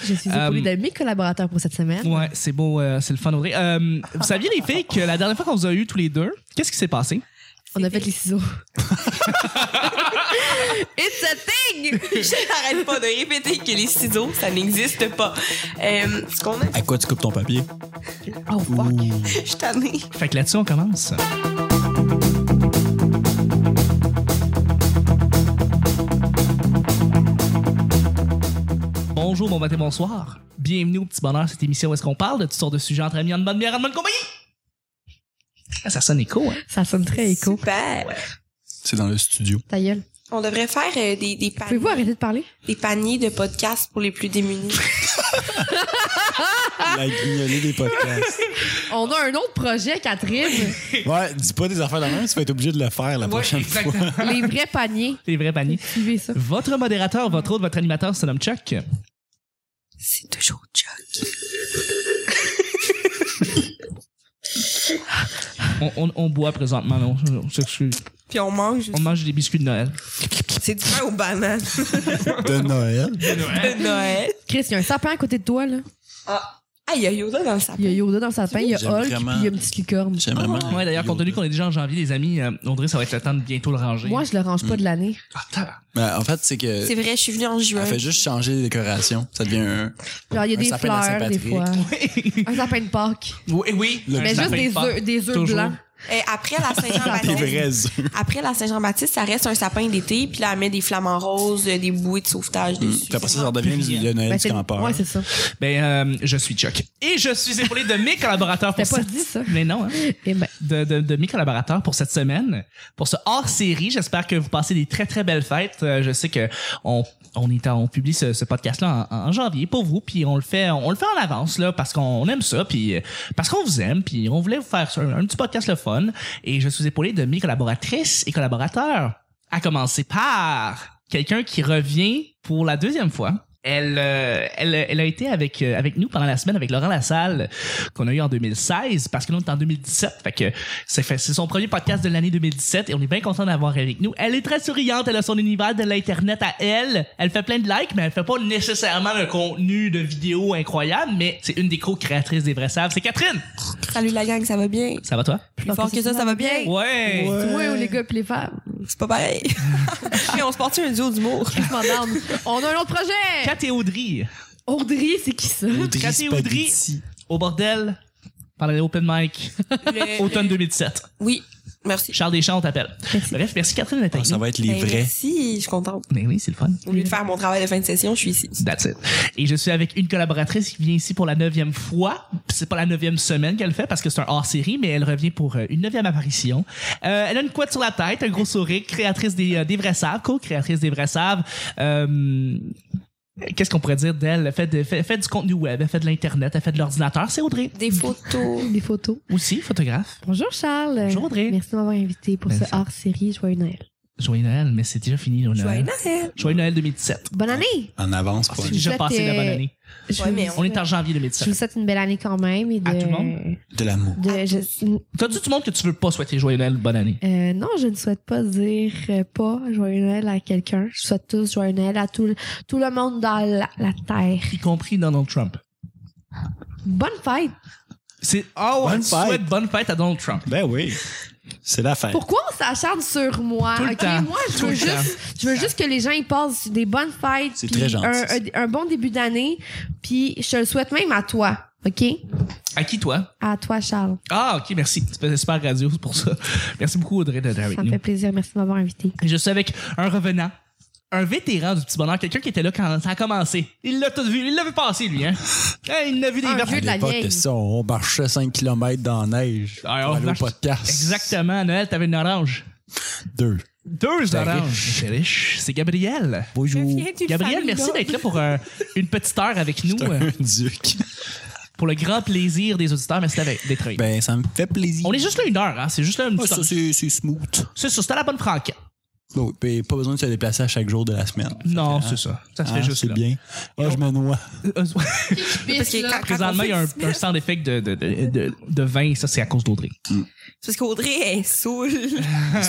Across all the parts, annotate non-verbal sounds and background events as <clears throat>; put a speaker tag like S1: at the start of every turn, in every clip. S1: Je suis
S2: Euh,
S1: épaulée de mes collaborateurs pour cette semaine.
S2: Ouais, c'est beau, euh, c'est le fun, Audrey. Euh, vous saviez, les filles, que la dernière fois qu'on vous a eu tous les deux, qu'est-ce qui s'est passé?
S1: On a fait les ciseaux.
S3: It's a thing! <laughs> Je n'arrête pas de répéter que les ciseaux, ça n'existe pas. Euh, ce qu'on a...
S4: À quoi tu coupes ton papier?
S1: Oh fuck.
S3: Je suis tannée.
S2: Fait que là-dessus, on commence. Bonjour, bon matin, bonsoir. Bienvenue au Petit Bonheur, cette émission où est-ce qu'on parle de toutes sortes de sujets entre amis, en bonne bière, en bonne compagnie. Ah, Ça sonne écho, hein?
S1: Ça sonne très écho.
S3: Super.
S4: C'est dans le studio.
S1: Ta gueule.
S3: On devrait faire euh, des, des, pan-
S1: Pouvez-vous arrêter de parler?
S3: des paniers de podcasts pour les plus démunis.
S1: Ah!
S4: La guignolée des podcasts.
S1: On a un autre projet, Catherine.
S4: Ouais, dis pas des affaires de même, tu vas être obligé de le faire la prochaine fois.
S1: les vrais paniers.
S2: Les vrais paniers.
S1: Suivez ça.
S2: Votre modérateur, votre autre, votre animateur se nomme Chuck.
S3: <laughs> C'est toujours Chuck.
S2: On, on- on boit présentement, non? On s'excuse.
S3: Puis on mange.
S2: On mange des biscuits de Noël.
S3: C'est du pain aux <laughs> bananes
S4: De Noël.
S3: de Noël.
S1: Chris, il y a un sapin à côté de toi, là.
S3: Ah, Ah, il y a Yoda dans le sapin.
S1: Il y a Yoda dans le sapin, il y a
S4: J'aime
S1: Hulk,
S4: vraiment-
S1: puis il y a une petite licorne.
S4: J'aime vraiment.
S2: Ouais, d'ailleurs, compte tenu qu'on est déjà en janvier, les amis, euh, Audrey, ça va être le temps de bientôt le ranger.
S1: Moi, je le range pas de l'année.
S2: Ah, tabarnak.
S4: Ben, en fait, c'est que.
S3: C'est vrai, je suis venue en juin.
S4: Elle fait juste changer les décorations. Ça devient un.
S1: Genre, il y a
S4: Un
S1: des
S4: sapin à
S1: fleurs, des fois. Un sapin de Pâques.
S2: oui, Oh, eh oui.
S4: Le
S2: Un
S1: Mais juste
S2: sapin de
S1: des
S2: Pâques.
S1: œufs, des œufs
S2: Toujours.
S1: blancs.
S3: Euh, après
S4: <laughs>
S3: la
S1: Ah,
S4: Des
S3: Saint-Jean-Baptiste,
S4: vrais œufs.
S3: après la Saint-Jean-Baptiste, ça reste un sapin d'été, puis là, elle met des flamants roses, euh, des bouées de sauvetage dessus.
S4: Puis après Mm, ça, ça redevient
S2: Plus
S4: le
S1: Ben,
S4: Noël
S1: c'est-
S4: du campeur.
S1: ouais, c'est ça.
S2: Ben, euh, je suis Chuck. Et je suis épaulé de mes collaborateurs pour
S1: T'as pas
S2: cette...
S1: dit ça?
S2: Mais non, hein.
S1: <laughs> Eh ben,
S2: de, de, de mes collaborateurs pour cette semaine, pour ce hors-série. J'espère que vous passez des très, très belles fêtes. Euh, je sais que on, on, est en- on publie ce, ce podcast-là en, en janvier pour vous, puis on le fait on le fait en avance, là, parce qu'on aime ça, puis euh, parce qu'on vous aime, puis on voulait vous faire ça, un, petit podcast le fun. Et je suis épaulé de mes collaboratrices et collaborateurs, à commencer par quelqu'un qui revient pour la deuxième fois. Elle, euh, elle, elle a été avec, euh, avec nous pendant la semaine avec Laurent Lassalle qu'on a eu en 2016 parce que nous on est en 2017 fait que c'est fait- c'est son premier podcast de l'année 2017 et on est bien content d'avoir avec nous elle est très souriante elle a son univers de l'internet à elle elle fait plein de likes mais elle fait pas nécessairement un contenu de vidéo incroyable mais c'est une des co-créatrices des vrais saves c'est Catherine
S3: Salut la gang, ça va bien?
S2: ça va toi
S3: Plus fort que ça, ça va bien?
S2: ouais,
S1: c'est moi ou les gars puis les femmes.
S3: C'est pas pareil. Puis on se porte un duo d'humour.
S1: Je m'endorme. On a un autre projet!
S2: Kat et Audrey
S1: Audrey, c'est qui ça?
S4: Audrey
S2: Cathy Audrey.
S4: Spadetti.
S2: au bordel pendant les open mic
S3: Le-
S2: automne 2017
S3: Oui, merci.
S2: Charles Deschamps on t'appelle bref merci Catherine d'être
S4: Ah,
S2: avec
S4: Ça
S2: nous.
S4: va être les
S3: Ben,
S4: vrais.
S3: Merci, je suis contente.
S2: mais oui c'est le fun
S3: Au lieu de faire mon travail de fin de session, je suis ici.
S2: That's it. Et je suis avec une collaboratrice qui vient ici pour la neuvième fois. Puis C'est pas la neuvième semaine qu'elle fait parce que c'est un hors-série, mais elle revient pour euh, une neuvième apparition. Euh, elle a une couette sur la tête, un gros sourire, créatrice des, euh, des vrais saves, co-créatrice des vrais saves. Euh, Qu'est-ce qu'on pourrait dire d'elle? Elle fait, de- fait, fait du contenu web, elle fait de l'Internet, elle fait de l'ordinateur. C'est Audrey
S3: Des photos.
S1: Des photos.
S2: aussi, photographe.
S1: Bonjour Charles.
S2: Bonjour, Audrey.
S1: Merci de m'avoir invité pour
S2: Merci.
S1: ce hors-série Joyeux Noël.
S2: Joyeux Noël, mais c'est déjà fini, Joyeux
S3: Joyeux
S2: Noël.
S3: Noël.
S2: Joyeux Noël 2017.
S1: Bonne année!
S4: En avance,
S2: Ah, C'est
S4: quoi.
S1: Je
S2: déjà
S1: vous
S2: passé la
S1: souhaite,
S2: bonne
S1: euh,
S2: année.
S1: Je
S3: Ouais,
S1: vous-
S3: mais on
S2: On est en janvier
S1: Je vous
S2: 2017.
S1: souhaite une belle année quand même. Et de,
S2: À tout le monde?
S4: De l'amour.
S1: de- je-
S2: T'as dit tout le monde que tu veux pas souhaiter Joyeux Noël, bonne année.
S1: euh, non, je ne souhaite pas dire euh, pas Joyeux Noël à quelqu'un. Je souhaite tous Joyeux Noël à tout, le- tout le monde dans la, la Terre.
S2: Y compris Donald Trump.
S1: Bonne fête!
S2: C'est ah ouais,
S4: Bonne
S2: tu
S4: fête.
S2: souhaites bonne fête à Donald Trump.
S4: Ben oui. C'est la fête.
S1: Pourquoi on s'acharne sur moi?
S2: Tout le
S1: Ok,
S2: temps.
S1: Moi, je
S2: Tout
S1: veux,
S2: le
S1: juste, je veux juste que les gens ils passent des bonnes fêtes.
S4: C'est
S1: puis
S4: très gentil,
S1: Un,
S4: ça.
S1: un- un bon début d'année. Puis je te le souhaite même à toi. OK?
S2: À qui toi
S1: À toi, Charles.
S2: Ah ok merci. C'est super radio c'est pour ça. <laughs> Merci beaucoup Audrey d'être avec
S1: Ça me
S2: nous.
S1: fait plaisir. Merci de m'avoir invité.
S2: Et Je suis avec un revenant. Un vétéran du petit bonheur, quelqu'un qui était là quand ça a commencé. Il l'a tout vu, il l'a vu passer,
S1: <laughs>
S2: lui, hein. Hein, il l'a vu des
S1: Un
S2: vertes-
S1: vieux
S4: À
S1: de la
S4: l'époque,
S1: vieille.
S4: c'est ça, on marchait 5 km dans la neige. pour
S2: Ah, on
S4: aller au
S2: marche-
S4: podcast.
S2: Exactement, à Noël, t'avais une orange.
S4: Deux.
S2: Deux
S4: J'étais
S2: oranges. C'est riche. C'est Gabriel.
S4: Bonjour.
S2: Gabriel, merci d'être là pour <laughs> euh, une petite heure avec
S4: <laughs>
S2: nous, euh,
S4: Un duc.
S2: pour le grand plaisir des auditeurs. Merci d'être d'être là.
S4: Ben, ça me fait plaisir.
S2: On est juste là une heure, hein. C'est juste là une
S4: Ah,
S2: petite
S4: ça,
S2: heure.
S4: c'est c'est smooth.
S2: C'est ça, c'était la bonne franquette.
S4: Bon, puis pas besoin de se déplacer à chaque jour de la semaine.
S2: Non,
S4: Fait que,
S2: c'est ça. Ça se
S4: ah,
S2: fait
S4: ah,
S2: juste
S4: C'est
S2: là.
S4: bien. Ah, je
S2: <laughs>
S4: me noie.
S2: Euh,
S5: Parce que quand-
S2: Présentement, il y a un, un sound effect de, de, de, de, de vin, et ça, c'est à cause d'Audrey.
S4: Euh,
S5: Parce qu'Audrey est saoule.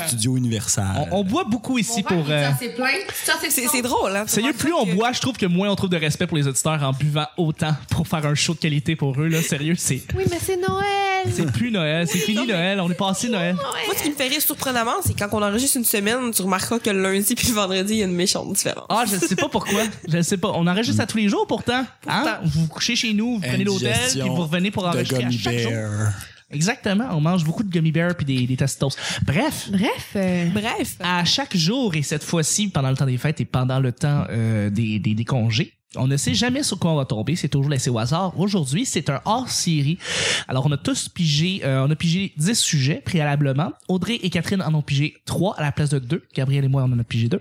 S4: Studio
S2: On,
S4: Universal.
S2: on boit beaucoup ici pour. euh,
S1: Ça, c'est plein. Ça, c'est
S5: C'est c'est drôle, hein?
S2: Sérieux, plus on boit, je trouve que moins on trouve de respect pour les auditeurs en buvant autant pour faire un show de qualité pour eux. Là. Sérieux, c'est
S1: Oui, mais c'est Noël.
S2: c'est plus Noël. C'est fini Noël. On est passé Noël.
S5: Moi, ce qui me fait rire surprenamment, c'est quand on enregistre une semaine, tu remarqueras que le lundi puis le vendredi, il y a une méchante différence.
S2: Ah, je sais pas pourquoi. Je sais pas. On enregistre à tous les jours pourtant. Hein?
S5: Pourtant.
S2: Vous vous couchez chez nous, vous prenez l'hôtel, puis
S4: Indigestion
S2: vous revenez pour
S4: de
S2: enregistrer à
S4: Gummy
S2: chaque jour.
S4: Bear.
S2: Exactement. On mange beaucoup de gummy bears puis des, des Tostitos. Bref.
S1: Bref, euh,
S5: Bref.
S2: à chaque jour, et cette fois-ci pendant le temps des fêtes et pendant le temps euh, des, des- des congés. On ne sait jamais sur quoi on va tomber, c'est toujours laissé au hasard. Aujourd'hui, c'est un hors-série. Alors, on a tous pigé, euh, on a pigé 10 sujets préalablement. Audrey et Catherine en ont pigé 3 à la place de 2. Gabriel et moi, on en a pigé 2.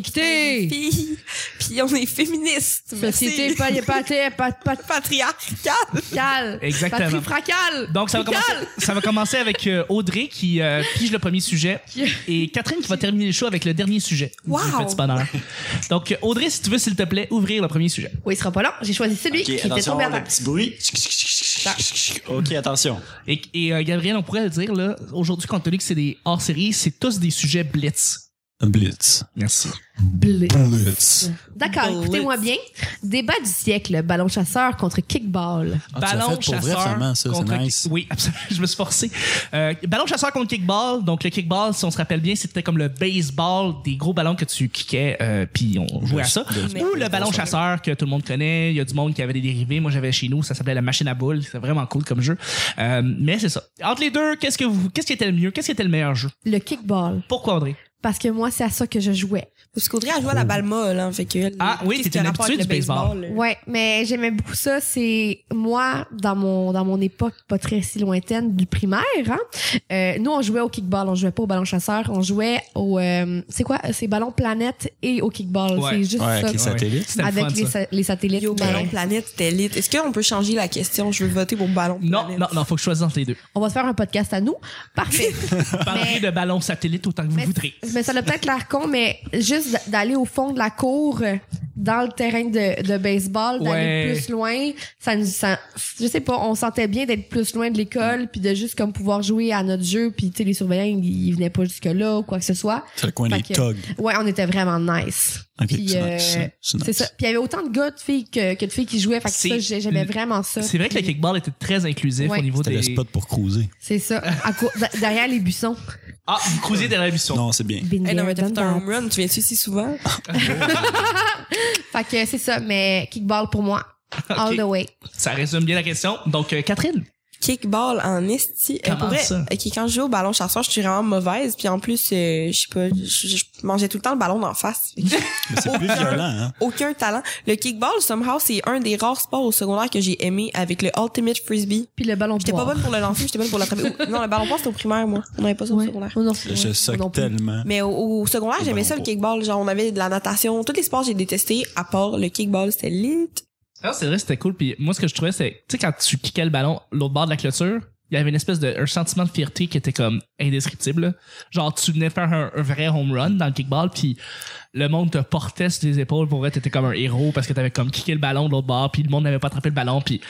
S1: équité.
S5: Puis, puis on est féministe.
S1: Société pali-
S5: Merci.
S1: pati- pat- pat-
S5: patriarcale.
S1: patale.
S2: Exactement.
S1: Patrie fracale.
S2: Donc, ça va, commencer, ça va commencer avec euh, Audrey qui euh, pige le premier sujet et Catherine qui va terminer le show avec le dernier sujet. du
S5: Wow!
S2: Petit bonheur. Donc, euh, Audrey, si tu veux, s'il te plaît, ouvrir le premier sujet.
S1: Oui, il sera pas long. J'ai choisi celui
S6: Ok,
S1: qui était
S6: attention,
S1: tombé à
S6: le
S1: terre.
S6: petit bruit. Ok, attention.
S2: Et, et, euh, Gabriel, on pourrait le dire, là, aujourd'hui, compte tenu que c'est des hors-série, c'est tous des sujets blitz.
S4: Blitz.
S2: Merci.
S4: Blitz.
S1: D'accord,
S5: Bullet.
S1: écoutez-moi bien. Débat du siècle, ballon chasseur contre kickball.
S4: Ah, tu l'as fait pour vrai, finalement, ça, c'est
S2: contre-
S4: nice.
S2: Oui, <laughs> absolument, je me suis forcé. Euh, ballon chasseur contre kickball. Donc, le kickball, si on se rappelle bien, c'était comme le baseball, des gros ballons que tu kickais, euh, puis on jouait à ça.
S4: Le-
S2: Ou le ballon chasseur que tout le monde connaît. Il y a du monde qui avait des dérivés. Moi, j'avais chez nous, ça s'appelait la machine à boules. C'est vraiment cool comme jeu. Euh, mais c'est ça. Entre les deux, qu'est-ce que vous, qu'est-ce qui était le mieux? Qu'est-ce qui était le meilleur jeu?
S1: Le kickball.
S2: Pourquoi, Audrey?
S1: Parce que moi, c'est à ça que je jouais.
S5: Parce qu'Audrey a joué à la balle molle, hein. Fait que,
S2: Oh. Ah oui,
S5: qu'est-ce
S2: t'es
S5: qu'il y a
S2: une
S5: rapport
S2: habituée
S5: avec
S2: du
S5: le
S2: baseball.
S5: là?
S1: Ouais, mais j'aimais beaucoup ça. C'est moi, dans mon dans mon époque pas très si lointaine du primaire, hein, euh, nous on jouait au kickball, on jouait pas au ballon chasseur, on jouait au euh, c'est quoi, c'est ballon planète et au kickball.
S2: Ouais.
S1: C'est juste
S4: Ouais,
S1: ça.
S4: avec les satellites.
S2: C'était le
S1: Avec
S2: fun,
S1: les,
S2: ça.
S1: sa- les satellites.
S5: Yo,
S1: Ben,
S5: Ballon Planète, c'était lit. Est-ce qu'on peut changer la question? Je veux voter pour Ballon
S2: Non,
S5: Planète.
S2: non, non, faut que je choisisse entre les deux.
S1: on va se faire un podcast à nous. Parfait.
S2: Parlez de ballon satellite autant que vous
S1: Mais-
S2: voudrez.
S1: mais ça a peut-être l'air con, mais juste d'aller au fond de la cour, euh, dans le terrain de, de baseball, d'aller
S2: Ouais.
S1: plus loin, ça nous, ça, je sais pas, on sentait bien d'être plus loin de l'école, puis de juste comme pouvoir jouer à notre jeu, puis tu sais les surveillants ils, ils venaient pas jusque là ou quoi que ce soit.
S4: C'est le coin
S1: Fait
S4: des
S1: que-
S4: togs.
S1: Ouais, on était vraiment nice.
S4: Ok,
S1: Puis,
S4: c'est
S1: euh,
S4: nice, c'est nice.
S1: C'est ça. Puis il y avait autant de gars, de filles que, que de filles qui jouaient, fait que
S2: C'est-
S1: ça j'ai- j'aimais vraiment ça.
S2: C'est vrai que le
S1: Puis
S2: kickball était très inclusif
S1: Ouais.
S2: au niveau
S4: C'était
S2: des.
S4: le spot pour cruiser.
S1: C'est ça. À cou- de- derrière les buissons.
S2: Ah, vous cruisiez derrière la buisson.
S4: Non, c'est bien.
S1: Been
S5: Hey, Eh non,
S1: there,
S5: mais t'as
S1: done
S5: fait un
S1: that.
S5: home run, tu viens-tu si souvent?
S1: Fait que c'est ça, mais kickball pour moi. All
S2: Ok.
S1: the way.
S2: Ça résume bien la question. Donc, euh, Catherine,
S5: Kickball en esti. Euh,
S2: Comment
S5: pour vrai,
S2: ça?
S5: ok, quand je jouais au ballon chasseur, je suis vraiment mauvaise. Puis en plus, euh, je sais pas, je, je- je mangeais tout le temps le ballon d'en face. <laughs>
S4: Mais c'est plus violent, hein?
S5: Aucun talent. Le kickball, somehow, c'est un des rares sports au secondaire que j'ai aimé avec le ultimate frisbee.
S1: Puis le ballon
S5: J'étais pas bonne pour le lancer, j'étais bonne pour l'attraper. <laughs> Ouh, Non, le ballon poire, c'était au primaire, moi. On avait pas ça au secondaire.
S1: Oh
S4: Je soque tellement.
S5: Mais au, au secondaire, j'aimais ça le kickball. Genre, on avait de la natation. Tous les sports, j'ai détesté, à part le kickball, c'était lit.
S2: Ah, c'est vrai, c'était cool. Puis moi, ce que je trouvais, c'est, tu sais, quand tu kickais le ballon l'autre bord de la clôture, il y avait une espèce de, un sentiment de fierté qui était comme indescriptible. là. Genre, tu venais faire un, un vrai home run dans le kickball, puis le monde te portait sur tes épaules. Pour vrai, t'étais comme un héros parce que t'avais comme kické le ballon de l'autre bord, puis le monde n'avait pas attrapé le ballon, puis.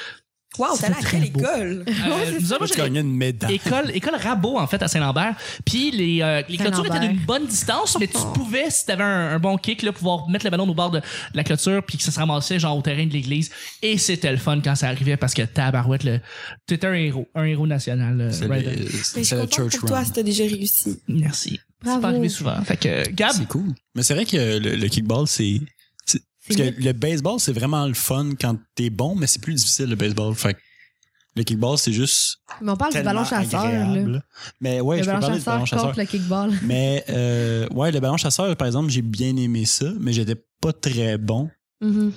S5: Wow,
S2: C'était
S5: t'allais à
S2: très
S5: quelle
S2: beau.
S5: école?
S4: <laughs>
S2: Euh, nous avons-
S4: Tu gagnais une médaille.
S2: école, école Rabot, en fait, à Saint-Lambert. Puis les, euh, les clôtures
S1: Saint-Lambert. Oh.
S2: étaient d'une bonne distance, mais tu pouvais, si t'avais un, un bon kick, là, pouvoir mettre le ballon au bord de, de la clôture, puis que ça se ramassait, genre, au terrain de l'église. Et c'était le fun quand ça arrivait, parce que tabarouette, le, t'étais un héros, un héros national. euh,
S4: C'est
S2: Ryder.
S4: le-
S5: Mais
S4: C'est
S5: je
S4: c'est
S5: suis
S4: le
S5: contente
S4: church
S5: pour toi
S4: run.
S5: si t'as déjà réussi.
S2: Merci. C'est
S1: Bravo.
S2: pas arrivé souvent. Fait que, euh, Gab,
S4: C'est cool. Mais c'est vrai que le, le kickball, c'est. c'est- Parce que le baseball, c'est vraiment le fun quand t'es bon, mais c'est plus difficile le baseball. Fait que le kickball, c'est juste.
S1: Mais on parle du
S4: tellement
S1: Ah, ballon chasseur,
S4: agréable.
S1: là.
S4: Mais ouais,
S1: le
S4: je peux
S1: ballon
S4: parler du
S1: chasseur
S4: ballon chasseur.
S1: contre le kickball.
S4: Mais euh, ouais, le ballon chasseur, par exemple, j'ai bien aimé ça, mais j'étais pas très bon.
S1: Mhm.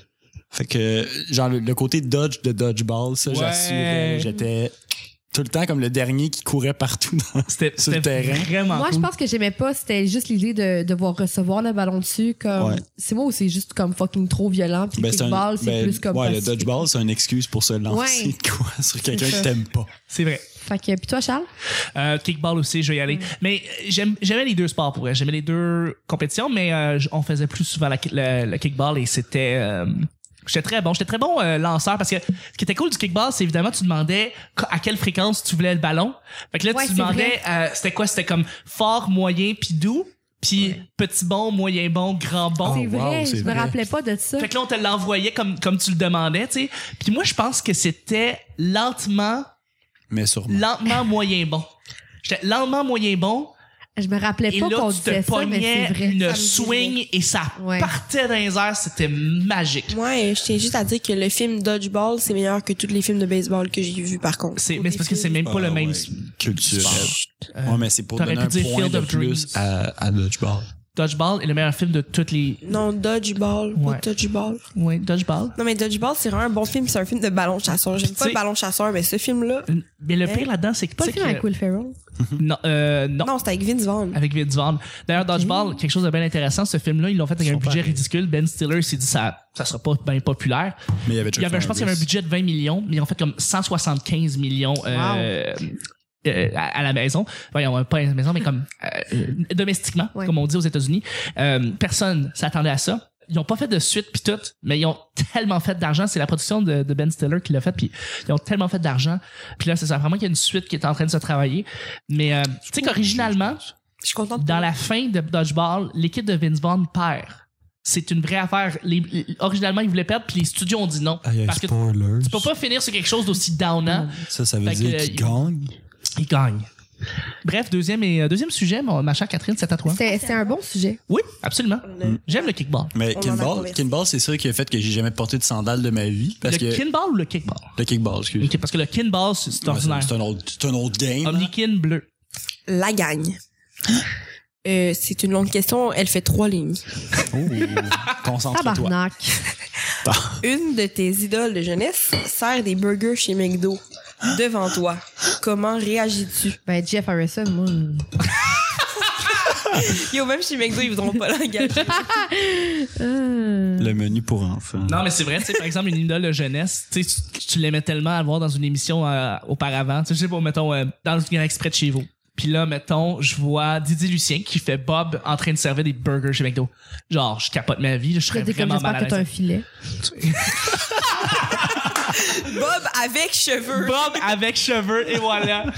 S4: Fait que, genre, le, le côté dodge de dodgeball, ça,
S2: Ouais.
S4: j'assurais. J'étais tout le temps comme le dernier qui courait partout. dans-
S2: C'était
S4: Sur le
S2: c'était
S4: terrain.
S2: vraiment
S1: Moi, je
S2: cool.
S1: pense que j'aimais pas, c'était juste l'idée de devoir recevoir le ballon dessus. Comme,
S4: Ouais.
S1: C'est moi ou c'est juste comme fucking trop violent? Puis
S4: Ben,
S1: le
S4: c'est un-
S1: kickball, c'est
S4: ben,
S1: plus comme.
S4: ouais, le
S1: pacifique.
S4: dodgeball, c'est une excuse pour se lancer
S1: Ouais.
S4: de <laughs> quoi sur quelqu'un
S1: C'est ça.
S4: que t'aimes pas.
S2: C'est vrai.
S1: Fait que, puis toi, Charles?
S2: Euh, kickball aussi, je vais y
S1: Mm.
S2: aller. Mais euh, j'aime- j'aimais les deux sports pour vrai. J'aimais les deux compétitions, mais euh, j- on faisait plus souvent la, ki- le, le kickball et c'était. euh, J'étais très bon, j'étais très bon euh, lanceur parce que ce qui était cool du kickball, c'est évidemment tu demandais qu- à quelle fréquence tu voulais le ballon. Fait que là
S1: Ouais,
S2: tu
S1: c'est
S2: demandais euh, c'était quoi, c'était comme fort, moyen, puis doux, puis petit bon, moyen bon, grand bon.
S1: c'est vrai,
S4: Ah, wow, c'est
S1: je me
S4: vrai.
S1: rappelais pas de ça.
S2: Fait que là, on te l'envoyait comme, comme tu le demandais, tu sais. Puis moi, je pense que c'était lentement,
S4: Mais sûrement.
S2: lentement moyen bon. J'étais lentement moyen bon.
S1: Je me rappelais
S2: Et
S1: pas
S2: là,
S1: qu'on
S2: tu te
S1: disait ça, mais
S2: pognais
S1: c'est vrai.
S2: une
S1: ça me dit
S2: swing et ça
S1: Ouais.
S2: partait dans les airs. C'était magique.
S5: Moi, euh, je tiens juste à dire que le film Dodgeball, c'est meilleur que tous les films de baseball que j'ai vus, par contre.
S2: C'est, mais c'est parce que c'est même pas
S4: Ah,
S2: le même
S4: ouais. Culture.
S2: Euh,
S4: ouais, mais c'est pour
S2: t'aurais
S4: donner
S2: pu
S4: un
S2: dire
S4: point
S2: Field
S4: de
S2: of
S4: plus
S2: Dreams.
S4: à, à dodgeball.
S2: Dodgeball est le meilleur film de toutes les.
S5: Non, Dodgeball,
S2: Ouais.
S5: pas Dodgeball.
S2: Ouais, Dodgeball.
S5: Non, mais Dodgeball, c'est vraiment un bon film, c'est un film de ballon chasseur. J'aime pas
S2: Tu
S5: le
S2: sais-
S5: ballon chasseur, mais ce film-là.
S2: Mais le pire
S5: Hein?
S2: là-dedans, c'est que.
S1: Pas
S2: tu
S1: le
S2: sais
S1: Eh, film avec
S2: que-
S1: Will Ferrell.
S2: Non, euh, non. Euh,
S5: Non, c'était avec Vince Vaughn.
S2: avec Vince Vaughn. D'ailleurs, Dodgeball, quelque chose de bien intéressant, ce film-là, ils l'ont fait avec
S4: Ils
S2: un
S4: sont
S2: budget
S4: pareils.
S2: ridicule. Ben Stiller s'est dit ça ça sera pas bien populaire.
S4: Mais il y avait
S2: Il y avait, je pense qu'il y avait un budget de 20 millions, mais ils ont fait comme 175 millions euh, euh, à, à la maison. Enfin, ils ont- pas à la maison, mais comme euh, domestiquement,
S1: Ouais.
S2: comme on dit aux États-Unis. Euh, personne s'attendait à ça. Ils ont pas fait de suite puis tout, mais ils ont tellement fait d'argent. C'est la production de, de Ben Stiller qui l'a fait, puis ils ont tellement fait d'argent. Puis là, c'est ça. Vraiment qu'il y a une suite qui est en train de se travailler. Mais euh, tu sais qu'originalement,
S5: Je suis contente.
S2: dans la fin de Dodgeball, l'équipe de Vince Vaughn perd. C'est une vraie affaire. Les- les- originalement, ils voulaient perdre, puis les studios ont dit non.
S4: Ah,
S2: parce que tu
S4: spoilers.
S2: peux pas finir sur quelque chose d'aussi downant.
S4: Ça, ça veut
S2: Fait
S4: dire
S2: que,
S4: qu'il
S2: il-
S4: gagne.
S2: Ils gagnent. Bref, deuxième, et, euh, deuxième sujet, mon- ma chère Catherine, c'est à toi.
S1: C'est c'est un bon sujet.
S2: Oui, absolument.
S5: On a-
S2: J'aime le kickball.
S4: Mais
S5: On en a
S4: kinball,
S5: conversé.
S4: kinball, c'est ça qui a fait que j'ai jamais porté de sandales de ma vie. Parce
S2: le
S4: que
S2: kinball ou le kickball?
S4: le kickball, excuse.
S2: Ok, parce que le kinball, c'est c'est
S4: Ouais, c'est-
S2: ordinaire.
S4: C'est un autre, c'est un autre game. hein.
S2: Omnikin bleu.
S5: La gagne. <gasps> Euh, c'est une longue question, elle fait trois lignes.
S4: Oh, Concentre-toi.
S1: Tabarnak.
S5: Une de tes idoles de jeunesse sert des burgers chez McDo devant toi. Comment réagis-tu?
S1: Ben, Jeff Harrison, moi.
S5: Yo, même chez McDo, ils voudront pas <laughs> l'engager.
S1: euh,
S4: Le menu pour enfants.
S2: Non, mais c'est vrai, tu sais, par exemple, une idole de jeunesse, tu sais, tu- tu l'aimais tellement à le voir dans une émission euh, auparavant. Tu sais, je sais pas, mettons, euh, dans le galaxie près de chez vous. Puis là, mettons, je vois Didier Lucien qui fait Bob en train de servir des burgers chez McDo. Genre, je capote ma vie, je
S1: Je
S2: serais
S1: dis comme
S2: vraiment
S1: j'espère
S2: mal
S1: que t'as
S2: à
S1: un
S2: l'aise.
S1: filet.
S5: Bob avec cheveux.
S2: Bob avec cheveux, et voilà.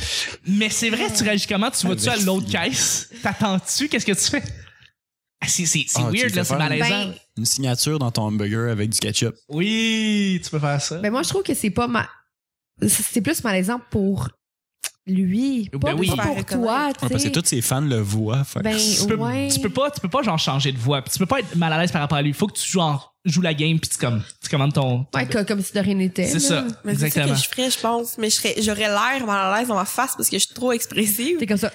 S2: Mais c'est vrai, tu réagis comment?
S4: Ah,
S2: Tu vas-tu à l'autre caisse? T'attends-tu? Qu'est-ce que tu fais? Ah, C'est c'est- c'est
S4: Ah, tu
S2: weird,
S4: fais
S2: là, c'est
S4: faire une-
S2: malaisant.
S1: Ben-
S4: Une signature dans ton hamburger avec du ketchup.
S2: Oui, tu peux faire ça.
S1: Ben, moi, je trouve que c'est pas ma. C'est plus malaisant pour lui. Pas,
S2: Ben oui.
S1: pas pour toi,
S4: Ouais,
S1: tu
S4: parce que
S1: sais.
S4: tous ses fans le voient. fait que-
S1: Ben,
S2: tu peux,
S1: ouais.
S2: tu peux pas tu peux pas genre changer de voix puis tu peux pas être mal à l'aise par rapport à lui faut que tu genre joues la game puis tu comme tu commandes ton
S1: Ouais, co- comme si de rien n'était.
S2: c'est
S1: là.
S2: ça
S5: Mais c'est ça
S2: exactement
S5: que je ferais, je pense. Mais je serais- j'aurais l'air mal à l'aise dans ma face parce que je suis trop expressive.
S1: T'es comme ça.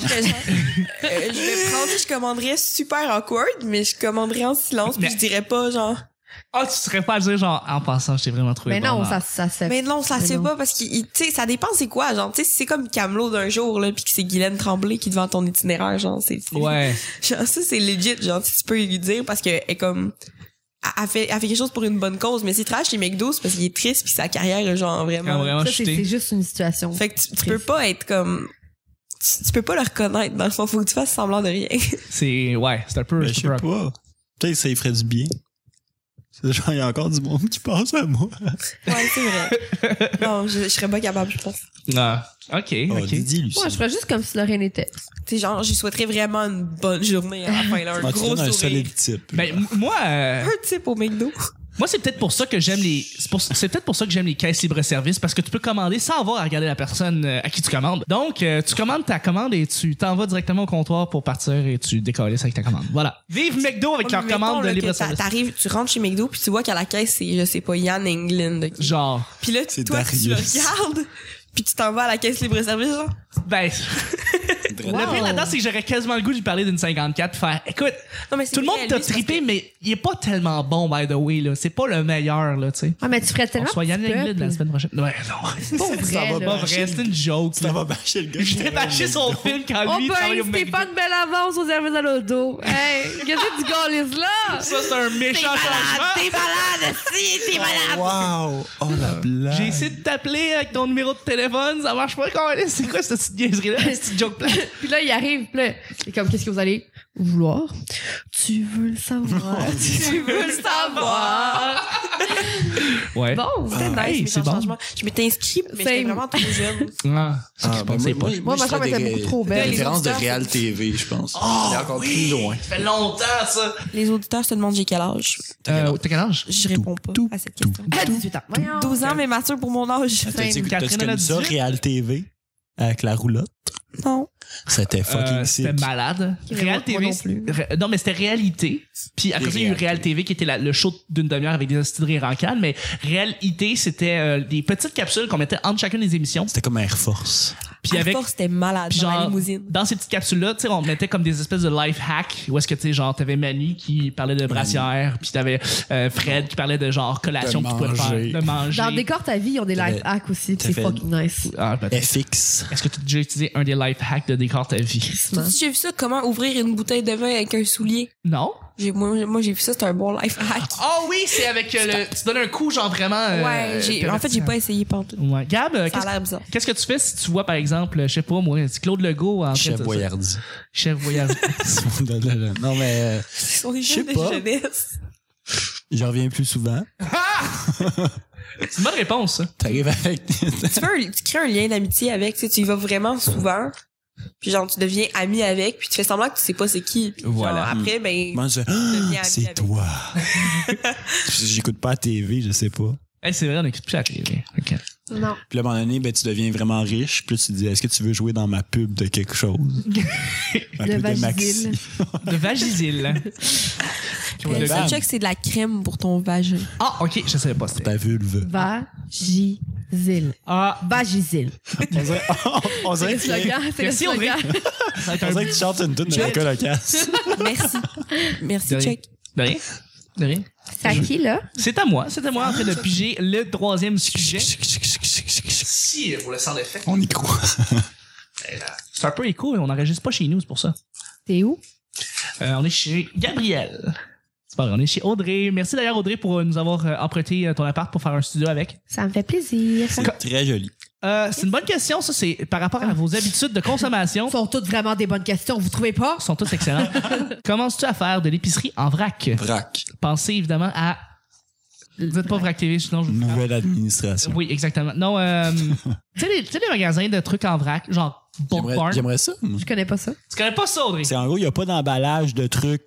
S5: Je serais genre, euh, je vais prendre, je commanderais super awkward, mais je commanderais en silence puis
S2: Mais-
S5: je dirais pas genre.
S2: ah tu serais pas à dire genre en passant je t'ai vraiment trouvé
S1: Mais
S2: bon,
S1: non, ça,
S2: là.
S1: ça se
S5: Mais non, ça
S1: Mais
S5: se fait
S1: non.
S5: pas parce que tu sais ça dépend c'est quoi genre tu sais si c'est comme Camelot d'un jour là puis que c'est Guylaine Tremblay qui est devant ton itinéraire genre c'est c'est-
S2: ouais
S5: genre, ça c'est legit genre tu peux lui dire parce que elle est comme elle- elle fait, elle fait quelque chose pour une bonne cause mais c'est trash les McDo c'est parce qu'il est triste puis sa carrière est genre
S2: quand
S5: Ah, vraiment
S2: vraiment
S1: Ça, c'est c'est
S2: chuté
S1: juste une situation.
S5: fait que tu, tu peux pas être comme tu, tu peux pas le reconnaître dans le fond faut que tu fasses semblant de rien
S2: c'est ouais c'est un peu
S4: Ben,
S2: c'est
S4: je
S2: un
S4: sais
S2: peu-
S4: pas. Peut-être que ça y ferait du bien. C'est genre, il y a encore du monde qui passe à moi.
S5: ouais c'est vrai <laughs> non je, je serais pas capable je pense
S2: Ah, ok
S4: Oh,
S2: ok
S4: Didi, lui.
S1: Moi, je ferais juste comme si de rien n'était.
S5: tu sais genre je souhaiterais vraiment une bonne journée à la fin là, un
S4: <laughs> Ah, tu
S5: gros
S4: donnes un
S5: sourire
S4: solide type.
S2: ben m- moi euh,
S5: un type au McDo
S2: moi c'est peut-être pour ça que j'aime les c'est pour- c'est peut-être pour ça que j'aime les caisses libre service parce que tu peux commander sans avoir à regarder la personne euh, à qui tu commandes donc euh, tu commandes ta commande et tu t'en vas directement au comptoir pour partir et tu décolles avec ta commande voilà vive McDo avec
S5: Ouais,
S2: leur
S5: mais mettons,
S2: commande de
S5: là, que
S2: libre
S5: t'a-
S2: service
S5: T'arrives, tu rentres chez McDo, puis tu vois qu'à la caisse, c'est, je sais pas, Yann England. ok.
S2: Genre,
S5: Puis là,
S4: C'est
S5: toi, tu le
S4: Darius.
S2: <laughs>
S5: regardes, puis tu t'en vas à la caisse libre-service, genre.
S2: ben,
S4: drôle.
S2: Le pire là-dedans, c'est que j'aurais quasiment le goût de lui parler d'une 54 faire écoute,
S3: Non, mais c'est
S2: tout le monde
S3: vrai,
S2: t'a
S3: lui, c'est parce
S2: trippé,
S3: que-
S2: mais il est pas tellement bon, by the way, là. C'est pas le meilleur, là, tu sais.
S1: Ah, mais tu ferais
S2: On
S1: tellement.
S2: se voit Yann
S1: petit
S2: Langlais de la
S1: peuple.
S2: semaine prochaine. Ouais, non.
S1: <laughs> C'est pas vrai.
S4: va
S1: là.
S2: Pas vrai, c'est une joke.
S4: Ça va bâcher le gars.
S2: Je t'ai bâché <laughs> son film quand
S1: On
S2: lui il travaille
S1: peut
S2: au
S1: Oh,
S2: McDo.
S1: Stéphane Bellavance aux services à l'auto. Hey, qu'est-ce que tu galises là? Ah,
S2: Ça, c'est un méchant changement.
S3: T'es malade, Ah, si, t'es malade.
S4: Wow! Oh la blague!
S2: Euh, J'ai essayé de t'appeler avec ton numéro de téléphone, ça marche pas quand même. C'est quoi cette petite niaiserie-là?
S1: <laughs>
S2: Cette petite joke plate?
S1: Puis là, il arrive, puis là, c'est comme, qu'est-ce que vous allez vouloir? Tu veux le savoir. tu veux le savoir.
S2: Ouais.
S1: Bon,
S5: Euh,
S1: c'était
S4: Ah,
S1: nice.
S2: hey,
S1: mais
S2: c'est bon.
S3: Franchement, je m'étais inscrite, mais
S1: C'est-
S3: j'étais vraiment trop jeune.
S2: Ah,
S4: Ah,
S2: je
S4: ben,
S2: pensais
S4: moi,
S2: pas.
S1: Moi, ma chambre
S4: je ferais
S1: était
S4: des-
S1: beaucoup trop
S4: Des
S1: belle.
S4: références de
S3: Les auditeurs,
S4: Real TV, je pense.
S2: Oh,
S4: C'est encore
S2: oui.
S4: plus loin.
S2: Ça fait longtemps, ça.
S3: <laughs> Les auditeurs se demandent j'ai quel âge.
S2: Euh, T'as quel âge?
S3: Je réponds pas à cette question.
S1: À 18 ans. Voyons.
S3: 12 ans, mais mature pour mon âge.
S4: T'as dit
S2: Catherine,
S4: t'as-tu
S2: elle a
S4: connu ça,
S2: 18?
S4: Real TV, avec la roulotte?
S3: <laughs> Non.
S4: C'était
S2: Euh,
S4: fucking sick.
S2: C'était malade.
S1: Ok, mais
S2: Real
S1: moi- moi
S2: TV.
S1: non plus.
S2: Ré- Non, mais c'était réalité. Puis après
S4: Et
S2: ça, il y a eu
S4: Réal
S2: Real TV qui était la- le show d'une demi-heure avec des hosties de rire en canne. Mais réalité, c'était euh, des petites capsules qu'on mettait entre chacune des émissions.
S4: C'était comme Air Force.
S2: Puis avec.
S3: force, c'était malade
S2: Puis
S3: dans la
S2: genre,
S3: limousine.
S2: dans ces petites capsules-là, tu sais, on mettait comme des espèces de life hacks où est-ce que, tu sais, genre, t'avais Manu qui parlait de brassière, puis t'avais euh, Fred qui parlait de genre collation
S4: De
S2: que tu pouvais
S4: manger.
S2: faire, de manger.
S1: Dans Décor ta vie, ils ont des live
S4: T'avais-
S1: hacks aussi, puis c'est
S4: t'avais-
S1: fucking nice.
S2: Ah, ben,
S4: FX.
S2: Est-ce que tu as déjà utilisé un des life hacks de Décor ta vie?
S1: Tristement.
S3: J'ai vu ça, comment ouvrir une bouteille de vin avec un soulier.
S2: Non?
S3: J'ai- Moi, moi, j'ai vu ça, c'est un bon life hack.
S2: Ah oui, c'est avec euh, le. Tu donnes un coup, genre vraiment. euh,
S3: ouais, j'ai- en fait, j'ai pas essayé pantoute.
S2: Ouais. Gab, euh,
S3: Ça a
S2: qu'est-ce
S3: l'air bizarre.
S2: qu'est-ce que tu fais si tu vois, par exemple, euh, je sais pas moi, c'est Claude Legault en
S4: Chef
S2: train de-
S4: <laughs> Boyardi.
S2: Chef voyage.
S4: non, mais euh,
S3: On est
S4: Je sais
S3: jeunes de
S4: pas.
S3: jeunesse.
S4: j'en reviens plus souvent.
S2: c'est une bonne réponse, ça.
S4: T'arrives avec. <laughs>
S3: tu, fais un- tu crées un lien d'amitié avec, tu sais, tu y vas vraiment souvent. Puis genre, tu deviens ami avec, puis tu fais semblant que tu sais pas c'est qui. Puis genre,
S2: Voilà.
S3: après, ben,
S4: Moi, je fais,
S3: tu deviens
S4: Ah,
S3: ami
S4: C'est
S3: avec.
S4: <laughs> toi. J'écoute pas la TV, je sais pas.
S2: Hey, c'est vrai, on écoute plus la télé. Ok.
S1: Non.
S4: Puis là, à un moment donné, ben, tu deviens vraiment riche. Puis là, tu te dis, est-ce que tu veux jouer dans ma pub de
S1: <laughs>
S4: quelque chose? ma
S1: Le
S4: pub de Maxi.
S1: Vagisil.
S2: De Vagisil.
S3: <laughs> Puis
S4: Ouais,
S3: le seul
S4: bam.
S3: check, c'est de la crème pour ton vagin.
S2: ah, ok, je savais pas. c'était-
S4: Ta vulve.
S1: Vagisil.
S2: Ah,
S1: Vagisil.
S4: On
S2: <laughs>
S4: dirait, on
S1: C'est
S4: dirait
S1: le
S4: que,
S1: slogan. C'est le
S2: merci Audrey.
S1: slogan.
S2: Ça va être
S4: on
S2: un-
S4: dirait que tu chantes une tune de
S2: Check.
S4: Nicolas Casse. <laughs>
S3: Merci. Merci,
S2: De rien.
S3: check.
S2: De rien. De rien.
S1: C'est à qui, là?
S2: C'est à moi, c'est à moi en train de piger le troisième sujet. Si, vous le sens d'effet.
S4: On y croit.
S2: C'est un peu écho, on n'enregistre pas chez nous, c'est pour ça.
S1: T'es où?
S2: Euh, on est chez Gabriel. C'est pas vrai, on est chez Audrey. Merci d'ailleurs, Audrey, pour euh, nous avoir euh, emprunté euh, ton appart pour faire un studio avec.
S1: Ça me fait plaisir.
S4: C'est très joli.
S2: Euh, c'est une bonne question, ça, c'est par rapport à vos habitudes de consommation.
S1: sont toutes vraiment des bonnes questions, vous trouvez pas?
S2: sont tous
S4: <laughs>
S2: excellents. Commences-tu à faire de l'épicerie en vrac?
S4: Brac.
S2: Pensez évidemment à. Vous êtes pas vrac TV, sinon je vous.
S4: Nouvelle administration.
S2: Oui, exactement. Non,
S4: <laughs>
S2: euh, tu sais, les, tu sais les magasins de trucs en vrac, genre Bulk
S4: J'aimerais
S2: Barn.
S4: j'aimerais ça. moi.
S1: Je connais pas ça.
S2: Tu connais pas ça, Audrey?
S4: C'est en gros, il n'y a pas d'emballage de trucs.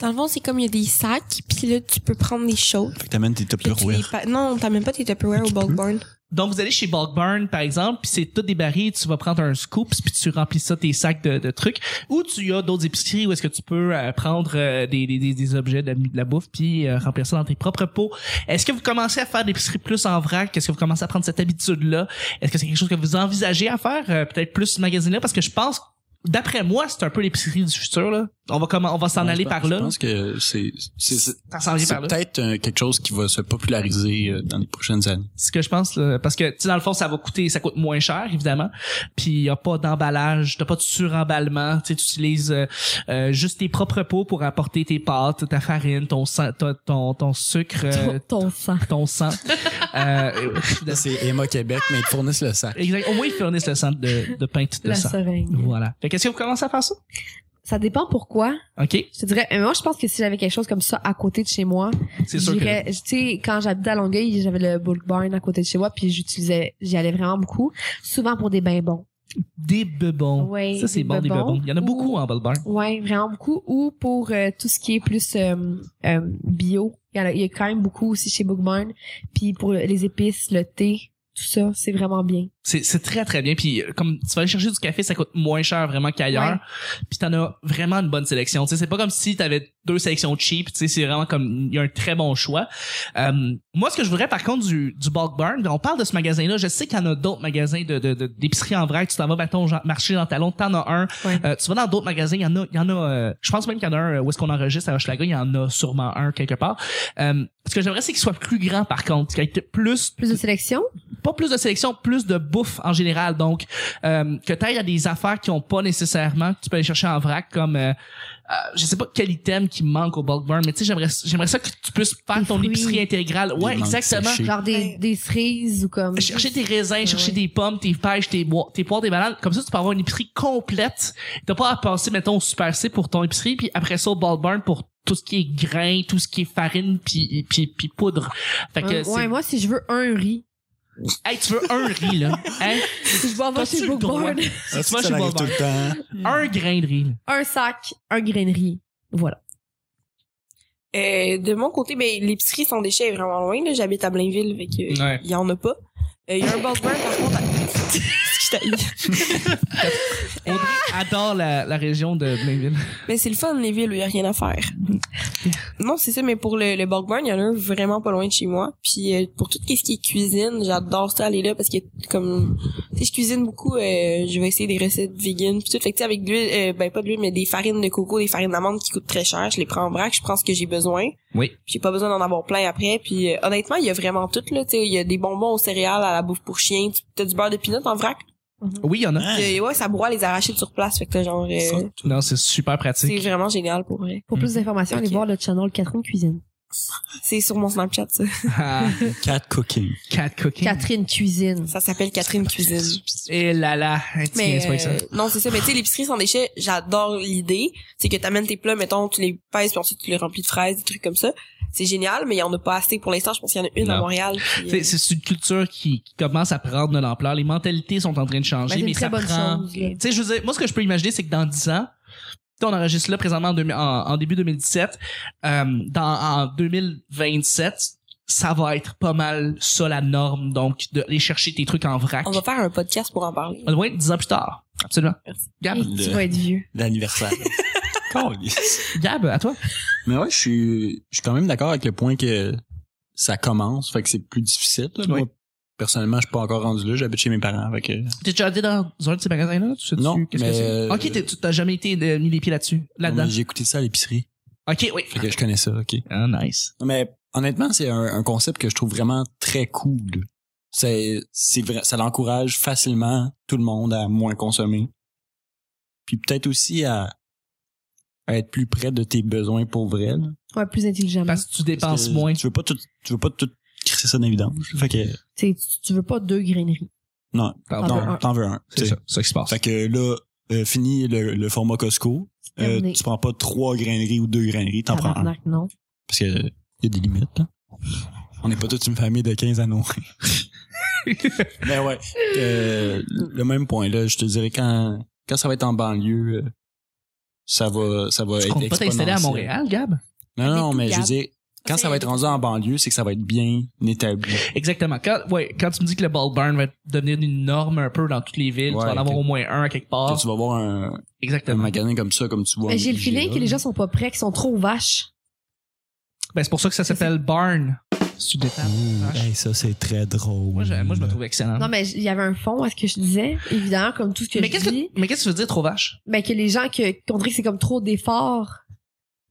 S3: Dans le fond, c'est comme il y a des sacs, puis là, tu peux prendre des choses.
S4: Fait que t'amènes tes
S3: Puis là, tu les
S4: Tupperware.
S3: pa- Non, t'as même pas tes Tupperware au bulk barn.
S2: Donc, vous allez chez Bulk Barn, par exemple, puis c'est tout des barils, tu vas prendre un scoop, puis tu remplis ça tes sacs de, de trucs. Ou tu as d'autres épiceries où est-ce que tu peux euh, prendre euh, des, des, des- des objets de la, de la bouffe, puis euh, remplir ça dans tes propres pots. Est-ce que vous commencez à faire de l'épicerie plus en vrac? Est-ce que vous commencez à prendre cette habitude-là? Est-ce que c'est quelque chose que vous envisagez à faire? Euh, Peut-être plus magasiner? Parce que je pense, d'après moi, c'est un peu l'épicerie du futur. Là. On va, comment, on va s'en
S4: Ouais,
S2: aller
S4: je pense-
S2: par là.
S4: Je pense que c'est- c'est
S2: On va s'en aller
S4: c'est
S2: par là.
S4: peut-être euh, quelque chose qui va se populariser euh, dans les prochaines <laughs> années.
S2: C'est ce que je pense là. parce que tu sais, dans le fond ça va coûter ça coûte moins cher évidemment puis il y a pas d'emballage t'as pas de suremballement tu sais, tu utilises euh, euh, juste tes propres pots pour apporter tes pâtes ta farine ton sang- ton, ton ton sucre euh,
S1: ton sang. <laughs>
S2: ton sang Euh, euh,
S4: C'est Emma Québec, mais ils te fournissent le sac.
S2: exact. au moins ils fournissent le sang de, de pinte de
S1: La
S2: sang
S1: seringue.
S2: voilà fait qu'est-ce que vous commencez à faire ça
S1: Ça dépend pourquoi.
S2: ok
S1: Je te dirais, mais moi, je pense que si j'avais quelque chose comme ça à côté de chez moi,
S2: c'est sûr que
S1: j'irais, tu sais, quand j'habitais à Longueuil, j'avais le bulk barn à côté de chez moi, puis j'utilisais, j'y allais vraiment beaucoup, souvent pour des bains bons.
S2: des bebons
S1: Ouais,
S2: ça c'est
S1: des
S2: bon des
S1: bebons.
S2: bebons il y en a beaucoup
S1: Ou-
S2: en Balbar
S1: Ouais, vraiment beaucoup. Ou pour euh, tout ce qui est plus euh, euh, bio. Il y, en a, il y a quand même beaucoup aussi chez Bookburn. Puis pour les épices, le thé, tout ça, c'est vraiment bien.
S2: C'est c'est très, très bien. Puis euh, comme tu vas aller chercher du café, ça coûte moins cher vraiment qu'ailleurs. Puis t'en as vraiment une bonne sélection. Tu sais, c'est pas comme si t'avais deux sélections cheap. Tu sais, c'est vraiment comme... Il y a un très bon choix. Euh, moi, ce que je voudrais, par contre, du, du bulk burn, ben, on parle de ce magasin-là. Je sais qu'il y en a d'autres magasins de, de, de- d'épicerie en vrac. Tu t'en vas, mettons, genre, marcher dans Talon, t'en as un.
S1: Ouais.
S2: Euh, tu vas dans d'autres magasins, il y en a, il y en a euh, je pense même qu'il y en a un euh, où est-ce qu'on enregistre à Hochelaga, il y en a sûrement un quelque part. Euh, ce que j'aimerais, c'est qu'il soit plus grand, par contre, qu'il y ait plus
S1: Plus de sélection.
S2: pas plus de sélection, plus de bouffe en général. Donc, euh, que t'ailles à des affaires qui ont pas nécessairement, que tu peux aller chercher en vrac, comme euh, euh, je sais pas quel item qui manque au bulk burn, mais tu sais, j'aimerais, j'aimerais ça que tu puisses faire
S1: Des
S2: ton
S1: fruits.
S2: épicerie intégrale. Ouais,
S4: mangues
S2: exactement.
S4: séchées.
S1: Genre des, des cerises ou comme.
S2: Chercher tes raisins, chercher
S1: Ouais.
S2: des pommes, tes pêches, tes, bois, tes poires, tes bananes. Comme ça, tu peux avoir une épicerie complète. T'as pas à passer, mettons, au Super C pour ton épicerie, puis après ça, au bulk burn pour tout ce qui est grain, tout ce qui est farine, puis, puis, puis poudre. Fait que
S1: Euh,
S2: c'est...
S1: ouais, moi, si je veux un riz,
S2: Hey, tu veux un riz,
S1: <laughs>
S2: là? Hein?
S1: si je vais avoir
S2: T'as-tu
S1: chez
S2: le droit?
S1: Bookborn,
S2: Ça, tu vas
S4: ça
S2: chez
S4: arrive
S2: Walmart.
S4: tout le temps.
S2: Un grain de riz. là.
S1: <laughs> un sac, un grain de riz. Voilà.
S5: Euh, de mon côté, ben, l'épicerie sans déchets est vraiment loin. là. J'habite à Blainville, fait que,
S2: Ouais.
S5: il y en a pas. Euh, Il y a un Bulk Burn, par contre. à-
S3: <laughs>
S5: Je t'haïs.
S2: Audrey adore la, la région de Blainville.
S5: mais c'est le fun, les villes où il y a rien à faire. non, c'est ça, mais pour le, le Bulk Burn, il y en a un vraiment pas loin de chez moi. Puis euh, pour tout ce qui est cuisine, j'adore ça aller là parce que, comme, tu sais, je cuisine beaucoup, euh, je vais essayer des recettes vegan. Puis tout, fait que, tu sais, avec de l'huile, euh, ben pas de l'huile, mais des farines de coco, des farines d'amande qui coûtent très cher. Je les prends en vrac, je prends ce que j'ai besoin.
S2: Oui.
S5: J'ai pas besoin d'en avoir plein après. Puis euh, honnêtement, il y a vraiment tout là. Tu sais, il y a des bonbons aux céréales, à la bouffe pour chien. Tu- T'as du beurre de pinot en vrac.
S2: Oui, il y en a.
S4: Ah,
S5: Puis, euh, ouais, ça broie les arachides sur place. Fait que genre, euh,
S4: fuck.
S2: Non, c'est super
S5: c'est
S2: pratique.
S5: vraiment génial pour vrai.
S1: Pour
S2: Mhm.
S1: plus d'informations, allez
S5: Ok.
S1: voir le channel Catherine Cuisine.
S5: C'est sur mon Snapchat ça.
S2: Ah,
S4: Cat cooking.
S2: Cat cooking.
S1: Catherine Cuisine.
S5: Ça s'appelle Catherine Cuisine.
S2: Et là là, Hey, tu viens,
S5: Mais
S2: c'est pas que ça.
S5: euh, non, c'est ça. Mais tu sais, l'épicerie sans déchets, j'adore l'idée. C'est que t'amènes tes plats, mettons, tu les pèses puis ensuite tu les remplis de fraises, des trucs comme ça. C'est génial, mais il y en a pas assez pour l'instant. Je pense qu'il y en a une
S2: Non.
S5: à Montréal. puis, euh,
S2: C'est- C'est une culture qui, qui commence à prendre de l'ampleur. Les mentalités sont en train
S1: Ben,
S2: de changer,
S1: c'est une
S2: mais
S1: très
S2: ça
S1: bonne
S2: prend.
S1: chose. là.
S2: Tu sais, je veux dire, moi, ce que je peux imaginer, c'est que dans 10 ans, tu sais, on enregistre là présentement en, deux- en- en début 2017, euh, dans, en 2027, ça va être pas mal ça la norme, donc d'aller chercher tes trucs en vrac.
S5: On va faire un podcast pour en parler.
S2: loin 10 ans plus tard. Absolument.
S5: Merci.
S2: Gab,
S1: Et tu
S4: Le-
S1: vas être vieux.
S4: <laughs> L'anniversaire. Câlisse.
S2: Gab, à toi.
S4: Mais ouais, je suis, je suis quand même d'accord avec le point que ça commence, fait que c'est plus difficile. là. Moi,
S2: Oui.
S4: personnellement, je suis pas encore rendu là, j'habite chez mes parents. Fait que...
S2: T'es déjà allé dans un de ces magasins-là? Tu sais-tu
S4: Non,
S2: qu'est-ce que
S4: mais-
S2: c'est? Ok, t'es- tu t'as jamais été euh, mis les pieds là-dessus, là-dedans.
S4: Mais J'ai écouté ça à l'épicerie,
S2: Ok, oui.
S4: fait que je connais ça, ok.
S2: Ah, nice.
S4: Non, Mais honnêtement, c'est un, un concept que je trouve vraiment très cool. C'est, c'est vrai, ça l'encourage facilement tout le monde à moins consommer. Puis peut-être aussi à, à être plus près de tes besoins pour vrai. là.
S1: Ouais, plus intelligemment.
S2: Parce que tu
S4: Parce
S2: dépenses
S4: que
S2: moins.
S4: Tu veux pas tout, tu veux pas tout crisser ça dans l'évidence. Fait que,
S1: Tu sais, tu- tu veux pas deux graineries.
S4: non,
S2: T'en veux
S4: non,
S1: un.
S4: t'en veux un.
S2: C'est
S4: tu sais.
S2: ça, ça qui se passe.
S4: Fait que là, euh, fini le, le format Costco. Euh,
S1: Terminé.
S4: tu prends pas trois graineries ou deux graineries, t'en prends un.
S1: Tabarnak, non.
S4: Parce que euh, y a des limites. là. On n'est pas toute une famille de 15 à nourrir. Mais ouais. euh, le même point là, je te dirais quand quand ça va être en banlieue, euh, ça va ça va
S2: tu
S4: être
S2: comptes pas t'installer à
S4: exponentiel.
S2: Montréal, Gab?
S4: Non non,
S5: Mais
S4: mais je veux
S5: tout
S4: dire quand ça va être rendu en banlieue, c'est que ça va être bien établi.
S2: Ah. Exactement. Quand, ouais, quand tu me dis que le ball burn va devenir une norme un peu dans toutes les villes,
S4: Ouais,
S2: tu vas en avoir
S4: que-
S2: au moins un à quelque
S4: Quand
S2: part.
S4: tu vas voir un, un
S2: Exactement.
S4: magasin comme ça, comme tu vois.
S1: Mais
S4: un
S1: Ben, J'ai le feeling
S4: IGA,
S1: que les gens sont pas prêts, qu'ils sont trop vaches.
S2: Ben, c'est pour ça que ça s'appelle barn. C'est une étape.
S4: Ouh,
S2: Vache.
S4: hey, ça c'est très drôle.
S2: Moi, je, moi, je me trouve excellent.
S1: Non, mais il y avait un fond à ce que je disais, évidemment, comme tout ce que
S2: mais
S1: je
S2: qu'est-ce
S1: dis.
S2: que, mais qu'est-ce que tu veux dire, trop vache?
S1: Ben, que les gens, que, qu'on dirait que c'est comme trop d'efforts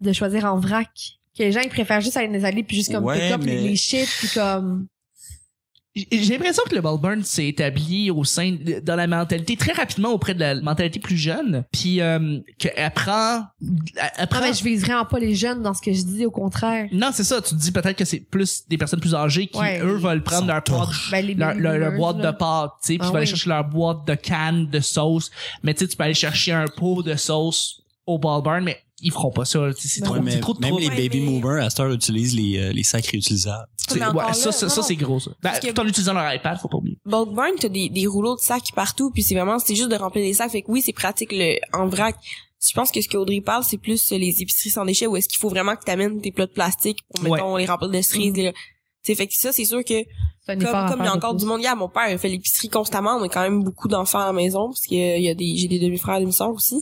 S1: de choisir en vrac. Que les gens, ils préfèrent juste aller dans les allées, puis juste comme
S4: Ouais,
S1: pick up
S4: mais-
S1: les shit, puis comme...
S2: J'ai j'ai l'impression que le ball burn s'est établi au sein de- dans la mentalité très rapidement auprès de la mentalité plus jeune puis euh, qu'elle prend elle- elle
S1: Ah,
S2: prend-
S5: ben,
S1: mais je vise vraiment pas les jeunes dans ce que je dis, au contraire.
S2: non c'est ça tu te dis peut-être que c'est plus des personnes plus âgées qui
S1: Ouais.
S2: eux veulent prendre
S4: Sont
S2: leur boîte
S1: Ben, les
S2: leur, leur- leur
S1: millennials,
S2: boîte
S1: là.
S2: de pâtes tu sais puis
S1: Ah
S2: ils vont aller
S1: oui.
S2: chercher leur boîte de canne de sauce mais tu sais tu peux aller chercher un pot de sauce au ball burn mais ils feront pas ça tu sais, c'est
S1: Ouais,
S2: trop,
S4: Ouais,
S2: c'est
S4: mais
S2: trop de
S4: même
S2: trouble.
S4: les baby
S5: mais-
S4: movers à cette heure utilisent les, euh, les sacs réutilisables.
S2: Tu sais,
S5: Mais encore
S2: ouais, ça
S5: là,
S2: ça,
S5: non,
S2: ça,
S5: non.
S2: c'est gros ça. Ben,
S5: Parce que-
S2: tout en utilisant leur iPad faut pas oublier
S5: Bulk burn, t'as des, des rouleaux de sacs partout, puis c'est vraiment, c'est juste de remplir des sacs. Fait que oui, c'est pratique le, en vrac. Je pense que ce qu'Audrey parle, c'est plus euh, les épiceries sans déchets, où est-ce qu'il faut vraiment que t'amènes tes plats de plastique pour,
S2: Ouais.
S5: mettons, les remplir de cerises. les- sais fait que ça c'est sûr que
S1: C'est un effort
S5: comme,
S1: à
S5: comme il y
S1: faire
S5: a
S1: de
S5: encore
S1: plus.
S5: du monde, hier, mon père, il fait l'épicerie constamment. On a quand même beaucoup d'enfants à la maison parce que euh, il y a des, j'ai des demi-frères, demi-sœurs aussi.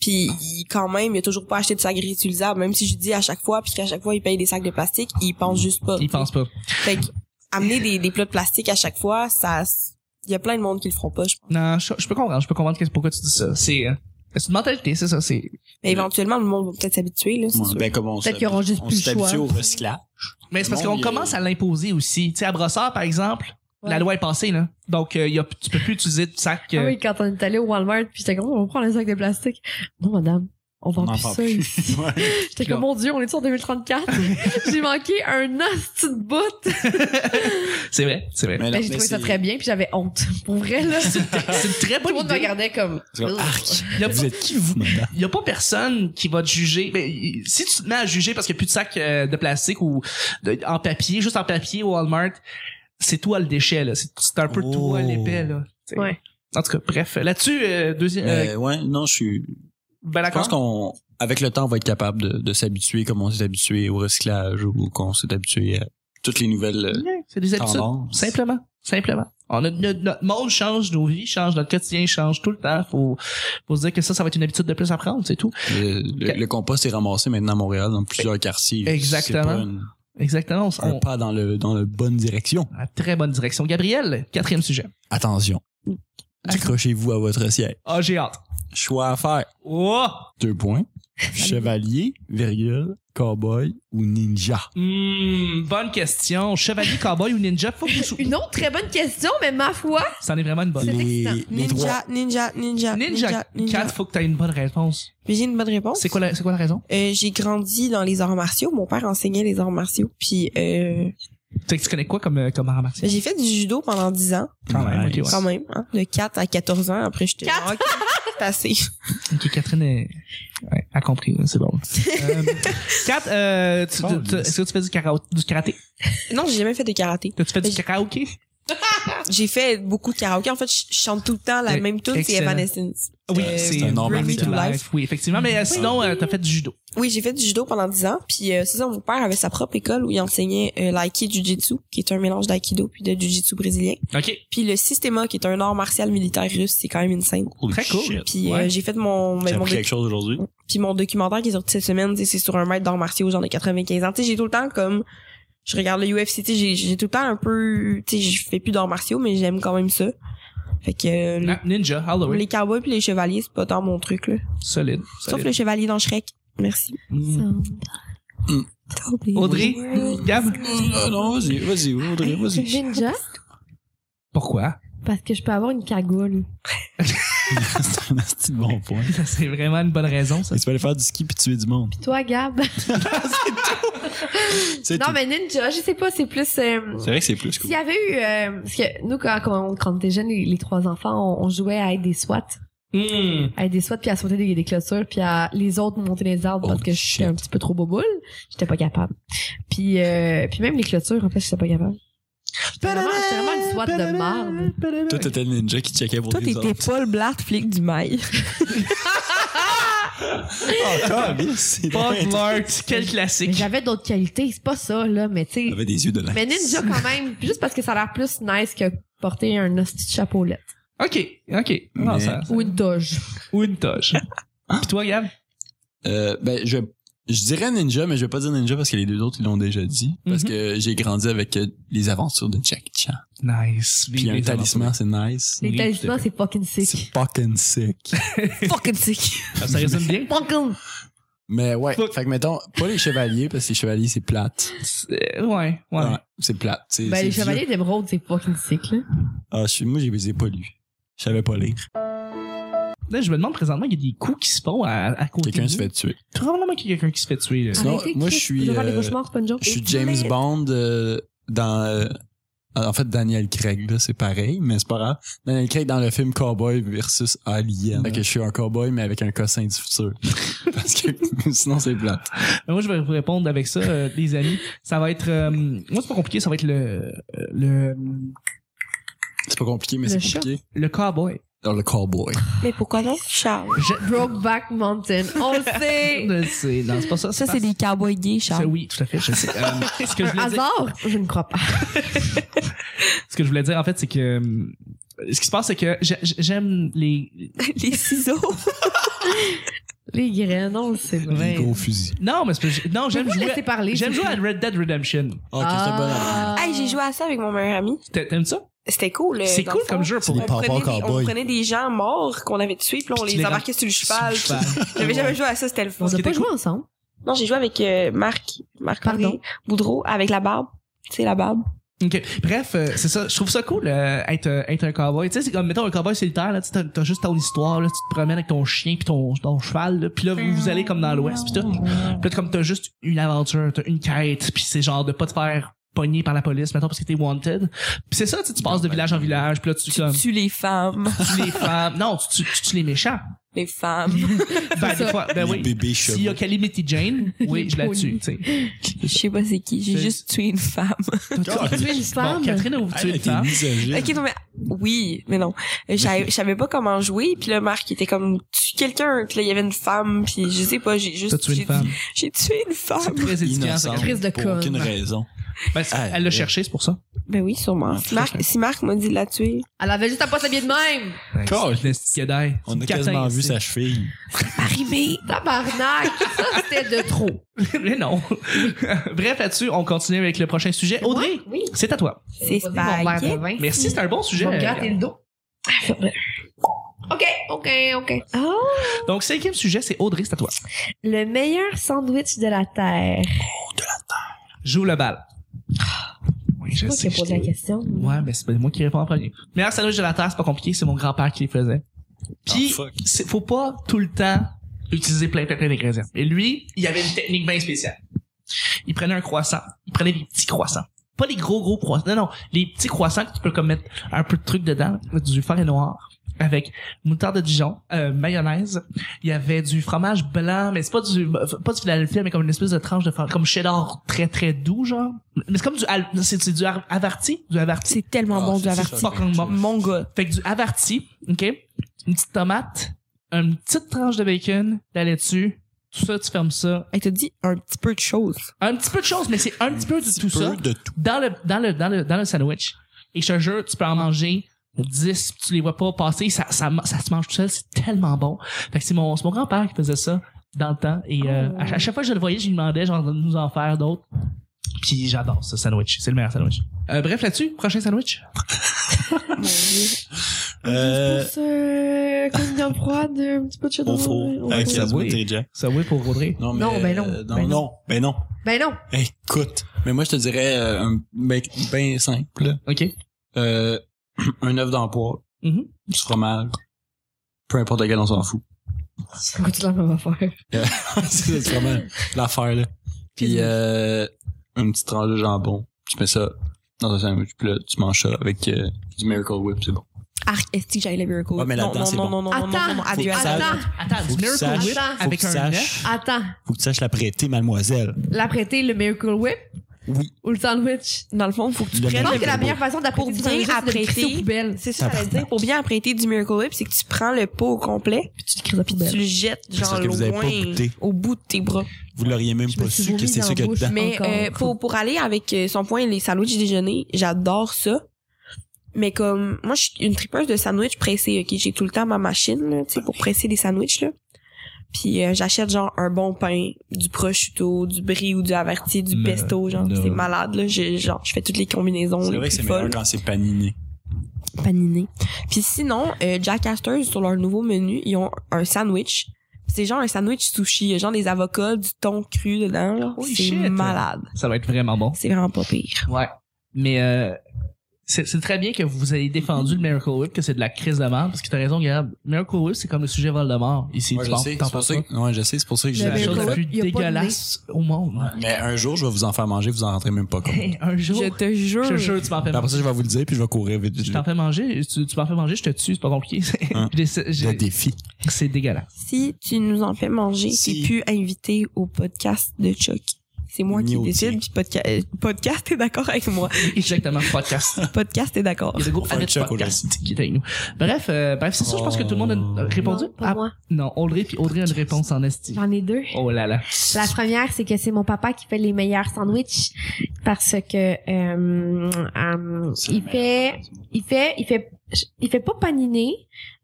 S5: Puis il- quand même, il a toujours pas acheté de sacs réutilisables. Même si je dis à chaque fois, puis qu'à chaque fois il paye des sacs de plastique, il pense juste pas.
S2: Ils pensent pas.
S5: Fait que, amener des, des plats de plastique à chaque fois, ça, il y a plein de monde qui le feront pas. Je pense.
S2: Non, je, je peux comprendre. Je peux comprendre qu'est- pourquoi tu dis ça. C'est euh, c'est une mentalité, c'est ça. C'est.
S5: Mais éventuellement, le monde va peut-être s'habituer là. c'est
S4: Ouais,
S5: sûr.
S4: ben, comme on
S1: Peut-être
S4: s'hab-
S1: qu'ils auront juste
S4: on
S1: plus le
S4: s'habitue
S1: choix.
S4: au recyclage.
S2: Mais c'est parce
S4: Le
S2: qu'on
S4: monde, il-
S2: commence à l'imposer aussi. Tu sais, à Brossard, par exemple, la
S1: Ouais.
S2: loi est passée, là. Donc, euh, il y a, tu peux plus utiliser de sac.
S1: Ah
S2: euh,
S1: oui, quand on est allé au Walmart, puis j'étais comme, oh, on prend les sacs de plastique. Non, madame, on vend
S4: On en
S1: plus
S4: vend
S1: ça
S4: plus.
S1: ici.
S4: <laughs> Ouais.
S1: J'étais comme, mon Dieu, on est en
S4: <laughs>
S1: 2034. J'ai manqué un hostie de bout.
S2: C'est vrai, c'est
S4: <laughs>
S2: vrai.
S4: Mais
S1: Mais
S4: là,
S1: Ben, J'ai trouvé ça
S4: c'est-
S1: très bien, puis j'avais honte. Pour vrai,
S4: <laughs>
S1: là, tout
S2: C'est une très
S1: le
S2: bonne
S1: monde me
S2: idée.
S1: regardait comme...
S4: C'est comme, arc.
S2: Il y a pas-
S4: Vous êtes qui, vous, madame?
S2: il y a pas personne qui va te juger. Mais il- si tu te mets à juger parce qu'il n'y a plus de sac euh, de plastique ou de- en papier, juste en papier au Walmart, c'est toi le déchet, là. C'est c'est un peu
S4: Oh.
S2: toi l'épais, là. Tu sais.
S1: Ouais.
S2: En tout cas, bref. Là-dessus, euh, deuxième. euh,
S4: Euh, ouais, non, je suis.
S2: ben
S4: Je pense
S2: d'accord.
S4: qu'on, avec le temps, on va être capable de, de s'habituer comme on s'est habitué au recyclage ou qu'on s'est habitué à toutes les nouvelles euh,
S2: Ouais, C'est des habitudes.
S4: tendances.
S2: Simplement. Simplement. On a- notre, notre monde change, nos vies changent, notre quotidien change tout le temps. Faut, faut se dire que ça, ça va être une habitude de plus à prendre, c'est tout.
S4: Le, le- le compost est ramassé maintenant à Montréal dans plusieurs quartiers.
S2: Exactement.
S4: C'est pas une-
S2: Exactement. On, s-
S4: un
S2: on-
S4: pas dans le dans la bonne direction.
S2: à très bonne direction. Gabriel, quatrième sujet.
S4: Attention. Accrochez-vous à votre siège.
S2: Ah, j'ai hâte.
S4: Choix à faire.
S2: Oh!
S4: Deux points. Chevalier, virgule, cowboy ou ninja.
S2: Hmm, bonne question. Chevalier, cowboy ou ninja? Faut que vous sou-
S1: Une autre très bonne question, mais ma foi,
S2: C'en est vraiment une bonne.
S1: C'est
S4: Les,
S1: excitant.
S4: les trois.
S5: Ninja, ninja,
S2: Ninja,
S5: ninja, ninja, ninja. Oh,
S2: 4, faut que t'aies une bonne réponse.
S5: Mais j'ai une bonne réponse.
S2: C'est quoi la, c'est quoi la raison?
S5: Euh, j'ai grandi dans les arts martiaux. Mon père enseignait les arts martiaux. Puis euh,
S2: Tu tu connais quoi comme, euh, comme art martial?
S5: j'ai fait du judo pendant 10 ans.
S2: Quand même, ok, ouais.
S5: quand même, hein, de 4 à 14 ans. Après, j'étais
S1: Quatre?
S5: genre, OK, c'est assez.
S2: Ok, Catherine est- ouais, a compris, hein, c'est bon. euh, Kat, euh, tu- tu- tu- est-ce que tu fais du, karaoké, du karaté?
S5: <laughs> Non, j'ai jamais fait de karaté.
S2: T'as-tu fait du karaoké?
S5: J'ai fait beaucoup de karaoké. En fait, je chante tout le temps la
S2: Eh,
S5: même tune, c'est
S2: excellent.
S5: Evanescence.
S2: Oui,
S5: Euh,
S2: c'est
S4: un art
S2: Bring Me
S4: martial.
S2: to Life, Oui, effectivement. Mais euh, sinon, euh, t'as fait du judo.
S5: Oui, j'ai fait du judo pendant 10 ans. Puis, euh, c'est ça, mon père avait sa propre école où il enseignait euh, l'aïkido jujitsu, qui est un mélange d'aïkido puis de jujitsu brésilien.
S2: Ok.
S5: Puis le systema, qui est un art martial militaire russe, c'est quand même une scène.
S2: Très cool.
S5: Puis euh,
S2: Ouais.
S5: j'ai fait mon,
S7: J'ai
S5: ben, mon
S7: appris quelque chose aujourd'hui.
S5: Puis mon documentaire qui est sorti cette semaine, tu sais, c'est sur un maître d'arts martiaux, genre de 95 ans. Tu sais, j'ai tout le temps comme, je regarde le UFC, tu sais, j'ai- j'ai tout le temps un peu, tu sais, je fais plus d'arts martiaux, mais j'aime quand même ça. Fait que euh, les,
S2: Ah, Ninja, all the way.
S5: les cowboys puis les chevaliers, c'est pas tant mon truc, là.
S2: Solide.
S5: Sauf
S2: solide.
S5: le chevalier dans Shrek. Merci.
S2: Hmm.
S4: Mm.
S2: Audrey, Gab,
S4: <laughs> Ah non, vas-y, vas-y, Audrey, vas-y.
S1: ninja,
S2: pourquoi? <laughs>
S1: parce que je peux avoir une cagoule.
S4: <laughs> c'est un asti de bon point.
S2: Ça, C'est vraiment une bonne raison, ça.
S4: Tu peux aller faire du ski puis tuer du monde.
S1: Puis toi, Gab?
S4: C'est
S1: non,
S4: tout.
S1: mais ninja, je sais pas, c'est plus... euh,
S4: C'est vrai que c'est plus
S1: S'il
S4: cool.
S1: y avait eu... euh, parce que nous, quand, quand on, quand on était jeunes, les, les trois enfants, on, on jouait à être des SWAT.
S4: Mm.
S2: Hmm.
S1: À être des SWAT, puis à sauter des, des clôtures, puis à les autres monter les arbres
S4: Oh,
S1: parce que j'étais
S4: shit.
S1: un petit peu trop boboule. J'étais pas capable. Puis, euh, puis même les clôtures, en fait, j'étais pas capable. J'étais vraiment, j'étais vraiment une SWAT de merde.
S4: Toi, t'étais le ninja qui checkait pour les autres.
S5: pas le blart flic du mail.
S4: Ah, oui, c'est
S2: Bob
S4: vrai.
S2: Lart, quel
S1: Mais
S2: classique.
S1: j'avais d'autres qualités, c'est pas ça, là, mais tu sais...
S4: T'avais des yeux de lynx.
S1: Mais ninja quand même, <laughs> juste parce que ça a l'air plus nice que porter un hostie de chapeaulette.
S2: Ok, ok. Non,
S4: Mais-
S2: ça-
S1: Ou une doge.
S2: Ou une
S4: <laughs>
S2: toche. Puis toi, Gab?
S4: Euh, ben, je, je dirais ninja, mais je vais pas dire ninja parce que les deux autres, ils l'ont déjà dit. Parce
S2: Mhm.
S4: que j'ai grandi avec euh, les aventures de Jack Chan.
S2: Nice.
S4: Puis un talisman, c'est nice.
S1: Les
S2: Oui,
S1: talismans,
S2: tout à
S1: c'est fucking sick.
S4: C'est fucking sick. <laughs>
S5: Fucking sick.
S2: Ça résume bien?
S1: Fucking!
S4: Mais ouais,
S2: Fuck.
S4: fait que mettons, pas les chevaliers, parce que les chevaliers, c'est plate.
S2: C'est- Euh, Ouais, ouais.
S4: Ouais, c'est plate. c'est-
S1: Ben,
S4: c'est
S1: les
S4: vieux.
S1: chevaliers d'émeraude, c'est fucking sick, là.
S4: Ah, je suis- moi, j'ai les ai pas lus. Je savais pas lire.
S2: Là, je me demande présentement, il y a des coups qui se font à, à côté.
S4: Quelqu'un
S2: de
S4: se
S2: nous.
S4: fait tuer.
S2: Probablement qu'il y a quelqu'un qui se fait tuer, là.
S4: Sinon,
S1: Arrêtez,
S4: moi,
S1: Chris,
S4: je suis,
S1: tu vas voir les
S4: euh,
S1: cauchemars, c'est pas une joke.
S4: Je suis James
S1: Mais-
S4: Bond euh, dans. euh, en fait, Daniel Craig, là, c'est pareil, mais c'est pas grave. Daniel Craig dans le film Cowboy versus Alien. Fait que je suis un cowboy, mais avec un cossin du <laughs> futur. Parce que sinon, c'est plate.
S2: Mais Ben, moi, je vais vous répondre avec ça, euh, les amis. Ça va être, euh, moi, c'est pas compliqué, ça va être le, le,
S4: C'est pas compliqué, mais
S1: Le
S4: c'est
S1: chat.
S4: compliqué.
S2: le cowboy.
S4: dans le cowboy.
S5: <laughs> Mais pourquoi non? Charles.
S1: Brokeback Mountain. On
S2: <laughs>
S1: le sait.
S2: Je sais, non, c'est pas ça.
S8: Ça,
S2: pas-
S8: c'est des cowboys gays,
S2: Ça,
S8: Charles.
S2: oui, tout à fait, je sais. Euh, ce que
S8: <laughs>
S2: je
S1: Un
S2: voulais dire-
S1: hasard? Je ne crois pas.
S2: ce que je voulais dire en fait c'est que euh, ce qui se passe c'est que j'ai- j'ai- j'aime les
S8: Les ciseaux.
S1: Les graines, on le sait. bien.
S2: Ouais.
S4: fusil.
S2: non mais c'est parce que- non j'aime
S1: Peux-tu
S2: jouer
S1: laisser parler.
S2: j'aime
S1: s'il
S2: jouer
S1: te
S2: à Red Dead Redemption
S4: Ah,
S1: plaît?
S4: que c'est bon.
S1: Ah.
S5: <laughs> Hey, j'ai joué à ça avec mon meilleur ami.
S2: T'a- t'aimes ça
S5: C'était cool. euh,
S2: c'est
S5: dans
S2: cool
S5: le fond.
S2: comme jeu pour
S9: C'est
S5: On
S9: Pas
S5: prenait,
S9: encore,
S5: des, on
S9: boy.
S5: prenait des gens morts qu'on avait tués, puis là, on
S2: Puis tu
S5: les
S2: les
S5: embarquait sur le cheval.
S2: Super. <laughs>
S5: J'avais jamais joué à ça, c'était le fun.
S1: On n'a
S2: C'était
S1: pas joué
S2: <laughs>
S1: ensemble.
S5: Non, j'ai joué avec euh, Marc, Marc
S1: Pardon?
S5: Pardon. Boudreau, avec la barbe. Tu sais, la barbe.
S2: Ok. Bref, euh, c'est ça. Je trouve ça cool euh, être euh, être un cowboy. Tu sais, c'est comme mettons un cowboy solitaire là. Tu sais, t'as- t'as juste ton histoire là. Tu te promènes avec ton chien puis ton, ton cheval. Là, puis là, vous, vous allez comme dans l'Ouest puis tout. Puis là, comme t'as juste une aventure, t'as une quête. Puis c'est genre de pas te faire pogner par la police, mettons parce que t'es wanted. Puis c'est ça. Tu sais, tu passes de village en village. Puis là, tu comme,
S8: Tu les <laughs> femmes.
S2: tu tues les femmes. Non, tu tues tu tues les méchants.
S8: Les femmes.
S2: Ben des fois, ben
S4: Les
S2: oui.
S4: bébés
S2: S'il y a
S4: chevaux.
S2: Calamity Jane, oui, je la tue. tu sais.
S8: Je sais pas c'est qui. J'ai
S2: C'est-
S8: juste tué une femme.
S1: tué une
S2: Bon,
S1: femme?
S2: Catherine a tué
S4: Elle
S2: une
S4: était
S2: femme.
S4: misogyne.
S5: Ok, non, mais oui, mais non. Euh, Je savais- je savais pas comment jouer, puis là, Marc il était comme tu quelqu'un, puis là, il y avait une femme, puis je sais pas, j'ai juste
S2: T'as tué
S5: j'ai- Ah,
S2: une femme.
S5: J'ai tué
S8: <laughs>
S2: C'est
S5: une femme.
S2: très édifiant. ça,
S4: Innocente,
S2: Catherine.
S1: Crise de
S4: pour
S1: conne.
S4: aucune raison.
S2: Ben, c'est-
S4: Ah,
S2: elle l'a
S4: ouais.
S2: cherché, c'est pour ça.
S5: Ben oui, sûrement. Si Marc, si Marc m'a dit de la tuer.
S1: Elle avait juste à pas s'habiller de même.
S4: Cool.
S2: C'est une petite Jedi.
S4: On a
S2: Une
S4: quasiment
S2: catin,
S4: vu
S2: c'est-
S4: sa cheville.
S1: Arrimé. Tabarnak. Ça, c'était de trop.
S2: <laughs> Mais
S4: <laughs>
S2: non. Bref, là-dessus, on continue avec le prochain sujet. Audrey,
S1: Oui.
S2: c'est à toi.
S5: C'est
S1: Vas-y, mon verre de
S5: spaghetti.
S1: vin.
S2: Merci, c'est un bon
S1: Je
S2: sujet.
S1: vais me gratter le dos. OK, OK, OK.
S2: Donc, cinquième sujet, c'est Audrey, c'est à toi.
S1: Ah, Le meilleur sandwich de la Terre.
S2: Joue le bal. Oui, je
S1: Moi
S2: sais.
S1: qui ai posé la question.
S2: Ouais, mais c'est pas moi qui réponds en premier. Meilleur sandwich de la terre, c'est pas compliqué, c'est mon grand-père qui les faisait. Puis,
S4: Ah, fuck.
S2: c'est- faut pas tout le temps utiliser plein, plein, plein d'ingrédients. Et lui, il avait une technique bien spéciale. Il prenait un croissant. Il prenait des petits croissants. Pas les gros, gros croissants. Non, non. Les petits croissants que tu peux comme mettre un peu de truc dedans, du farine noir, avec moutarde de Dijon, euh, mayonnaise. Il y avait du fromage blanc, mais c'est pas du, pas du Philadelphia, mais comme une espèce de tranche de fromage, comme cheddar très, très doux, genre. Mais c'est comme du, al- c'est c'est du ar- avarti, du avarti.
S8: C'est tellement
S4: Ah,
S8: bon
S4: c'est-
S8: du
S4: c'est
S8: averti.
S4: ça.
S2: Fucking bon.
S8: Mon gars.
S2: Fait que du avarti, OK? Une petite tomate, une petite tranche de bacon, la laitue, tout ça, tu fermes ça.
S8: Elle t'a dit un petit peu de choses.
S2: Un petit peu de choses, mais c'est un petit peu de tout ça
S4: Peu de tout.
S2: dans le, dans le, dans le, dans le sandwich. Et je te jure, tu peux en manger 10, tu les vois pas passer, ça, ça, ma- ça se mange tout seul, c'est tellement bon. Fait que c'est mon, c'est mon grand-père qui faisait ça dans le temps. Et euh,
S4: Oh.
S2: à, à chaque fois que je le voyais, je lui demandais genre de nous en faire d'autres. Puis j'adore ce sandwich, c'est le meilleur sandwich. Euh, bref, là-dessus, prochain sandwich.
S4: Euh,
S1: Euh, Condiment froide, un petit peu de cheddar.
S4: au four. Avec sa boîte et Jack.
S2: Ça oui pour Audrey.
S4: Non, mais,
S1: Non, ben non,
S4: euh, non,
S1: ben
S4: non, ben non.
S1: Ben non.
S4: Écoute, mais moi je te dirais euh, un- ben, ben simple.
S2: OK.
S4: Euh, <clears throat> un œuf d'emploi,
S2: Mhm.
S4: du fromage, peu importe lequel on
S2: <laughs>
S4: s'en fout.
S1: Ça coûte la même affaire.
S4: c'est vraiment l'affaire là. Puis euh, une petite tranche de jambon, tu mets ça dans un sandwich, puis là tu manges ça avec euh, du Miracle Whip, c'est bon.
S8: Arc, est-ce que j'avais le miracle?
S4: Ouais, mais
S8: non,
S4: là-dedans,
S8: non,
S4: c'est
S8: non, non,
S4: bon.
S8: non, non, non, non,
S1: Attends,
S8: adieu, adieu.
S1: attends,
S2: Attends, du
S4: Faut que
S2: Miracle
S4: tu saches-
S2: Whip
S1: faut
S2: avec
S4: que tu
S2: un
S4: saches.
S2: œuf.
S1: attends.
S4: Faut que tu saches la prêter, mademoiselle.
S1: L'apprêter, le Miracle Whip?
S4: Oui.
S1: Ou le sandwich?
S8: Dans le fond, faut que tu
S4: Le
S1: Je
S8: prennes
S1: pense
S4: Miracle
S1: que la
S4: Whip.
S1: meilleure façon d'apprêter
S8: Pour
S1: du
S8: bien
S1: sandwich, c'est de le crisser
S8: apprêter.
S1: aux poubelles.
S5: C'est ça, que j'allais dire. Pour bien apprêter du Miracle Whip, c'est que tu prends le pot au complet,
S1: Puis tu le crises aux
S8: Ben.
S5: tu
S1: poubelles.
S5: le jettes
S4: C'est
S5: genre
S4: que vous avez
S5: loin,
S4: pas goûté.
S5: au bout de tes bras.
S4: Vous l'auriez même
S1: Je me
S4: pas
S1: suis
S4: su que
S1: vomi
S4: c'est
S1: dans
S4: ça
S1: la
S4: qu'il y a
S1: bouche,
S4: dedans.
S1: mais-
S5: Mais
S1: Encore.
S5: euh, pour, pour aller avec euh, son point, les sandwichs déjeuner, j'adore ça. Mais comme, moi, je suis une tripeuse de sandwich pressé, ok? J'ai tout le temps ma machine, là, tu sais, pour presser des sandwichs, là. Puis euh, j'achète, genre, un bon pain, du prosciutto, du brie ou du averti, du
S2: Mais
S5: pesto, genre,
S2: non.
S5: c'est malade, là. Je, genre, je fais toutes les combinaisons,
S4: C'est
S5: les
S4: vrai que
S5: plus
S4: c'est
S5: folles.
S4: meilleur quand c'est paniné.
S5: paniné. Puis sinon, euh, Jack Astor's, sur leur nouveau menu, ils ont un sandwich. Puis C'est genre un sandwich sushi, Il y a genre des avocats, du thon cru dedans, là.
S2: Holy
S5: c'est
S2: shit.
S5: malade.
S2: Ça va être vraiment bon.
S5: C'est vraiment pas pire.
S2: Ouais. Mais euh, c'est c'est très bien que vous ayez défendu le Miracle Whip, que c'est de la crise de mort, parce que t'as raison, Gab. Miracle Whip, c'est comme le sujet Voldemort. Ici,
S4: Ouais,
S2: tu
S4: je
S2: penses-
S4: sais,
S2: t'en
S4: c'est pour
S2: penses
S4: ça
S2: pas?
S4: que- ouais, je sais, c'est pour ça que
S1: Le
S4: j'ai
S2: C'est la
S1: Miracle
S2: chose la
S1: Whip,
S2: plus
S1: y a pas de
S2: dégueulasse au monde.
S4: Mais un jour, je vais vous en faire manger, vous en rentrez
S1: <laughs>
S4: même pas compte.
S2: Hey, un jour,
S8: Je te jure.
S2: je te jure, tu m'en fais
S4: Après
S2: manger.
S4: ça, je vais vous le dire, puis je vais courir vite.
S2: Je
S4: vite.
S2: t'en fais manger, tu, tu m'en fais manger, je te tue, c'est pas compliqué. <laughs>
S4: Hein?
S2: J'ai- j'ai-
S4: Le défi.
S2: c'est dégueulasse.
S5: Si tu nous en fais manger,
S4: Si.
S5: t'es plus invité au podcast de Chuck. c'est moi qui
S4: Ni au
S5: décide,
S4: tien.
S5: puis podca- euh, podcast est d'accord avec
S4: <laughs>
S5: moi.
S2: Exactement, podcast.
S5: Podcast est d'accord.
S2: Il y a des gros
S4: Faut un
S2: fans de
S4: choc au
S2: podcast qui étaient avec nous. Bref, euh, bref, c'est ça, je pense que tout le monde a
S4: Oh.
S2: répondu.
S1: Non, pas
S2: Ah,
S1: moi.
S2: non, Audrey, puis Audrey a une réponse en esti.
S1: J'en ai deux.
S2: Oh là là.
S1: La première, c'est que c'est mon papa qui fait les meilleurs sandwichs parce que euh, euh, il fait, il fait, il fait, il fait pas paniner,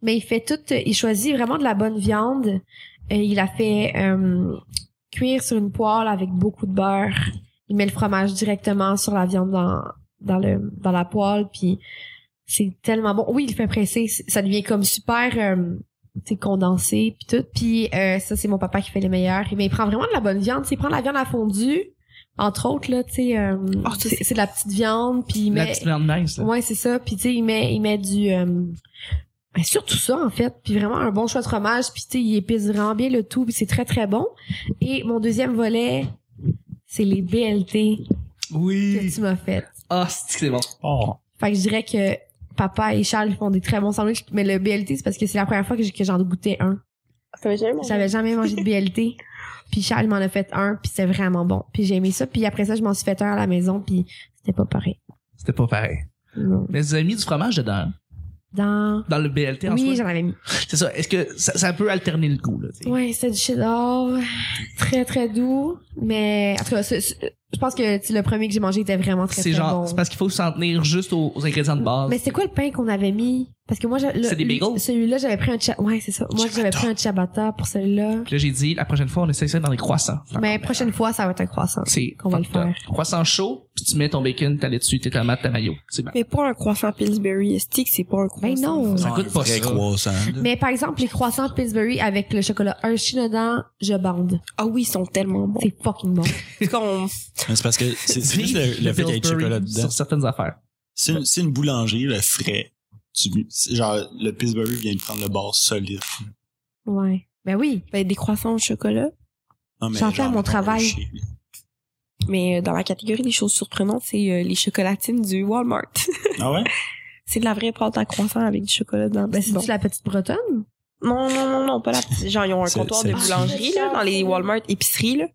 S1: mais il fait tout, il choisit vraiment de la bonne viande. Et il la fait euh, cuire sur une poêle avec beaucoup de beurre. Il met le fromage directement sur la viande dans dans le dans la poêle, puis c'est tellement bon. Oui, il le fait presser, c- ça devient comme super. euh, c'est condensé puis tout puis euh, ça c'est mon papa qui fait les meilleurs mais il prend vraiment de la bonne viande tu sais, il prend de la viande à fondue entre autres là tu sais euh,
S5: Ah, ça,
S1: c'est c'est de la petite viande puis il
S2: La
S1: met
S2: petite viande mince, là.
S1: ouais c'est ça puis tu sais il met il met du euh, ben, surtout ça en fait puis vraiment un bon choix de fromage puis tu sais il épice vraiment bien le tout puis c'est très très bon et mon deuxième volet c'est les BLT que
S2: Oui.
S1: tu m'as fait
S2: Ah, c'est que c'est bon.
S1: fait que je dirais que papa et Charles ils font des très bons sandwichs mais le BLT c'est parce que c'est la première fois que j'- que j'en goûtais un
S3: T'avais jamais mangé?
S1: J'avais jamais mangé de BLT. Puis Charles m'en a fait un, puis c'était vraiment bon. Puis j'ai aimé ça. Puis après ça, je m'en suis fait un à la maison, puis c'était pas pareil.
S2: C'était pas pareil.
S1: Non.
S2: Mais vous avez mis du fromage dedans, hein?
S1: Dans...
S2: dans le BLT en
S1: Oui,
S2: soi.
S1: j'en avais mis.
S2: C'est ça. Est-ce que ça, ça peut alterner le goût, là, tu sais?
S1: Ouais, c'était du cheddar, très très doux. Mais en tout cas, ce- ce- je pense que tu sais, le premier que j'ai mangé était vraiment très
S2: C'est
S1: très
S2: genre,
S1: bon.
S2: c'est parce qu'il faut s'en tenir juste aux, aux ingrédients de base.
S1: Mais c'est quoi le pain qu'on avait mis Parce que moi, j'a- le-
S2: C'est des bagels?
S1: Celui-là, j'avais pris un cha- ouais, c'est ça. Moi, j'avais pris un ciabatta pour celui-là.
S2: Puis là, j'ai dit, la prochaine fois, on essaie ça dans les croissants.
S1: Mais prochaine fois, ça va être un croissant.
S2: C'est
S1: qu'on Ben, va le
S2: fucked up. Croissant chaud, puis tu mets ton bacon, t'as lait dessus, tes tomates, ta mayo. C'est bon.
S5: Mais pas un croissant Pillsbury stick, c'est pas un croissant.
S1: Ben non.
S2: Ça coûte pas
S4: vrai
S2: ça.
S4: croissant, là.
S1: Mais par exemple, les croissants Pillsbury avec le chocolat Hershey dedans, je bande.
S5: Ah oui, ils sont tellement bons.
S1: C'est fucking bon.
S5: C'est qu'on
S4: Mais C'est parce que c'est <laughs> c'est juste
S2: Vive
S4: le, le fait qu'il y ait du
S2: Pillsbury
S4: chocolat dedans.
S2: Sur certaines affaires.
S4: C'est une, c'est une boulangerie, le frais. Tu- c'est genre, le Pillsbury vient de prendre le bord solide.
S1: Ouais. Ben oui.
S5: fait des croissants au chocolat,
S4: Non, mais
S1: J'en
S4: genre,
S1: fais à mon
S4: mettons,
S1: travail.
S4: chez-
S5: mais euh, dans la catégorie des choses surprenantes, c'est euh, les chocolatines du Walmart. <laughs>
S4: Ah ouais?
S5: c'est de la vraie pâte à croissant avec du chocolat dedans.
S1: Ben,
S5: C'est
S1: c'est
S5: bon.
S1: tu la petite bretonne?
S5: Non, non, non, non, pas la petite. Genre, ils ont un
S4: C'est-
S5: comptoir
S4: c'est
S5: de
S4: petit.
S5: boulangerie, là, dans les Walmart épiceries, là.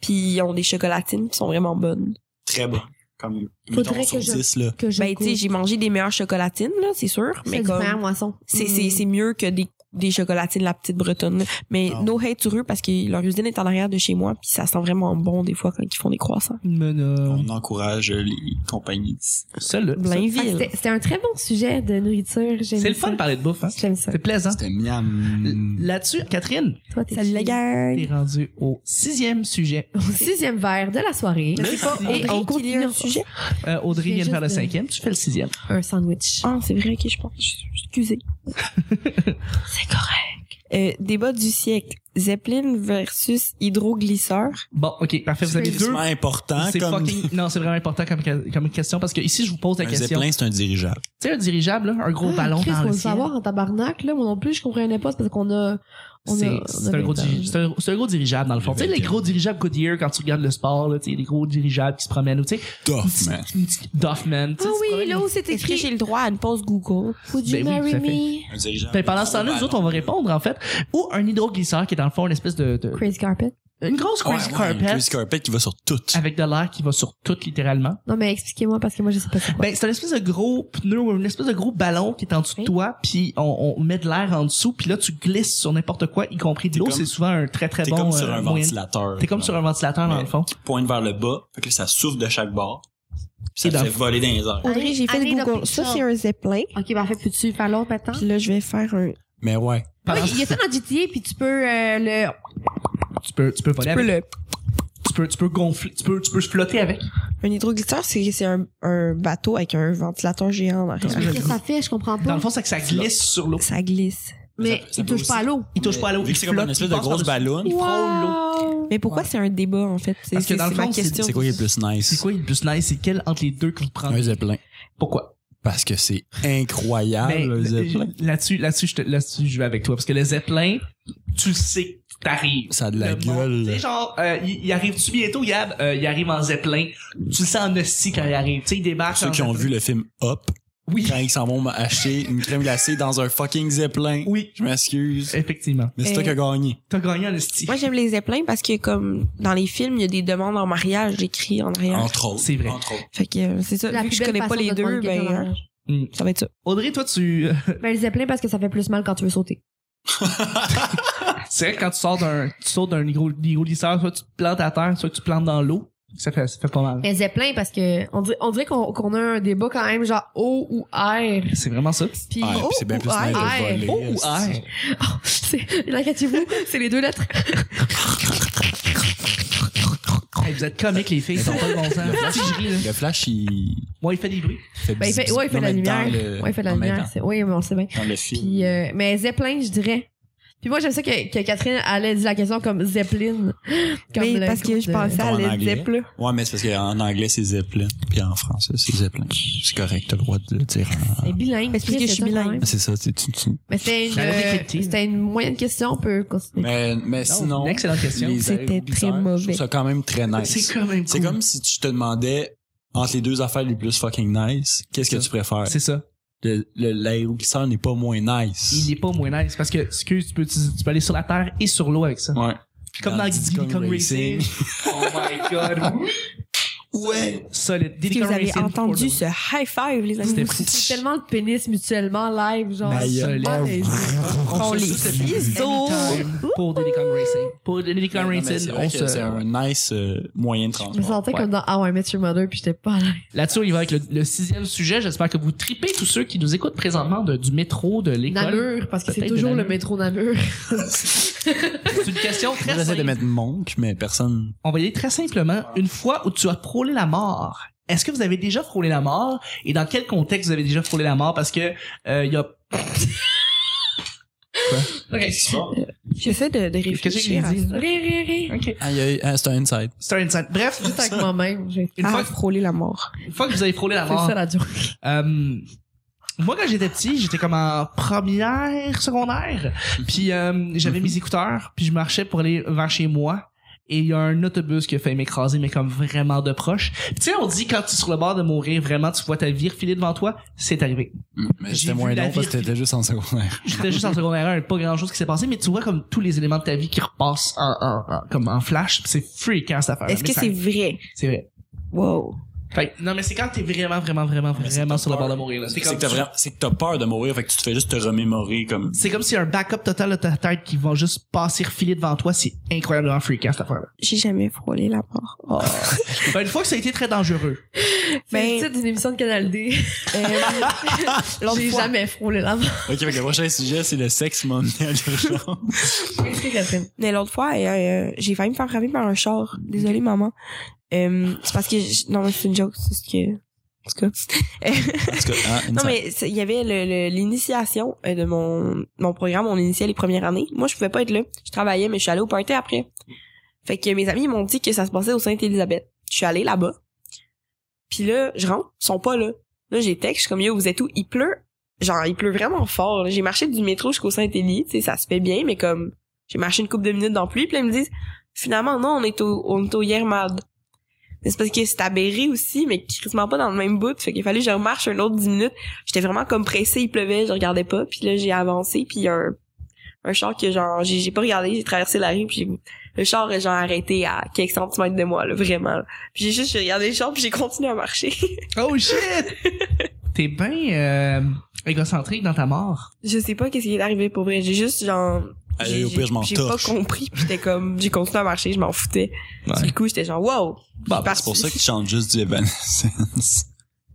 S5: Puis ils ont des chocolatines qui sont vraiment bonnes.
S4: Très bon. Comme,
S1: Faudrait
S4: mettons, sur
S1: que je-
S4: 10, là.
S1: Que je
S5: Ben, tu sais, j'ai mangé des meilleures chocolatines, là, c'est sûr. Mais
S1: c'est Hmm.
S5: comme,
S1: moisson.
S5: c'est, c'est, c'est mieux que des, des chocolatines de la petite bretonne, là. Mais
S4: Ah.
S5: no hate sur eux parce que leur usine est en arrière de chez moi, puis ça sent vraiment bon, des fois, quand ils font des croissants.
S2: Mais non.
S4: On encourage euh, les compagnies. d'ici.
S2: Celle-là.
S1: Ah,
S5: Blainville.
S1: c'était, c'était un très bon sujet de nourriture. J'aime
S2: C'est le
S1: ça.
S2: fun de parler de bouffe, hein?
S1: J'aime ça.
S2: C'est plaisant.
S4: C'était miam.
S2: Là-dessus, Catherine,
S1: Toi, t'es
S5: Salut, la
S2: t'es
S5: gang.
S2: rendue au sixième sujet.
S1: Au sixième verre de la soirée.
S2: Merci.
S1: Et on
S5: Audrey, qu'il y
S1: continue
S5: a un
S1: en-
S5: sujet.
S2: Euh, Audrey
S1: Je
S2: vient de
S1: fais
S2: faire le
S1: juste de-
S2: cinquième, tu fais le sixième.
S1: un sandwich.
S5: Ah, c'est vrai, ok, je pense. Excusez.
S1: Ah, c'est correct.
S5: Euh, débat du siècle. Zeppelin versus hydroglisseur.
S2: Bon, ok, parfait. Vous avez
S1: C'est
S2: deux.
S4: C'est important
S2: C'est
S4: hein, comme
S2: fucking. Non, c'est vraiment important comme, comme question parce que ici, je vous pose la
S4: un
S2: question. Tu
S4: Zeppelin, c'est un dirigeable.
S2: sais, un dirigeable, là, un gros ballon dans le
S1: Ah, le
S2: ciel.
S1: savoir en tabarnak, là. Moi non plus, je comprenais pas. C'est parce qu'on a, on
S2: C'est
S1: a, on a
S2: c'est un, gros
S1: vingt ans.
S2: dirige- c'est un- c'est un gros dirigeable dans le fond. Tu sais, les gros dirigeables Goodyear, quand tu regardes le sport, là, tu sais, les gros dirigeables qui se promènent, ou tu sais,
S4: Tough, man.
S2: une petite Duffman. tu
S1: Ah
S2: sais, tu
S1: oui,
S2: promènes-
S1: là où c'est
S5: Est-ce que j'ai
S1: écrit.
S5: le droit à une pause Google?
S1: Would you
S2: Ben oui,
S1: marry
S2: tout à
S1: me?
S4: Un dirigeable.
S2: Fait, Ben, pendant ce temps-là, nous autres, on va répondre, en fait. Ou un hydroglisseur qui est dans le fond une espèce de, de-
S1: Crazy carpet.
S2: une grosse
S4: Ouais,
S2: crazy
S4: ouais,
S2: carpet
S4: un Crazy Carpet Ah, qui va sur tout.
S2: avec de l'air qui va sur tout, littéralement.
S1: Non, mais expliquez-moi parce que moi, je sais pas c'est quoi.
S2: Ben, c'est un espèce de gros pneu, ou une espèce de gros ballon qui est en dessous de
S1: Oui.
S2: toi, puis on, on met de l'air en dessous, puis là, tu glisses sur n'importe quoi, y compris de l'eau.
S4: comme-
S2: C'est souvent un très, très
S4: T'es
S2: bon
S4: comme sur
S2: euh,
S4: un
S2: moyen-
S4: ventilateur.
S2: T'es comme sur un ventilateur, dans
S4: Mais-
S2: le fond.
S4: Qui pointe vers le bas. Fait que là, ça souffle de chaque bord. Puis
S2: Et
S4: ça te
S2: dans-
S4: fait voler dans les airs.
S5: Audrey, j'ai fait
S1: Allez,
S5: le
S1: allez,
S5: Google.
S1: donc,
S5: Ça,
S1: ça.
S5: c'est un Zeppelin.
S1: Ben, Ok, parfait. Peux-tu faire l'autre maintenant?
S5: Puis là, je vais faire un...
S4: Mais ouais.
S1: Oui,
S2: Pendant-
S1: il y a ça dans GTA, puis tu peux euh, le...
S2: Ah, Tu peux, tu peux voler
S5: Un,
S2: avec.
S5: le,
S2: Tu peux, tu peux gonfler, tu peux, tu peux se flotter avec.
S5: un hydroglisseur, c'est c'est un, un bateau avec un ventilateur géant en arrière.
S1: Qu'est-ce que ça fait? Je comprends pas.
S2: Dans le fond, c'est que ça glisse sur l'eau.
S5: Ça glisse.
S1: mais
S4: ça- ça
S1: il
S4: peut
S1: touche pas à
S4: aussi-
S1: l'eau.
S2: Il touche pas à l'eau.
S4: Vu
S2: Il
S4: que c'est comme
S2: flotte,
S4: une espèce
S2: il
S4: de
S2: passe
S4: grosse
S2: par-dessus.
S4: ballon.
S2: Il frôle l'eau.
S5: Mais pourquoi c'est un débat, en fait? C'est
S2: Parce que
S5: c'est-
S2: dans le
S5: c'est ma
S2: fond, c'est-
S5: question.
S4: C'est quoi qui est le plus
S2: C'est
S4: nice?
S2: quoi le plus nice? C'est quel entre les deux que vous prenez?
S4: Un Zeppelin.
S2: Pourquoi?
S4: Parce que c'est
S2: Ben,
S4: incroyable, Ah, le Zeppelin.
S2: là-dessus, là-dessus, je te, là-dessus, je vais avec toi. Parce que le Zeppelin, tu le sais, t'arrives.
S4: Ça a de la
S2: Le monde,
S4: gueule.
S2: Tu sais, genre, euh, il, il arrive-tu bientôt, Gab? Euh, il arrive en Zeppelin. Tu le sens en hostie quand il arrive. Tu sais, il débarque.
S4: Ceux
S2: en
S4: qui ont
S2: Zeppelin.
S4: vu le film Up,
S2: Oui.
S4: quand ils s'en vont acheter une crème glacée dans un fucking zeppelin.
S2: <laughs> Oui.
S4: Je
S1: Euh,
S4: m'excuse.
S2: Effectivement.
S4: Mais c'est toi qui as gagné.
S2: T'as gagné en esti.
S5: Moi, j'aime les zeppelins parce que, comme dans les films, il y a des demandes en mariage écrites en
S1: euh,
S2: Ah,
S5: arrière.
S4: Entre autres.
S2: C'est vrai.
S4: Entre autres.
S5: Fait que euh, c'est ça.
S1: La
S5: Vu que
S1: plus
S5: je
S1: belle
S5: connais pas
S1: façon
S5: les
S1: de
S5: deux,
S1: demander quelqu'un
S5: ben,
S1: en
S5: hein,
S1: mariage.
S5: ça va être ça.
S2: Mm. Audrey, toi, tu. euh,
S1: Ben, le zeppelin parce que ça fait plus mal quand tu veux sauter.
S2: C'est vrai que quand tu sors d'un, tu sautes d'un gros, gros glisseur, soit tu te plantes à terre, soit tu te plantes dans l'eau. Ça fait, ça fait pas mal.
S1: Mais zeppelin parce que on dirait, on dirait qu'on qu'on a un débat quand même genre eau ou air.
S2: C'est vraiment ça.
S1: Puis
S4: Ah,
S1: eau
S4: puis c'est bien
S1: ou
S4: plus
S1: air.
S4: mal
S1: Air.
S4: de voler.
S2: Oh, ou air.
S1: Oh, <laughs> c'est- Inquiétez-vous, c'est les deux lettres.
S2: Hey, vous êtes comiques, les filles. Ils sont pas de bon
S4: <laughs>
S2: sens. Si je ris, là.
S4: Le flash, il
S2: Moi, il fait des bruits.
S4: fait
S1: Ben, il fait, ouais, il fait de la lumière. Ouais, il fait de la lumière. c'est- Oui, mais on le sait bien.
S10: Dans le film.
S1: Puis, euh, mais Zeppelin, je dirais. Puis moi, j'aime ça que, que Catherine allait dire la question comme Zeppelin. Comme
S5: Mais
S1: le
S5: parce
S1: groupe
S5: que je
S1: de-
S5: pensais à
S4: Comme en
S5: Led
S4: anglais.
S5: Zeppelin.
S4: Ouais, mais c'est parce qu'en anglais, c'est zeppelin. Puis en français, c'est zeppelin. C'est correct, t'as le droit de le dire. en-
S1: C'est bilingue.
S5: Parce que
S1: Chris,
S5: je suis
S1: c'est ça,
S5: bilingue.
S1: quand même.
S4: C'est ça, tu, tu, tu-
S1: Mais c'était une,
S2: Elle a
S1: euh,
S2: décrypté.
S1: c'était une moyenne question, on peut continuer.
S4: Mais, mais
S2: Non,
S4: sinon.
S2: une excellente question.
S4: les
S5: C'était
S4: ailes
S5: très
S4: bizarres,
S5: mauvais.
S4: Je trouve ça quand même très
S2: C'est
S4: nice.
S2: quand même
S4: C'est
S2: cool.
S4: comme si tu te demandais entre les deux affaires les plus fucking nice, qu'est-ce que
S2: Ça.
S4: tu préfères?
S2: C'est ça.
S4: Le- le- L'aéroglisseur n'est pas moins nice.
S2: Il est pas moins nice parce que, excuse, tu peux, tu, tu peux aller sur la terre et sur l'eau avec ça.
S4: Ouais.
S2: Comme dans Diddy Kong Racing. <laughs> Oh my god.
S4: Ouais.
S2: Solide.
S5: Est-ce
S2: Diddy
S5: que
S2: Kong
S5: vous avez
S2: Racing. for
S5: entendu
S2: the-
S5: ce high five, les amis?
S2: C'était
S1: C'est tellement le pénis mutuellement live, genre.
S2: Ben, solide.
S1: Ah, mais-
S2: On
S5: On
S2: se
S5: les
S2: souhaite anytime pour Diddy Kong Racing. Pour Diddy Kong Racing, on
S4: C'est
S2: se...
S4: un nice euh, moyen de
S1: Je me
S4: transport.
S1: sentais
S2: Ouais.
S1: comme dans Ah ouais, Met Your Mother, puis j'étais pas là.
S2: Là-dessus, on y va avec le, le sixième sujet. J'espère que vous tripez tous ceux qui nous écoutent présentement de- du métro, de l'école.
S1: Namur, parce que c'est
S2: Peut-être de
S1: toujours le
S2: Namur.
S1: métro Namur.
S2: C'est une question
S4: Moi,
S2: très
S4: J'essaie de
S2: simple.
S4: mettre monk, mais personne.
S2: On va y aller très simplement. Une fois où tu as frôlé la mort, est-ce que vous avez déjà frôlé la mort et dans quel contexte vous avez déjà frôlé la mort? Parce que euh, <laughs> il y a
S5: J'essaie de, de
S2: Qu'est-ce que j'ai
S5: réfléchir à
S2: dit?
S1: <laughs>
S5: ça.
S1: Ré, ré, ré.
S2: Ok.
S4: Aïe, aïe, ah, c'est un inside.
S2: C'est un insight. Bref,
S1: Juste avec moi-même, j'ai
S2: une,
S5: Ah,
S2: fois,
S5: frôler la mort.
S2: une fois que vous avez frôlé la
S1: fait
S2: mort,
S1: ça la joke.
S2: euh, moi quand j'étais petit, j'étais comme en première secondaire, puis euh, j'avais
S4: Mhm.
S2: mes écouteurs, puis je marchais pour aller vers chez moi. Et il y a un autobus qui a failli m'écraser, mais comme vraiment de proche. Puis Tu sais, on dit quand tu es sur le bord de mourir, vraiment, tu vois ta vie refiler devant toi. C'est arrivé.
S4: Mm, Mais
S2: J'ai
S4: C'était
S2: vu
S4: moins
S2: la
S4: long parce que
S2: vie-
S4: t'étais juste en secondaire.
S2: J'étais juste en secondaire 1, pas grand chose qui s'est passé, mais tu vois comme tous les éléments de ta vie qui repassent en, en- en- comme en flash, pis c'est freakant cette affaire.
S5: Est-ce que c'est vrai?
S2: c'est vrai?
S5: Wow.
S2: Fait que- non, mais c'est quand t'es vraiment, vraiment, vraiment,
S4: Mais c'est
S2: vraiment
S4: pas
S2: sur le bord de
S4: peur.
S2: mourir, là.
S4: C'est
S2: C'est
S4: que
S2: comme,
S4: t'as vraiment- c'est que t'as peur de mourir, fait que tu te fais juste te remémorer comme.
S2: c'est comme s'il y a un backup total de ta tête qui va juste passer, refiler devant toi, c'est incroyablement freakant cette <laughs> affaire-là.
S5: J'ai jamais frôlé la mort. Oh.
S2: Fait une fois que ça a été très dangereux.
S1: C'est
S5: Ben-
S1: le titre d'une émission de Canal D. <laughs>
S5: Euh, l'autre
S1: J'ai
S5: fois-
S1: jamais frôlé la mort.
S4: Ok, fait que le prochain sujet, c'est le sexe m'a emmené à l'urgence.
S1: Qu'est-ce que Catherine?
S5: <laughs> Mais l'autre fois, euh, euh, j'ai failli me faire frapper par un char. Désolée, maman. Euh, c'est parce que... j- Non, mais c'est une joke. C'est ce que... En tout cas.
S4: Parce que, ah,
S5: Non, mais c'est- il y avait le- le- l'initiation euh, de mon, mon programme. On initiait les premières années. Moi, je pouvais pas être là. Je travaillais, mais je suis allée au party après. Fait que mes amis ils m'ont dit que ça se passait au Sainte-Élisabeth. Je suis allée là-bas. Puis là, je rentre. Ils sont pas là. Là, j'ai texte. Je suis comme, yo, vous êtes où? Il pleut. Genre, il pleut vraiment fort. là. J'ai marché du métro jusqu'au Saint-Élie. Tu sais, ça se fait bien, mais comme, j'ai marché une couple de minutes dans la pluie. Puis là, ils me disent, finalement, non, on est au, on est au Yermad. Mais c'est parce que c'est à Berry aussi, mais crissement pas dans le même bout. Fait qu'il fallait que je remarche un autre 10 minutes. J'étais vraiment comme pressée, il pleuvait, je regardais pas. Puis là, j'ai avancé, puis il y a un, un char que genre, j'ai, j'ai pas regardé, j'ai traversé la rue, puis j'ai- le char est genre arrêté à quelques centimètres de moi, là, vraiment. là. Puis j'ai juste j'ai regardé le char, puis j'ai continué à marcher. <laughs>
S2: Oh shit! <laughs> t'es bien, euh, égocentrique dans ta mort.
S5: je sais pas qu'est-ce qui est arrivé pour vrai. J'ai juste genre...
S4: Allez,
S5: j'ai,
S4: au pire, je m'en
S5: j'ai pas
S4: torche.
S5: compris, puis j'étais comme... J'ai continué à marcher, je m'en foutais.
S2: Ouais.
S5: Du coup, j'étais genre, wow!
S4: Bah, c'est pour ça qu'ils chantent juste du Evanescence.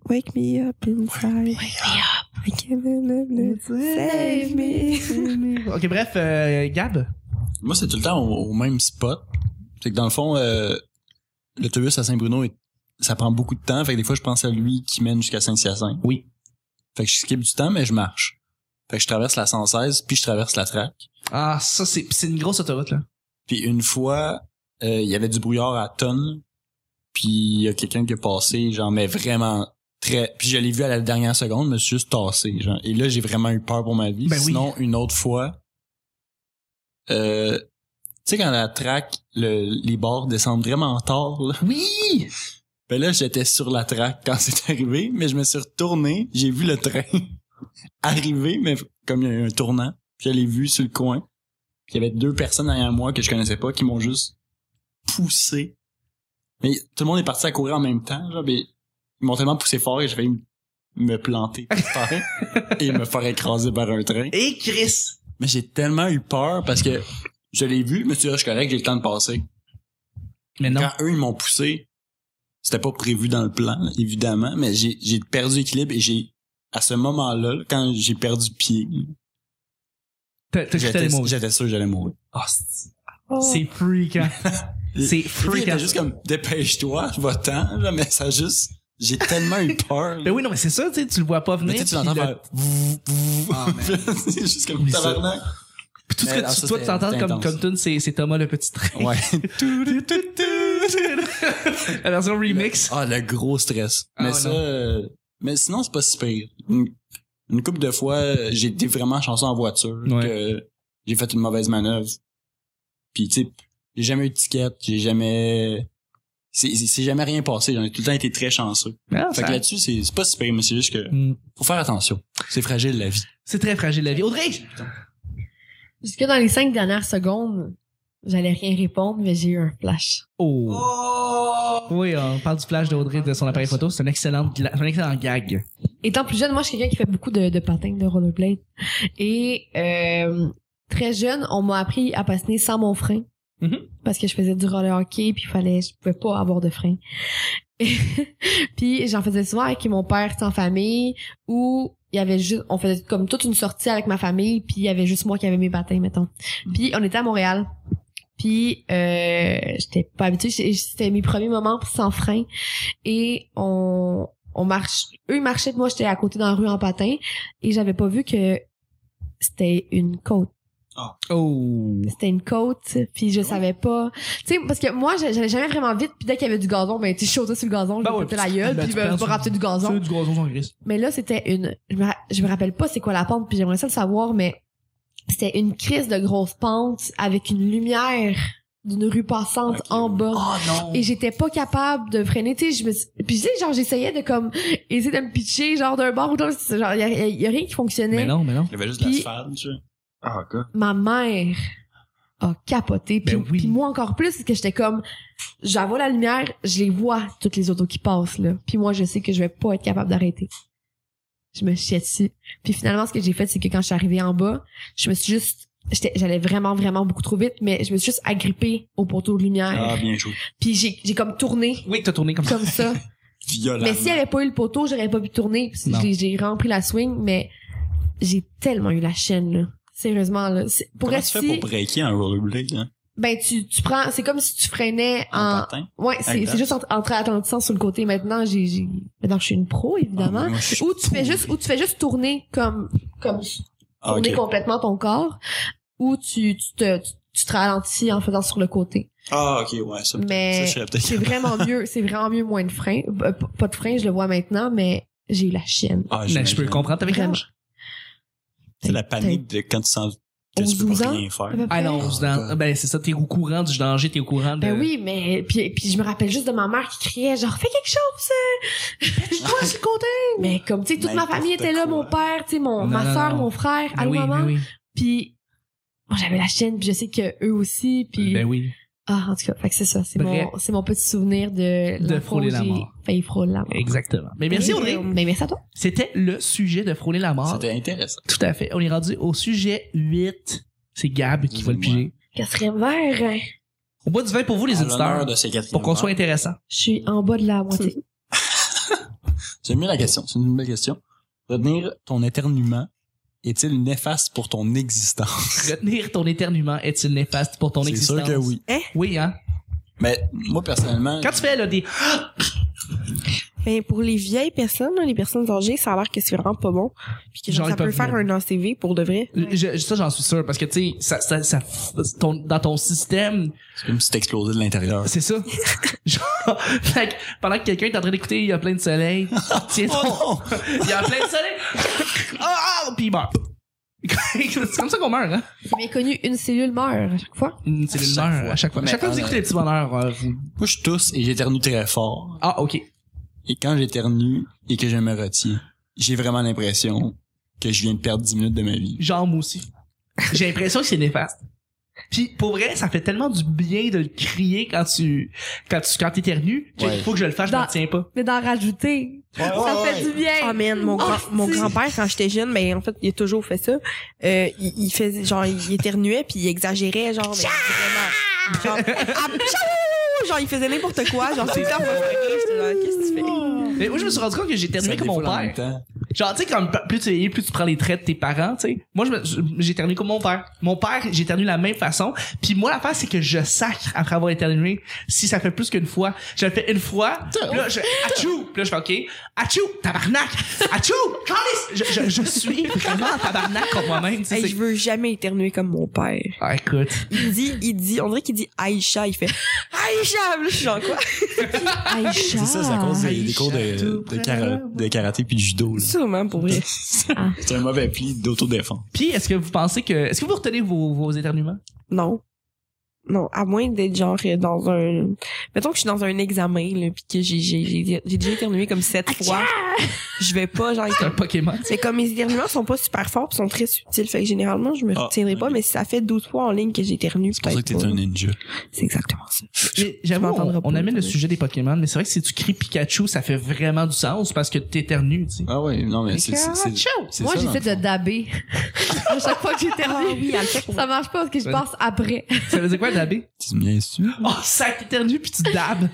S5: Wake me up inside. Wake me up. Save me.
S2: ok, bref, euh, Gab.
S4: Moi, c'est tout le temps au, au même spot. C'est que dans le fond, euh, l'autobus à Saint-Bruno, est- ça prend beaucoup de temps. Fait que des fois, je pense à lui qui mène jusqu'à Saint-Hyacinthe.
S2: Oui.
S4: Fait que je skip du temps, mais je marche. Fait que je traverse la 116, puis je traverse la traque.
S2: Ah, ça, c'est, c'est une grosse autoroute, là.
S4: Puis une fois, euh, il y avait du brouillard à tonnes. Puis il y a quelqu'un qui est passé, genre, mais vraiment très... Puis je l'ai vu à la dernière seconde, je me suis juste tassé. Genre. Et là, j'ai vraiment eu peur pour ma vie.
S2: Ben oui.
S4: Sinon, une autre fois... Euh, tu sais, quand la traque, le- les bords descendent vraiment tard, là,
S2: Oui!
S4: Ben là, j'étais sur la traque quand <laughs> c'est arrivé, mais je me suis retourné, j'ai vu le train <laughs> arriver, mais comme il y a eu un tournant, je l'ai vu sur le coin. Puis il y avait deux personnes derrière moi que je connaissais pas qui m'ont juste poussé. Mais tout le monde est parti à courir en même temps, genre, mais ils m'ont tellement poussé fort que je vais me planter par terre et me faire écraser par un train.
S2: Et Chris!
S4: Mais j'ai tellement eu peur parce que je l'ai vu, je me suis dit, Ah, je suis correct, j'ai le temps de passer.
S2: Mais non.
S4: Quand eux, ils m'ont poussé, c'était pas prévu dans le plan, là, évidemment, mais j'ai j'ai perdu l'équilibre et j'ai, à ce moment-là, là, quand j'ai perdu pied,
S2: T'as t'as cru que
S4: j'étais
S2: t'allais mourir.
S4: j'étais sûr que j'allais mourir.
S2: Ah, c'est-
S4: Oh.
S2: C'est hein. freakant. C'est
S4: Puis, il
S2: freakant.
S4: était juste comme, dépêche-toi, va-t'en, là, mais ça a juste, j'ai tellement eu
S2: <laughs> <laughs>
S4: peur.
S2: Ben oui, non, mais c'est ça, tu sais, tu le vois pas venir.
S4: Mais tu sais, tu
S2: puis
S4: l'entends
S2: le-
S4: faire, Vou, vou. Ah, <laughs> c'est juste comme,
S2: Oublie ça.
S4: tabarnak.
S2: Puis <laughs> tout ce
S4: Ah. Mais
S2: que
S4: non,
S2: tu,
S4: ça,
S2: toi, tu
S4: c'était-
S2: entends
S4: c'était
S2: comme,
S4: intense.
S2: comme tune, c'est c'est Thomas le petit train.
S4: Ouais.
S2: La version remix.
S4: <laughs> Ah, le gros stress.
S2: Ah,
S4: mais
S2: ouais,
S4: ça,
S2: non.
S4: euh, mais sinon, c'est pas si pire. Une, une couple de fois, euh, j'ai été vraiment chanceux en voiture.
S2: Ouais.
S4: que J'ai fait une mauvaise manœuvre. Puis, tu sais, j'ai jamais eu de ticket. J'ai jamais... C'est c'est- c'est jamais rien passé. J'en ai tout le temps été très chanceux.
S2: Ah,
S4: Fait
S2: ça-
S4: que là-dessus, c'est c'est pas si pire, mais c'est juste que...
S2: Mm.
S4: Faut faire attention. C'est fragile, la vie.
S2: C'est très fragile la vie. Audrey!
S1: Jusque dans les cinq dernières secondes, j'allais rien répondre, mais j'ai eu un flash.
S2: Oh.
S1: Oh!
S2: Oui, on parle du flash d'Audrey de son appareil photo. C'est un excellent, gla- un excellent gag.
S1: Étant plus jeune, moi, je suis quelqu'un qui fait beaucoup de, de patins, de rollerblade. Et euh, très jeune, on m'a appris à patiner sans mon frein.
S2: Mhm.
S1: Parce que je faisais du roller hockey, puis il fallait, je pouvais pas avoir de frein. <laughs> puis j'en faisais souvent avec mon père sans famille, où il y avait juste, on faisait comme toute une sortie avec ma famille, puis il y avait juste moi qui avais mes patins, mettons. Puis on était à Montréal. Puis euh, j'étais pas habituée, J'étais- c'était mes premiers moments sans frein et on on marche eux ils marchaient puis moi j'étais à côté dans la rue en patin et j'avais pas vu que c'était une côte
S2: Oh.
S1: c'était une côte puis je savais pas tu sais parce que moi j'a- j'allais jamais vraiment vite puis dès qu'il y avait du gazon ben tu sais, je sautais sur le gazon
S2: Ben
S1: je me
S2: ouais,
S1: pétais la
S2: tu-
S1: gueule
S2: ben,
S1: puis
S2: tu
S1: ben, je
S2: perds
S1: me
S2: sur-
S1: rappelais du gazon
S2: du gazon sans gris.
S1: mais là, c'était une. Je me, ra- je me rappelle pas c'est quoi la pente, puis j'aimerais ça le savoir, mais c'était une crise de grosse pente avec une lumière d'une rue passante en bas. Et j'étais pas capable de freiner, tu sais, je me suis- puis tu sais genre j'essayais de comme essayer de me pitcher genre d'un bord ou de l'autre, c'est genre y a, y a rien qui fonctionnait.
S2: Mais non, mais non.
S4: Il y avait juste
S1: de Puis-
S4: l'asphalte, tu Ah, god.
S1: Ma mère a capoté puis,
S2: Ben oui.
S1: puis moi encore plus parce que j'étais comme j'avoue la lumière, je les vois toutes les autos qui passent là, puis moi je sais que je vais pas être capable d'arrêter. Je me chiais dessus. Puis finalement ce que j'ai fait c'est que quand je suis arrivée en bas, je me suis juste j'étais- j'allais vraiment vraiment beaucoup trop vite mais je me suis juste agrippée au poteau de lumière.
S4: Ah, bien joué.
S1: Puis j'ai j'ai comme tourné
S2: Oui, t'as tourné comme ça.
S1: comme ça.
S4: Violent.
S1: Mais s'il n'y avait pas eu le poteau, j'aurais pas pu tourner. Puis
S2: Non.
S1: J'ai j'ai vraiment pris la swing, mais j'ai tellement eu la chaîne, là. Sérieusement, là. C'est- Pour
S4: Comment
S1: être
S4: tu fais
S1: si-
S4: pour breaker un rollerblade, hein?
S1: ben, tu, tu prends, c'est comme si tu freinais
S4: En
S1: en,
S4: patin?
S1: ouais, c'est
S4: Exact.
S1: c'est juste en, en te ralentissant sur le côté. Maintenant, j'ai, j'ai, maintenant, je suis une pro, évidemment.
S4: Ah, moi, je suis
S1: ou tu fais
S4: pourri.
S1: juste, ou tu fais juste tourner comme, comme,
S4: Ah,
S1: tourner
S4: ok.
S1: complètement ton corps, ou tu, tu te, tu, tu te ralentis en faisant sur le côté.
S4: Ah, ok, ouais, ça,
S1: Mais-
S4: ça je serais peut-être.
S1: C'est vraiment
S4: <laughs>
S1: mieux, c'est vraiment mieux moins de frein. Euh, p- Pas de frein, je le vois maintenant, mais j'ai eu la chienne.
S4: Ah,
S2: Mais Ben, je peux
S4: j'imagine.
S2: comprendre avec
S1: Vraiment.
S2: l'âge.
S4: C'est la panique de quand tu sens que tu
S1: 11-12
S4: peux
S1: ans,
S4: pas rien faire.
S1: à peu près.
S2: Ah non, c'est dans- ben c'est ça, t'es au courant du danger, t'es au courant de...
S1: Ben oui, mais puis, puis je me rappelle juste de ma mère qui criait genre fais quelque chose. euh! Toi, je suis contente. Mais comme tu sais toute ma
S4: N'importe
S1: famille était là,
S4: quoi.
S1: mon père, tu sais mon
S2: Non,
S1: ma
S2: non,
S1: soeur,
S2: non.
S1: mon frère,
S2: Ben
S1: allô
S2: oui,
S1: maman.
S2: ben oui.
S1: Puis moi j'avais la chaîne, puis je sais que eux aussi puis
S2: Ben oui.
S1: ah en tout cas, fait que c'est ça, c'est
S2: Bref.
S1: mon c'est mon petit souvenir de
S2: De
S1: la fois
S2: frôler
S1: où
S2: la
S1: j'ai
S2: mort.
S1: failli frôler la mort.
S2: Exactement. Mais merci
S1: Oui,
S2: Audrey.
S1: euh, Ben merci à toi.
S2: C'était le sujet de frôler la mort.
S4: C'était intéressant.
S2: Tout à fait. On est rendu au sujet 8. C'est Gab qui va le
S4: Ouais.
S2: piger.
S1: Quatrième verre. hein.
S2: On boit du vin pour vous, les
S4: À l'honneur
S2: auditeurs,
S4: de ces quatrièmes
S2: pour qu'on
S4: heures.
S2: soit intéressant. <laughs>
S1: Je suis en bas de la moitié.
S4: J'aime bien la question. C'est une belle question. Retenir ton éternuement est-il néfaste pour ton existence?
S2: Retenir ton éternuement est-il néfaste pour ton
S4: C'est
S2: existence?
S4: sûr que oui.
S2: Oui, hein?
S4: Mais moi, personnellement,
S2: Quand tu fais là, des...
S5: Mais Ben, pour les vieilles personnes, là, les personnes âgées, ça a l'air que c'est vraiment pas bon. Puis que genre,
S2: Genre, ils
S5: ça peut
S2: peuvent
S5: faire un ACV pour de vrai.
S2: Je- ça, j'en suis sûr, parce que, tu sais, ça, ça, ça- ton- dans ton système,
S4: c'est comme si t'explosais de l'intérieur.
S2: c'est ça. <laughs> Genre, fait que pendant que quelqu'un est en train d'écouter « Il y a plein de
S4: <laughs>
S2: soleil », tiens ton...
S4: Oh non!
S2: <laughs> Il y a plein de soleil », ah, ah, puis il meurt. <laughs> c'est comme ça qu'on meurt, hein?
S1: Bien connu, une cellule meurt à chaque fois.
S2: Une cellule
S4: chaque
S2: meurt
S4: fois.
S2: à chaque fois. À
S4: Mais
S2: chaque fois que vous
S4: en-
S2: écoutez les petits bonheurs, euh, vous...
S4: Moi, je tousse et j'éternue très fort.
S2: Ah, ok.
S4: Et quand j'éternue et que je me retiens, j'ai vraiment l'impression que je viens de perdre 10 minutes de ma vie.
S2: Genre, moi aussi. J'ai l'impression que c'est néfaste. Puis, pour vrai, ça fait tellement du bien de le crier quand tu, quand tu, quand t'éternues, qu'il
S4: Ouais.
S2: faut que je le fasse, je
S1: Dans-
S2: m'en tiens pas.
S1: Mais d'en rajouter, ça fait du bien.
S5: Ah man, mon, grand,
S1: Hostie.
S5: mon grand-père, quand j'étais jeune, ben en fait, il a toujours fait ça. Euh, il, il faisait, genre, il éternuait puis il exagérait, genre, mais vraiment. <laughs> Genre, ah, pshou! genre, il faisait n'importe quoi, genre, tout le temps, moi, j'étais là, qu'est-ce que tu fais?
S2: Mais moi, je me suis rendu compte que j'éternuais
S4: Ça
S2: comme mon
S4: défoule en même
S2: père.
S4: temps.
S2: Genre, tu sais, comme plus tu vieillis, plus tu prends les traits de tes parents, tu sais. Moi, je me- je- j'éternue comme mon père. Mon père, j'éternue de la même façon. Puis moi, l'affaire, c'est que je sacre après avoir éternué si ça fait plus qu'une fois. Je le fais une fois, puis là, je achou, puis là, je fais OK, achou, tabarnak, achou, calice. je, je, je
S4: <laughs>
S2: suis vraiment en tabarnak contre moi-même, tu sais.
S5: Hey,
S2: c'est-
S5: je veux jamais éternuer comme mon père.
S2: Ah, écoute.
S5: Il dit, il dit, on dirait qu'il dit Aïcha, il fait Aïcha, Là, je suis genre quoi?
S1: Aïcha.
S4: C'est ça, c'est à cause des, des cours de,
S2: Tout
S4: de, kara- de karaté puis de judo. là.
S5: Sûrement pour <laughs> vrai.
S4: C'est un mauvais pli d'autodéfense.
S2: Puis, est-ce que vous pensez que, est-ce que vous retenez vos, vos éternuements?
S5: Non. Non, à moins d'être genre euh, dans un... Mettons que je suis dans un examen, là, pis que j'ai, j'ai, j'ai, j'ai déjà éternué comme sept fois. Je vais pas, genre, <laughs>
S2: C'est un Pokémon.
S5: Mais comme mes éternuements sont pas super forts pis sont très subtils, fait que généralement, je me
S4: Ah,
S5: retiendrai pas,
S4: ok.
S5: mais si ça fait 12 fois en ligne que j'éternue,
S4: C'est pour ça que
S5: peut-être
S4: t'es
S5: pas.
S4: un ninja.
S5: C'est exactement ça.
S2: Mais j'avoue,
S5: m'entendrai
S2: on,
S5: pas,
S2: on amène le
S5: mais-
S2: sujet des Pokémon, mais c'est vrai que si tu cries Pikachu, ça fait vraiment du sens parce que t'éternues, tu sais.
S4: Ah ouais, non, mais c'est... c'est- c'est- c'est
S1: Moi,
S4: ça, dans
S1: j'essaie de
S4: le fond.
S1: daber. <laughs> à chaque fois que j'éternue. ça marche pas parce que je
S2: Ouais.
S1: passe après. <laughs>
S2: Ça veut dire quoi,
S4: <laughs>
S2: dabé?
S4: Tu me bien sûr.
S2: Oh, ça t'éternue puis tu dabs.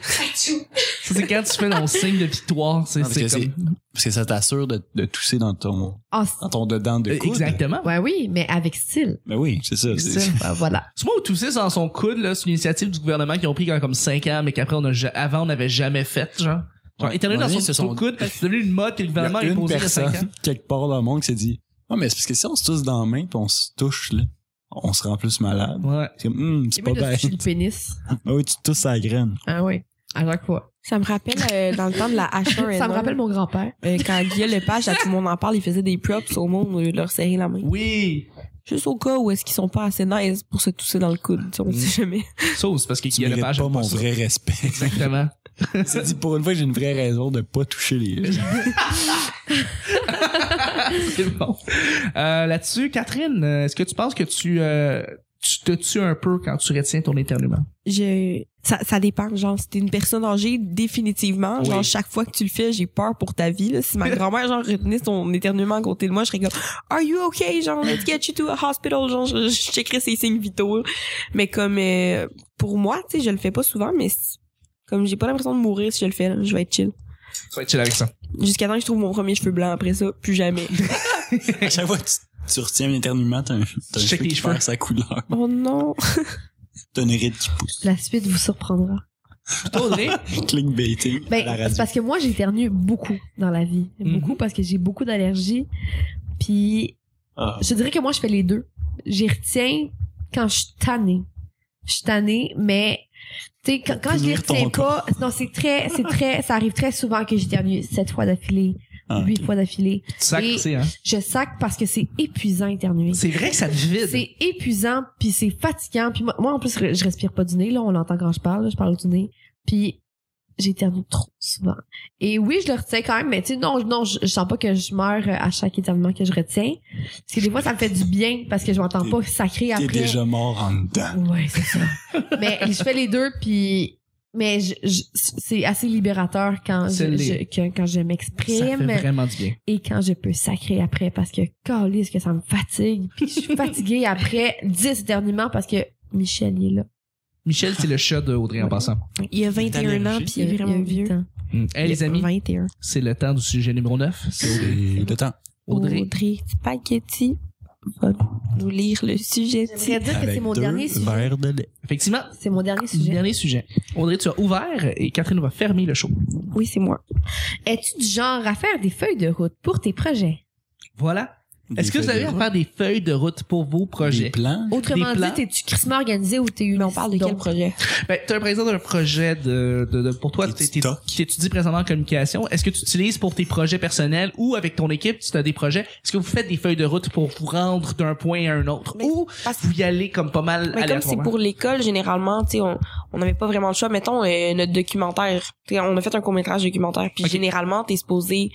S2: Ça, c'est quand tu fais ton signe de victoire. C'est
S4: Non, parce
S2: c'est
S4: que c'est-
S2: comme...
S4: Parce que ça t'assure de, de tousser dans ton,
S1: En-
S4: dans ton dedans de
S2: Euh,
S4: coude.
S2: Exactement.
S1: Ouais, oui, mais avec
S4: <laughs>
S1: style.
S4: Ben oui, c'est ça.
S2: C'est ça.
S1: Ben, voilà.
S2: C'est moi où tousser dans son coude, là, c'est une initiative du gouvernement qui ont pris quand comme 5 ans, mais qu'après, on a, ja- avant, on n'avait jamais fait, genre. Genre,
S4: Ouais.
S2: éternuer
S4: À un
S2: dans
S4: moment
S2: son,
S4: donné, ce
S2: son
S4: sont- <laughs>
S2: coude, c'est devenu une mode que le
S4: Il y
S2: gouvernement
S4: a
S2: a
S4: une
S2: imposée il y a 5 ans.
S4: personne, quelque part dans le monde, qui s'est dit « Ah, mais c'est parce que si on se tousse dans la main puis on se touche, là, on se rend plus malade.
S2: Ouais. »
S4: C'est comme Hum, c'est
S1: J'ai
S4: pas
S1: mieux de
S4: bien.
S1: toucher le pénis.
S4: Ah oui, tu tousses à la graine.
S1: Ah oui. À chaque fois.
S5: Ça me rappelle, euh, dans le temps de la <laughs> H1N1,
S1: Ça me rappelle mon grand-père.
S5: euh, quand Guillaume Lepage, à tout le monde en parle, il faisait des props au monde au lieu de leur serrer la main.
S2: Oui.
S5: Juste au cas où est-ce qu'ils sont pas assez nice pour se tousser dans le coude, tu sais, on
S4: Mm.
S5: sait jamais.
S2: Ça, c'est parce qu'il
S4: Tu
S2: y a le
S4: mérites
S2: page.
S4: pas mon
S2: ça.
S4: vrai respect.
S2: Exactement.
S4: C'est dit pour une fois que j'ai une vraie raison de pas toucher les gens.
S2: C'est bon. Euh, Là-dessus, Catherine, euh, est-ce que tu penses que tu, euh, tu te tues un peu quand tu retiens ton éternuement?
S5: Je... Ça, ça dépend, genre, si t'es une personne âgée, définitivement,
S2: Oui.
S5: genre, chaque fois que tu le fais, j'ai peur pour ta vie, là.
S2: <laughs>
S5: Si ma grand-mère, genre, retenait son éternuement à côté de moi, je serais comme, are you okay? Genre, let's get you to a hospital. Genre, je, je checkerais ses signes vitaux. là. Mais comme, euh, pour moi, tu sais, je le fais pas souvent, mais c- comme j'ai pas l'impression de mourir si je le fais, là, je vais être chill.
S2: Tu vas être chill avec ça.
S5: Jusqu'à temps que je trouve mon premier cheveu blanc après ça, plus jamais.
S4: À chaque fois que tu, tu retiens un éternuement, t'as un, t'as un
S2: Check
S4: cheveu
S2: les
S4: qui
S2: cheveux.
S4: perd sa couleur.
S5: oh non.
S4: T'as une ride qui pousse.
S1: La suite vous surprendra.
S2: Toi, Audrey?
S4: Clickbaiting à la
S1: Ben, c'est
S4: radio.
S1: parce que moi, j'éternue beaucoup dans la vie. Beaucoup parce que j'ai beaucoup d'allergies. Puis,
S4: Ah.
S1: je dirais que moi, je fais les deux. J'y retiens quand je suis tannée. Je suis tannée, mais, tu sais, quand, quand je les
S4: Punir ton
S1: retiens pas, non, c'est très, c'est très, ça arrive très souvent que j'éternue sept fois d'affilée,
S4: Ah,
S1: huit fois d'affilée.
S2: Tu sacs,
S1: Et-
S2: tu sais, hein?
S1: Je sac parce que c'est épuisant éternuer.
S2: C'est vrai que ça te vide.
S1: C'est épuisant, puis c'est fatigant. Puis moi, moi, en plus, je respire pas du nez. Là, on l'entend quand je parle. là, je parle du nez. Puis j'éternue trop souvent. Et oui, je le retiens quand même, mais tu sais, non, je- non, je, je sens pas que je meurs à chaque éternuement que je retiens. Parce que des fois, ça me fait du bien parce que je m'entends pas sacré
S4: Ah. T'es
S1: après.
S4: déjà mort en dedans.
S1: Ouais, c'est ça. mais je fais les deux, puis mais je- je- c'est assez libérateur quand
S2: C'est
S1: je,
S2: les-
S1: je- que- quand je
S2: Ça fait
S1: m'exprime
S2: vraiment du bien.
S1: et quand je peux sacrer après parce que calisse que ça me fatigue puis je suis <laughs> fatiguée après 10 éternuements parce que Michel il est là
S2: Michel, c'est le chat de Audrey en passant. Mm.
S5: Il a 21 ans,
S4: D'allergie.
S5: puis il est
S1: y a
S5: vraiment
S1: huit
S5: vieux.
S1: ans.
S2: Hey, les amis,
S5: 21.
S2: c'est le temps du sujet numéro 9. C'est Audrey.
S4: C'est le temps.
S2: Audrey.
S5: Audrey Spaghetti va nous lire le sujet.
S1: J'aimerais dire que c'est
S4: Avec
S1: mon
S4: deux
S1: dernier sujet
S4: verres de lait.
S2: Effectivement,
S1: c'est mon dernier sujet
S2: dernier sujet. Audrey, tu as ouvert et Catherine va fermer le show.
S5: Oui, c'est moi.
S1: es-tu du genre à faire des feuilles de route pour tes projets
S2: Voilà. Est-ce que vous avez à faire des feuilles de route pour vos projets?
S4: des plans?
S1: Autrement
S2: Des plans.
S1: dit, t'es-tu crissement organisé ou t'es une.
S5: Mais on parle de quel projet?
S2: Ben, tu as présent d'un projet de, de, de- pour toi,
S4: Des
S2: t'es- t'es-
S4: petits tocs.
S2: t'étudies présentement en communication. Est-ce que tu utilises pour tes projets personnels ou avec ton équipe, tu as des projets? Est-ce que vous faites des feuilles de route pour vous rendre d'un point à un autre?
S5: Mais-
S2: ou
S5: parce-
S2: vous y allez comme pas mal
S5: Mais comme c'est
S2: aléatoirement?
S5: pour l'école, généralement, tu sais, on on n'avait pas vraiment le choix. Mettons, euh, notre documentaire. Tu sais, on a fait un court-métrage documentaire. Puis
S2: Ok.
S5: généralement, t'es supposé...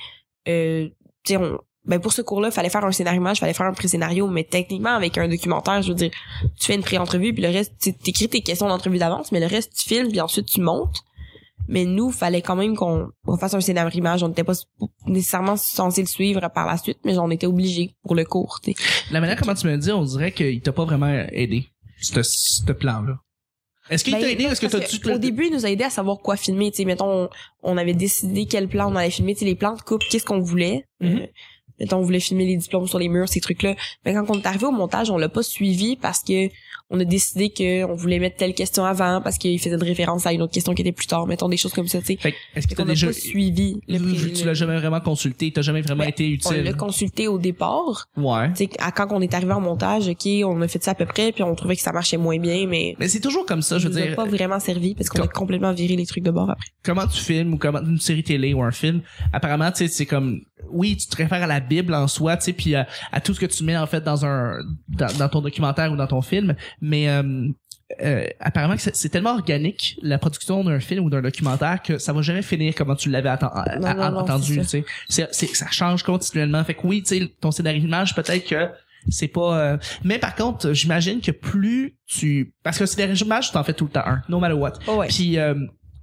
S5: Euh, tu sais, on- ben pour ce cours-là, fallait faire un scénario, fallait faire un pré-scénario, mais techniquement, avec un documentaire, je veux dire, tu fais une pré-entrevue, puis le reste, tu sais, t'écris tes questions d'entrevue d'avance, mais le reste, tu filmes, puis ensuite, tu montes. Mais nous, fallait quand même qu'on qu'on fasse un scénario image. On n'était pas nécessairement censé le suivre par la suite, mais on était obligé pour le cours, tu sais.
S2: La manière comment tu me le dis, on dirait qu'il t'a pas vraiment aidé, ce- ce plan-là. Est-ce qu'il
S5: Ben,
S2: t'a aidé? Est-ce que t'as
S5: Parce
S2: dû...
S5: que Au début, il nous a aidé à savoir quoi filmer. Tu sais, mettons, on- on avait décidé quel plan on allait filmer. Tu sais, les plans de coupe, qu'est-ce qu'on voulait.
S2: Mhm.
S5: Euh, mettons, on voulait filmer les diplômes sur les murs, ces trucs-là. Mais quand on est arrivé au montage, on l'a pas suivi parce que on a décidé que on voulait mettre telle question avant parce qu'il faisait de référence à une autre question qui était plus tard. Mettons des choses comme ça. Tu sais,
S2: Fait que, est-ce qu'il
S5: qu'on
S2: t'a
S5: n'a
S2: déjà... Mm-hmm.
S5: pas suivi. Le pré-
S2: Tu l'as jamais vraiment consulté, t'as jamais vraiment
S5: Ben,
S2: été
S5: on l'a
S2: utile.
S5: consulté au départ.
S2: Ouais.
S5: Tu sais, à quand on est arrivé en montage, ok, on a fait ça à peu près, puis on trouvait que ça marchait moins bien, mais.
S2: Mais c'est toujours comme ça,
S5: ça
S2: je veux
S5: nous a
S2: dire. euh,
S5: pas vraiment servi parce qu'on a complètement viré les trucs de bord après.
S2: comment tu filmes ou comment une série télé ou un film apparemment tu sais c'est comme oui tu te réfères à la bible en soi tu sais puis à, à tout ce que tu mets en fait dans un dans, dans ton documentaire ou dans ton film mais euh, euh, apparemment que c'est c'est tellement organique la production d'un film ou d'un documentaire que ça va jamais finir comment tu l'avais atten- à-
S5: Non,
S2: à-
S5: non, non,
S2: entendu
S5: c'est
S2: tu sais C'est- c'est- ça change continuellement fait que oui tu sais ton scénario d'image peut-être que c'est pas euh, mais par contre j'imagine que plus tu parce que scénario d'image tu t'en fais tout le temps un no matter what puis euh,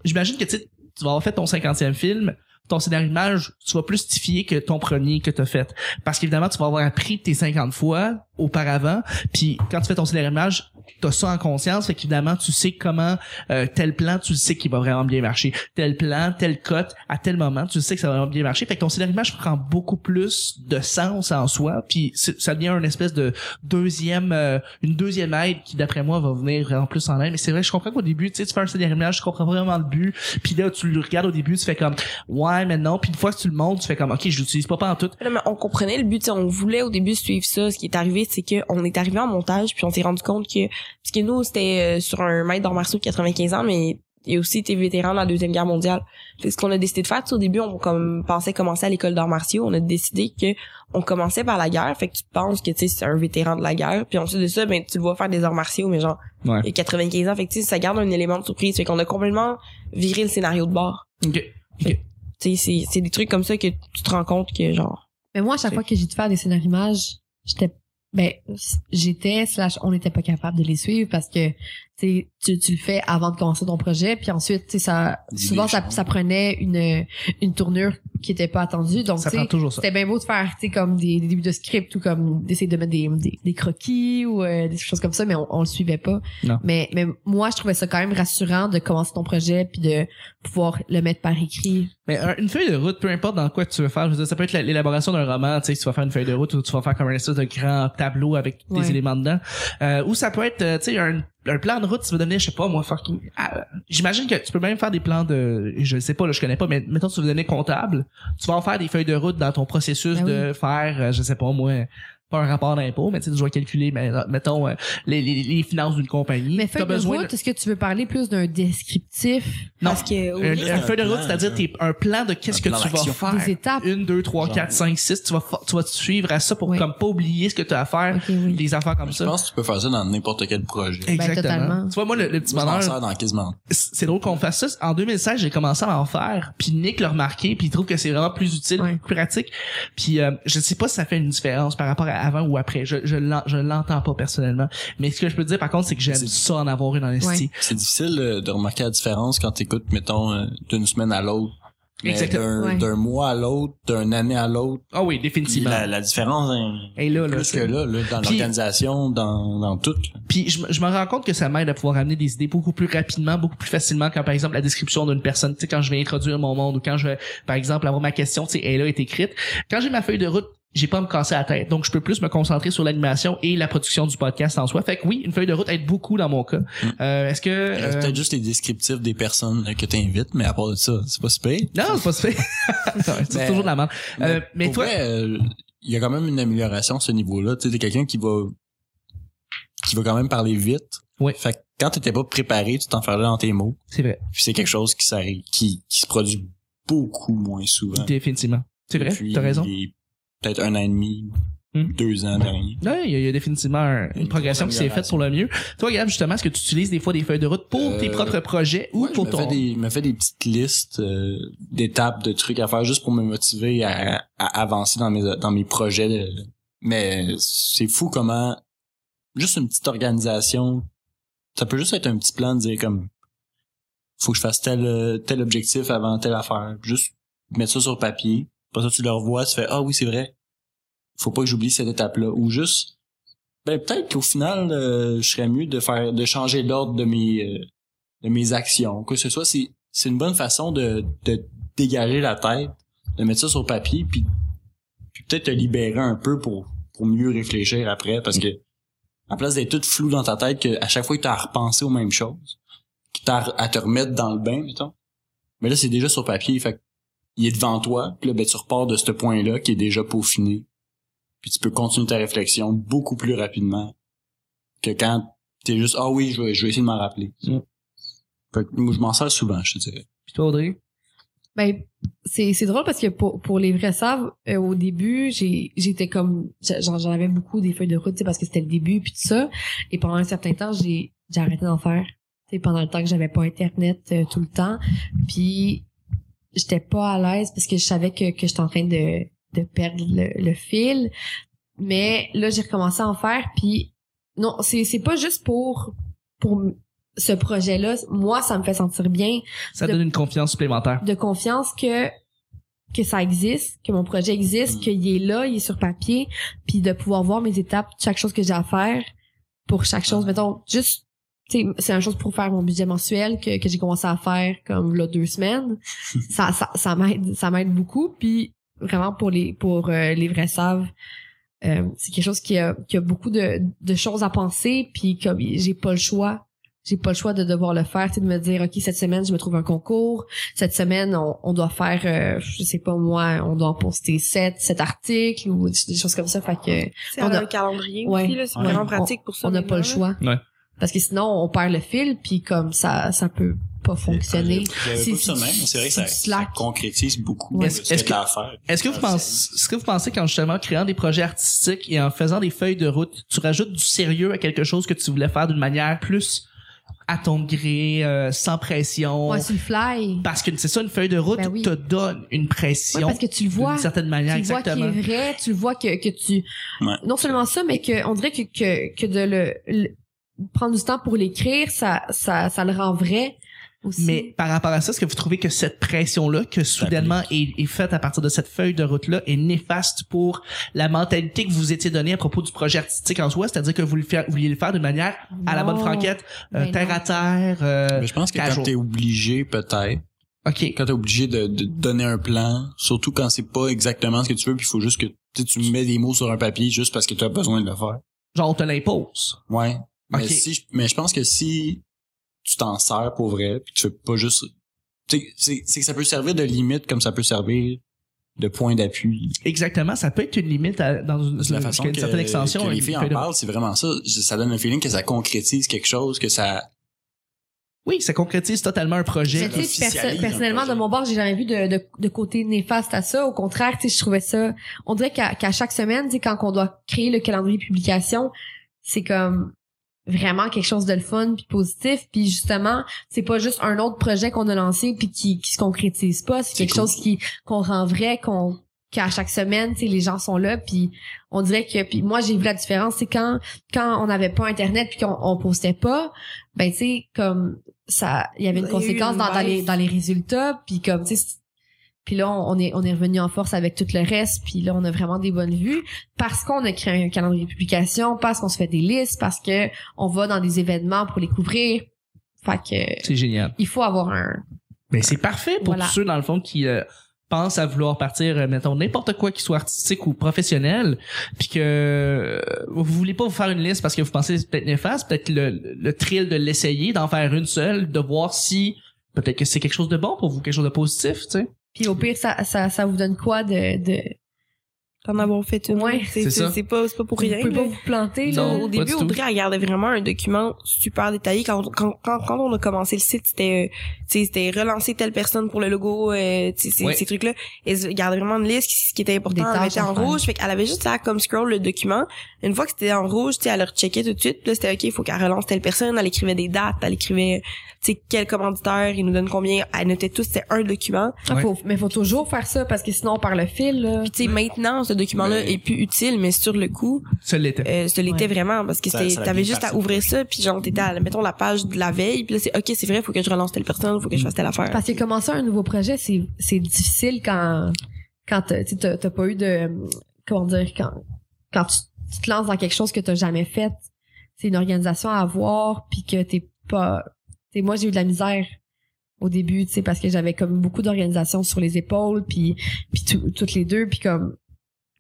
S2: j'imagine que tu sais, tu vas avoir fait ton 50e film, ton scénario d'image, tu vas plus tifier que ton premier que t'as fait. Parce qu'évidemment, tu vas avoir appris tes 50 fois auparavant. Puis quand tu fais ton scénario d'image, t'as ça en conscience. Fait qu'évidemment, tu sais comment euh, tel plan, tu le sais qu'il va vraiment bien marcher. Tel plan, telle cote, à tel moment, tu le sais que ça va vraiment bien marcher. Fait que ton scénario d'image prend beaucoup plus de sens en soi. Puis c'est- ça devient une espèce de deuxième euh, une deuxième aide qui d'après moi va venir en plus en aide mais c'est vrai je comprends qu'au début tu sais tu fais un scénario image, je comprends pas vraiment le but puis là tu le regardes au début tu fais comme ouais mais non puis une fois que tu le montres tu fais comme ok je l'utilise pas pas en tout
S5: Là, mais on comprenait le but, tu sais, on voulait au début suivre ça. Ce qui est arrivé, c'est que on est arrivé en montage, puis on s'est rendu compte que parce que nous c'était euh, sur un maître d'arts martiaux de 95 ans, mais il a aussi été vétéran de la deuxième guerre mondiale. Fait que ce qu'on a décidé de faire, tu sais, au début on comme pensait commencer à l'école d'arts martiaux, on a décidé que on commençait par la guerre. Fait que tu penses que tu sais c'est un vétéran de la guerre, puis ensuite de ça ben tu le vois faire des arts martiaux, mais genre
S2: Ouais.
S5: il a 95 ans. Fait que tu sais ça garde un élément de surprise. Fait qu'on a complètement viré le scénario de bord. Tu sais, c'est- c'est des trucs comme ça que tu te rends compte que genre
S1: Mais moi, à chaque
S5: C'est-
S1: fois que j'ai dû faire des scénarios images, j'étais, ben, j'étais, slash, on n'était pas capable de les suivre parce que, tu sais, tu, tu le fais avant de commencer ton projet, puis ensuite, tu sais, ça,
S4: Dis
S1: souvent,
S4: des
S1: ça,
S4: choses.
S1: ça prenait une, une tournure qui était pas attendue. Donc,
S2: ça
S1: tu
S2: prend
S1: sais,
S2: toujours ça
S1: c'était bien beau de faire, tu sais, comme des, des débuts de script ou comme d'essayer de mettre des, des, des croquis ou euh, des choses comme ça, mais on, on le suivait pas.
S2: Non.
S1: Mais, mais moi, je trouvais ça quand même rassurant de commencer ton projet puis de pouvoir le mettre par écrit.
S2: Mais un- une feuille de route, peu importe dans quoi tu veux faire, je veux dire, ça peut être la- l'élaboration d'un roman, tu sais, tu vas faire une feuille de route ou tu vas faire comme un espèce de grand tableau avec tous des
S1: Ouais.
S2: éléments dedans. Euh, ou ça peut être, euh, tu sais, un, un plan de route, tu vas donner, je sais pas, moi, fucking... ah, J'imagine que tu peux même faire des plans de... Je sais pas, là, je connais pas, mais mettons, tu veux donner comptable, tu vas en faire des feuilles de route dans ton processus
S1: Ben
S2: de faire, euh, je sais pas, moi pas un rapport d'impôt, mais tu sais, tu dois calculer, mais, mettons, euh, les, les, les finances d'une compagnie.
S1: Mais
S2: T'as
S1: feuille de
S2: besoin
S1: route, est-ce que tu veux parler plus d'un descriptif,
S2: Non.
S5: parce que
S2: Un, un feuille de route,
S4: plan,
S2: c'est-à-dire
S4: là.
S2: t'es- un plan de qu'est-ce
S4: Un
S2: que
S4: plan
S2: tu vas
S4: d'action.
S2: faire.
S1: des étapes?
S2: une, deux, trois,
S4: Genre.
S2: quatre, cinq, six. Tu vas, fa- tu vas te suivre à ça pour
S1: Oui.
S2: comme pas oublier ce que tu as à faire,
S1: Ok, oui. Ben,
S2: des affaires comme
S4: Je
S2: Oh, ça.
S4: pense que tu peux faire ça dans n'importe quel projet.
S1: totalement.
S2: tu vois, moi, le, le petit
S4: Moi, je m'en
S2: bonheur,
S4: sers dans quasiment
S2: c'est c'est drôle qu'on fasse ça. En 2016, j'ai commencé à en faire, puis Nick l'a remarqué, puis il trouve que c'est vraiment plus utile,
S1: Ouais.
S2: plus pratique. Puis euh, je sais pas si ça fait une différence par rapport à avant ou après. Je je l'en- je l'entends pas personnellement. Mais ce que je peux te dire, par contre, c'est que j'aime
S4: C'est-
S2: ça en avoir une en esti.
S4: C'est difficile euh, de remarquer la différence quand t'écoutes, mettons, euh, d'une semaine à l'autre. Mais
S2: Exactement.
S4: D'un
S1: Ouais.
S4: d'un mois à l'autre, d'une année à l'autre.
S2: Ah oui, définitivement.
S10: La, la différence, hein,
S2: Et là, là,
S4: Plus que
S2: c'est-
S4: là, là dans
S2: Puis-
S4: l'organisation, dans, dans tout. là.
S2: Puis je, me- je me rends compte que ça m'aide à pouvoir amener des idées beaucoup plus rapidement, beaucoup plus facilement quand par exemple la description d'une personne, tu sais quand je vais introduire mon monde ou quand je vais par exemple avoir ma question, tu sais elle a été écrite. Quand j'ai ma feuille de route, j'ai pas à me casser la tête. Donc je peux plus me concentrer sur l'animation et la production du podcast en soi. Fait que oui, une feuille de route aide beaucoup dans mon cas. Euh, est-ce que
S4: Il
S2: euh,
S4: reste Mm. Peut-être juste les descriptifs des personnes là, que t'invites, mais à part de ça, c'est pas super. <laughs>
S2: non, c'est pas ça. c'est
S4: Mais-
S2: toujours de la merde. Euh, mais
S4: Pour
S2: toi,
S4: vrai, euh, il y a quand même une amélioration à ce niveau-là. Tu sais, t'es quelqu'un qui va qui va quand même parler vite.
S2: Oui.
S4: Fait que quand t'étais pas préparé, tu t'enfermais dans tes mots.
S2: C'est vrai.
S4: Puis c'est quelque chose qui, s'arrive- qui, qui se produit beaucoup moins souvent.
S2: Définitivement. C'est vrai,
S4: Depuis
S2: t'as raison.
S4: les- Peut-être un an et demi,
S2: Hmm.
S4: deux ans dernier.
S2: Non, il y, a- il y a définitivement un- une
S4: Une
S2: progression qui s'est faite pour le mieux. Toi, Gab, justement, est-ce que tu utilises des fois des feuilles de route pour tes
S4: Euh,
S2: propres projets ou
S4: Ouais,
S2: pour
S4: je me
S2: ton...
S4: fais des, je me fais des petites listes euh, d'étapes, de trucs à faire juste pour me motiver à, à avancer dans mes dans mes projets. de- mais c'est fou comment juste une petite organisation, ça peut juste être un petit plan de dire comme faut que je fasse tel euh, tel objectif avant telle affaire, juste mettre ça sur papier. Après ça tu le revois, tu fais ah oui c'est vrai, faut pas que j'oublie cette étape là ou juste ben peut-être qu'au final euh, je serais mieux de faire de changer l'ordre de mes euh, de mes actions, que ce soit, c'est, c'est une bonne façon de, de dégager la tête, de mettre ça sur papier, puis, puis peut-être te libérer un peu pour, pour mieux réfléchir après, parce que à place d'être tout flou dans ta tête, que à chaque fois que tu as à repenser aux mêmes choses, que tu as à te remettre dans le bain, mettons, mais là, c'est déjà sur papier, fait que il est devant toi, puis là, ben, tu repars de ce point-là qui est déjà peaufiné, puis tu peux continuer ta réflexion beaucoup plus rapidement que quand t'es juste, ah oui, je vais, je vais essayer de m'en rappeler. Fait que moi, je m'en sers souvent, je te dirais.
S2: Puis toi, Audrey?
S1: Ben, c'est, c'est drôle parce que pour, pour les vrais savent, euh, au début, j'ai, j'étais comme, j'a- genre, j'en avais beaucoup des feuilles de route, tu sais, parce que c'était le début puis tout ça. Et pendant un certain temps, j'ai, j'ai arrêté d'en faire. Tu sais, pendant le temps que j'avais pas Internet euh, tout le temps. Puis, j'étais pas à l'aise parce que je savais que, que j'étais en train de, de perdre le, le fil. Mais là, j'ai recommencé à en faire puis non, c'est, c'est pas juste pour, pour ce projet-là. Moi, ça me fait sentir bien
S2: Ça
S1: De-
S2: donne une confiance supplémentaire.
S1: de confiance que que ça existe, que mon projet existe,
S4: Mm.
S1: qu'il est là, il est sur papier, puis de pouvoir voir mes étapes, chaque chose que j'ai à faire pour chaque chose. Mettons, juste, tu sais, c'est une chose pour faire mon budget mensuel que, que j'ai commencé à faire comme là deux semaines. ça, ça, ça m'aide, ça m'aide beaucoup. Puis vraiment pour les pour euh, les vrais savent, euh, c'est quelque chose qui a, qui a beaucoup de, de choses à penser. Puis comme j'ai pas le choix, j'ai pas le choix de devoir le faire, tu sais, de me dire ok cette semaine je me trouve un concours cette semaine, on, on doit faire, euh, je sais pas moi, on doit en poster sept, sept articles ou des choses comme ça. Fait que
S5: C'est
S1: On
S5: on
S1: a-
S5: a un calendrier
S1: Ouais.
S5: aussi, là, c'est
S1: Ouais.
S5: vraiment pratique pour ça.
S1: on n'a
S5: les
S1: pas le
S5: gens, là.
S1: choix.
S2: Ouais.
S1: Parce que sinon, on perd le fil, puis comme ça, ça peut pas fonctionner.
S10: J'avais
S1: Si-
S10: pas vu ça
S1: si-
S10: même, mais c'est vrai que
S1: si
S10: ça,
S1: tu
S10: ça
S1: slack.
S10: concrétise beaucoup
S1: Ouais.
S10: de ce
S2: Est-ce
S10: que
S2: que-
S10: t'as à faire.
S2: Est-ce que vous
S10: Ah,
S2: pensez, est-ce que vous pensez qu'en justement créant des projets artistiques et en faisant des feuilles de route, tu rajoutes du sérieux à quelque chose que tu voulais faire d'une manière plus à ton gré, euh, sans pression?
S1: Ouais, sur le fly.
S2: Parce que c'est ça, une feuille de route
S1: Ben oui.
S2: te donne une
S1: Ouais,
S2: pression
S1: parce que tu le vois.
S2: d'une certaine manière,
S1: Tu le vois qu'il
S2: exactement.
S1: est vrai, tu le vois que, que tu...
S4: Ouais.
S1: Non seulement ça, mais que on dirait que, que, que de le, le- prendre du temps pour l'écrire, ça, ça, ça le rend vrai aussi.
S2: Mais par rapport à ça, est-ce que vous trouvez que cette pression-là, que soudainement est, est faite à partir de cette feuille de route-là, est néfaste pour la mentalité que vous étiez donnée à propos du projet artistique en soi? C'est-à-dire que vous, le faire- vous vouliez le faire d'une manière à la
S1: Non.
S2: bonne franquette, euh,
S1: Ben
S2: terre
S1: non.
S2: à terre. euh,
S4: Mais je pense que
S2: casual.
S4: quand t'es obligé, peut-être,
S2: OK.
S4: quand t'es obligé de, de donner un plan, surtout quand c'est pas exactement ce que tu veux, puis il faut juste que tu sais, tu mets des mots sur un papier juste parce que tu as besoin de le faire.
S2: Genre, on te l'impose.
S4: Ouais. Mais
S2: Ok.
S4: si, je- mais je pense que si tu t'en sers pour vrai, puis tu fais pas juste, tu sais, c'est c'est que ça peut servir de limite comme ça peut servir de point d'appui.
S2: Exactement, ça peut être une limite à- dans une,
S4: C'est la façon
S2: une
S4: que,
S2: certaine extension.
S4: que les
S2: une
S4: filles
S2: feuille
S4: en
S2: de-
S4: parlent, c'est vraiment ça. Ça donne le feeling que ça concrétise quelque chose, que ça,
S2: Oui, ça concrétise totalement un projet.
S1: Mais tu sais, perso-
S10: officialise un
S1: personnellement, de
S10: projet.
S1: mon bord, j'ai jamais vu de, de, de côté néfaste à ça. Au contraire, tu sais, je trouvais ça. On dirait qu'à qu'à chaque semaine, tu sais, quand on doit créer le calendrier de publication, c'est comme vraiment quelque chose de le fun puis positif puis justement c'est pas juste un autre projet qu'on a lancé puis qui, qui se concrétise pas c'est
S4: C'est
S1: quelque
S4: cool.
S1: chose qui qu'on rend vrai qu'on qu'à chaque semaine tu sais les gens sont là puis on dirait que puis moi j'ai vu la différence c'est quand quand on n'avait pas internet puis qu'on on postait pas ben tu sais comme ça il y avait une
S5: Il y a eu
S1: conséquence
S5: une
S1: dans, dans les
S5: baisse.
S1: dans les résultats puis comme tu sais c'est- puis là on on est on est revenu en force avec tout le reste puis là on a vraiment des bonnes vues parce qu'on a créé un calendrier de publication parce qu'on se fait des listes parce que on va dans des événements pour les couvrir fait que
S2: C'est génial.
S1: il faut avoir un
S2: Mais c'est parfait pour
S1: Voilà.
S2: tous ceux, dans le fond, qui euh, pensent à vouloir partir, euh, mettons, n'importe quoi qui soit artistique ou professionnel, puis que euh, vous voulez pas vous faire une liste parce que vous pensez que c'est peut-être néfaste, peut-être le, le thrill de l'essayer, d'en faire une seule, de voir si peut-être que c'est quelque chose de bon pour vous, quelque chose de positif, tu sais.
S1: puis au pire ça ça, ça vous donne quoi de de
S5: d'en avoir fait une.
S1: Ouais.
S5: c'est
S2: C'est
S5: c'est-
S2: ça.
S5: c'est pas, c'est pas pour rien.
S1: Vous pouvez
S5: là.
S1: pas vous planter, là.
S2: Non,
S5: au
S2: pas du
S5: début,
S2: tout.
S5: Audrey, elle regardait vraiment un document super détaillé. Quand, quand, quand, quand on a commencé le site, c'était, euh, tu sais, c'était relancer telle personne pour le logo, euh, tu sais, ces-
S2: Ouais.
S5: ces trucs-là. Elle se gardait vraiment une liste, ce qui était important,
S1: Des
S5: elle
S1: tâches
S5: mettait
S1: à
S5: en
S1: faire.
S5: rouge. Fait qu'elle avait juste à comme scroll le document. Une fois que c'était en rouge, tu sais, elle le recheckait tout de suite. Puis là, c'était OK, il faut qu'elle relance telle personne. Elle écrivait des dates, elle écrivait, tu sais, quel commanditaire, il nous donne combien. Elle notait tout, c'était un document.
S1: Ah, faut- mais faut toujours faire ça parce que sinon on perd le fil. Là.
S5: Puis, tu sais, maintenant, ce document-là
S4: Mais-
S5: est plus utile, mais sur le coup,
S2: Ça l'était.
S5: euh, ça l'était vraiment parce que
S4: Ça-
S5: c'était
S4: ça l'a
S5: t'avais
S4: bien
S5: juste à
S4: passé.
S5: ouvrir ça puis genre t'étais à mettons la page de la veille puis là c'est ok c'est vrai faut que je relance telle personne faut que je fasse telle affaire
S1: Parce que commencer un nouveau projet, c'est c'est difficile quand quand t'as- tu sais, t'as t'as pas eu de comment dire quand quand tu, tu te lances dans quelque chose que t'as jamais fait. C'est une organisation à avoir puis que t'es pas. tu sais, moi j'ai eu de la misère au début, tu sais, parce que j'avais comme beaucoup d'organisations sur les épaules puis puis tout- toutes les deux puis comme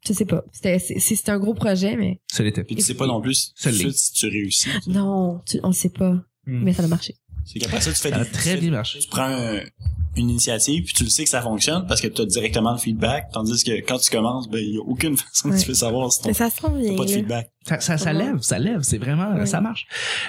S1: je sais pas. C'était c'est- c'était un gros projet mais
S2: Ça l'était.
S4: Puis tu sais pas non plus tout
S2: Ça
S4: de
S2: l'est.
S4: suite si tu réussis.
S1: non, tu, on sait pas. Mais ça a marché.
S4: C'est qu'après ça, tu fais
S2: Ça a
S4: des-
S2: très
S4: tu-
S2: bien marché.
S4: Tu prends un- une initiative, puis tu le sais que ça fonctionne parce que tu as directement le feedback, tandis que quand tu commences, ben, il n'y a aucune <laughs> façon que
S1: Ouais.
S4: tu peux savoir si t'as
S5: mais ça sent bien
S4: pas de
S5: là.
S4: feedback.
S2: Ça, ça, ça lève, ça lève. C'est vraiment,
S1: Ouais.
S2: ça marche.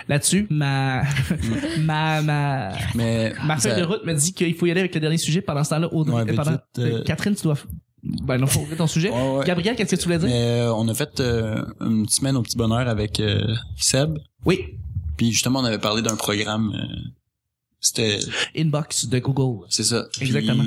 S2: Là-dessus, ma, <laughs> ma, ma,
S4: Mais,
S2: ma feuille de route me dit qu'il faut y aller avec le dernier sujet. Pendant ce temps-là, Audrey,
S4: Ouais,
S2: euh,
S4: vite,
S2: pendant-
S4: vite, euh,
S2: Catherine, tu dois, ben non, faut ouvrir ton sujet.
S4: Ouais, ouais.
S2: Gabriel, qu'est-ce que tu voulais dire?
S4: Mais, euh, on a fait euh, une semaine au petit bonheur avec euh, Seb,
S2: Oui,
S4: puis justement, on avait parlé d'un programme. euh, c'était
S2: inbox de Google.
S4: c'est ça Puis,
S2: Exactement.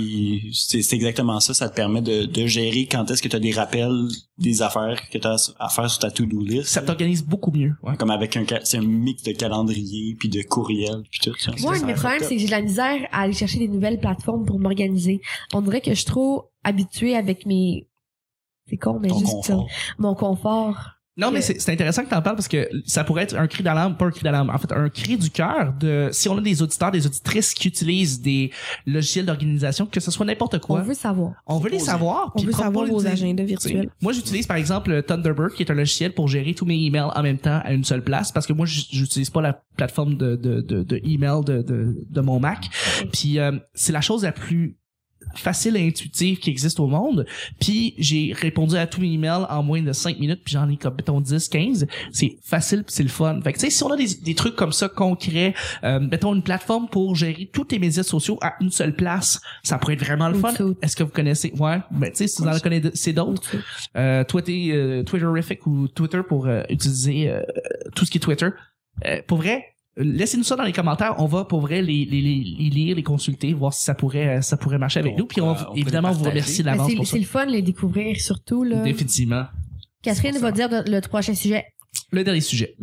S4: c'est c'est exactement ça ça te permet de, de gérer quand est-ce que tu as des rappels des affaires que tu as à faire sur ta to-do list
S2: Ça t'organise beaucoup mieux. Ouais.
S4: comme avec un ca- c'est un mix de calendrier puis de courriel puis tout ça.
S1: Moi, un de mes problèmes, c'est que j'ai de la misère à aller chercher des nouvelles plateformes pour m'organiser. On dirait que je suis trop habituée avec mes... C'est con, mais
S4: Ton
S1: juste
S4: confort.
S1: comme mon confort.
S2: Non, mais
S1: Euh,
S2: c'est c'est intéressant que t'en parles parce que ça pourrait être un cri d'alarme, pas un cri d'alarme. En fait, un cri du cœur de si on a des auditeurs, des auditrices qui utilisent des logiciels d'organisation, que ce soit n'importe quoi.
S1: On veut savoir.
S2: On veut les savoir.
S5: on
S2: puis
S5: veut savoir
S2: proposer-
S5: vos agendas
S2: T'sais,
S5: virtuels
S2: Moi, j'utilise par exemple Thunderbird, qui est un logiciel pour gérer tous mes emails en même temps à une seule place, parce que moi, j- j'utilise pas la plateforme de, de, de, de email de, de, de mon Mac. Puis euh, c'est la chose la plus facile et intuitive qui existe au monde. Puis j'ai répondu à tous mes emails en moins de 5 minutes, puis j'en ai comme mettons 10, 15. C'est facile, puis c'est le fun. Fait que tu sais, si on a des, des trucs comme ça concrets, euh, mettons une plateforme pour gérer tous tes médias sociaux à une seule place, ça pourrait être vraiment le
S1: Une
S2: fun.
S1: seule.
S2: Est-ce que vous connaissez Ouais, ben tu sais, si vous en connaissez d'autres, euh, Twitter, euh, Twitterific ou Twitter pour euh, utiliser euh, tout ce qui est Twitter. Euh, pour vrai, euh, laissez-nous ça dans les commentaires. On va pour vrai les, les, les- les lire, les consulter, voir si ça pourrait euh, ça pourrait marcher avec
S4: On
S2: nous. Puis on,
S4: pourra- on peut
S2: évidemment
S4: les
S2: vous
S4: partager.
S2: remercie
S1: Mais
S2: d'avance
S1: Ben, c'est
S2: pour ça.
S1: c'est le fun de les découvrir, surtout. Là.
S2: Définitivement.
S1: Catherine va dire de- le prochain sujet.
S2: Le dernier sujet.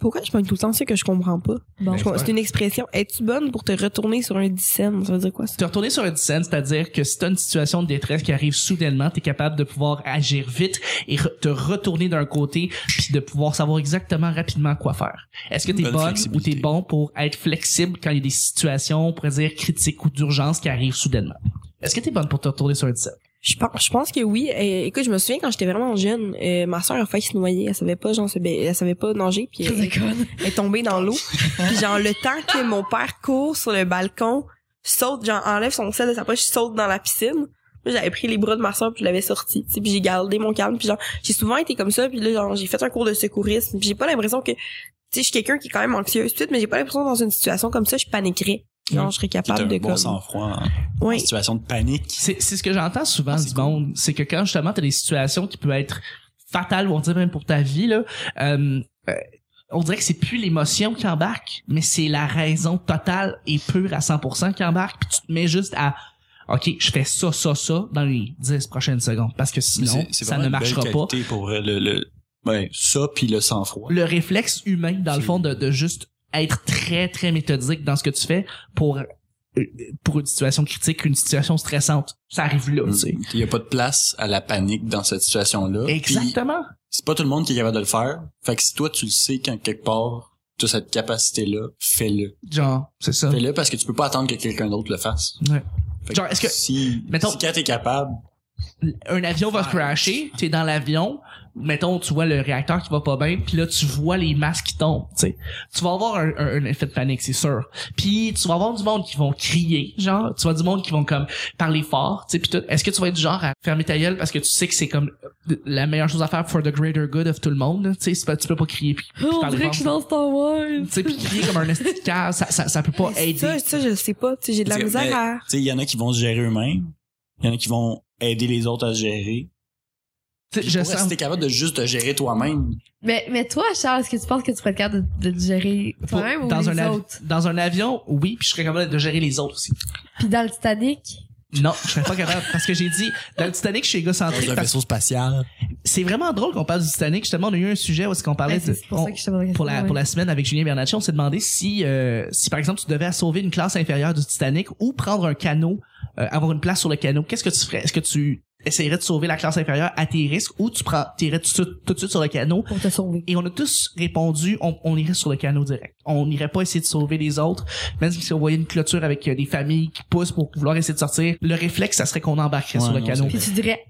S5: pourquoi je pogne tout le temps ça que je comprends pas
S1: Bon.
S2: Ben,
S5: Je- c'est une expression es-tu bonne pour te retourner sur un dixième ça veut dire quoi ça
S2: Te retourner sur un scène, c'est-à-dire que si t'as une situation de détresse qui arrive soudainement, t'es capable de pouvoir agir vite et re- te retourner d'un côté puis de pouvoir savoir exactement rapidement quoi faire. Est-ce que t'es
S4: Bonne
S2: bonne ou
S4: flexibilité.
S2: t'es bon pour être flexible quand il y a des situations, on pourrait dire critiques ou d'urgence qui arrivent soudainement? Est-ce que t'es bonne pour te retourner sur un scène?
S5: je pense je pense que oui Euh, écoute je me souviens quand j'étais vraiment jeune euh, ma soeur a failli se noyer elle savait pas genre se ba- elle savait pas nager puis elle- elle est tombée dans l'eau. Puis genre le temps que mon père court sur le balcon, saute, genre enlève son sel de sa poche, saute dans la piscine. Moi, j'avais pris les bras de ma soeur puis je l'avais sorti. tu sais, Puis j'ai gardé mon calme. Puis genre, j'ai souvent été comme ça. Puis là, genre, j'ai fait un cours de secourisme. Puis j'ai pas l'impression que... Tu sais, je suis quelqu'un qui est quand même anxieux tout de suite, mais j'ai pas l'impression que dans une situation comme ça, je paniquerais. Genre, je serais
S4: T'as
S5: capable
S4: Mmh. un
S5: de
S4: bon
S5: comme...
S4: sang-froid en- en
S5: Ouais.
S4: situation de panique.
S2: C'est c'est ce que j'entends souvent
S4: Ah,
S2: du
S4: c'est cool.
S2: monde, c'est que quand justement t'as des situations qui peuvent être fatales, ou on dirait même pour ta vie là, euh, euh, on dirait que c'est plus l'émotion qui embarque, mais c'est la raison totale et pure à 100% qui embarque, puis tu te mets juste à OK, je fais ça ça ça dans les 10 prochaines secondes parce que sinon
S4: C'est- c'est
S2: ça
S4: vraiment
S2: ne
S4: une belle
S2: marchera pas.
S4: qualité Pour vrai, le, le- ouais, ça puis le sang-froid.
S2: Le réflexe humain dans le
S4: C'est-
S2: fond de, de juste être très très méthodique dans ce que tu fais pour euh, pour une situation critique, une situation stressante, ça arrive là, tu sais.
S4: Il n'y a pas de place à la panique dans cette situation-là. Puis,
S2: Exactement.
S4: C'est pas tout le monde qui est capable de le faire. Fait que si toi, tu le sais quand quelque part, tu as cette capacité-là, fais-le.
S2: Genre, c'est ça.
S4: Fais-le parce que tu peux pas attendre que quelqu'un d'autre le fasse.
S2: Ouais.
S4: Fait
S2: Genre, est-ce que-
S4: Si,
S2: mettons-
S4: si quand t'es capable,
S2: un avion va crasher, t'es dans l'avion, mettons, tu vois le réacteur qui va pas bien, puis là, tu vois les masques qui tombent, tu sais. Tu vas avoir un, un- un effet de panique, c'est sûr. Puis tu vas avoir du monde qui vont crier, genre, tu vas du monde qui vont comme parler fort, tu sais, puis tout. Est-ce que tu vas être du genre à fermer ta gueule parce que tu sais que c'est comme la meilleure chose à faire for the greater good of tout le monde, là, tu sais, c'est pas- tu peux pas crier puis, puis
S1: On
S2: parler
S1: dirait
S2: fort.
S1: que je suis dans Star Wars.
S2: Tu sais, puis crier comme un esti de cave, ça, ça, ça peut pas
S5: Mais
S2: aider.
S5: Ça, ça, je le sais pas. Tu sais, j'ai de la
S4: Mais-
S5: misère à...
S4: Tu sais, il y en a qui vont se gérer eux-mêmes. Il y en a qui vont aider les autres à se gérer.
S2: Tu sais, je
S4: Pour
S2: sens-
S4: si t'es capable de juste te gérer toi-même,
S1: Mais, mais toi, Charles, est-ce que tu penses que tu serais capable de, de te gérer
S2: Pour-
S1: toi-même ou
S2: dans,
S1: les
S2: un avi-
S1: autres?
S2: dans un avion, oui, puis je serais capable de gérer les autres aussi.
S1: Puis dans le Titanic?
S2: Non, je serais pas capable parce que j'ai dit dans le Titanic, je suis égocentrique.
S4: dans un
S2: parce que
S4: vaisseau spatial.
S2: C'est vraiment drôle qu'on parle du Titanic. Justement, on a eu un sujet où est-ce qu'on parlait
S1: Ouais,
S2: de
S1: Ben, c'est pour
S2: Ah, on-
S1: ça que je te pose la
S2: pour la
S1: question,
S2: pour
S1: ouais.
S2: la semaine avec Julien Bernatchez, on s'est demandé si euh, si par exemple tu devais sauver une classe inférieure du Titanic ou prendre un canot, euh, avoir une place sur le canot. Qu'est-ce que tu ferais Est-ce que tu essayerais de sauver la classe inférieure à tes risques ou tu prends t'irais tout, de suite- tout de suite sur le canot
S1: Pour te sauver.
S2: et on a tous répondu on, on irait sur le canot direct. On n'irait pas essayer de sauver les autres, même si on voyait une clôture avec euh, des familles qui poussent pour vouloir essayer de sortir. Le réflexe, ça serait qu'on embarquerait
S4: Ouais,
S2: sur le
S4: non,
S2: canot.
S1: Puis tu dirais,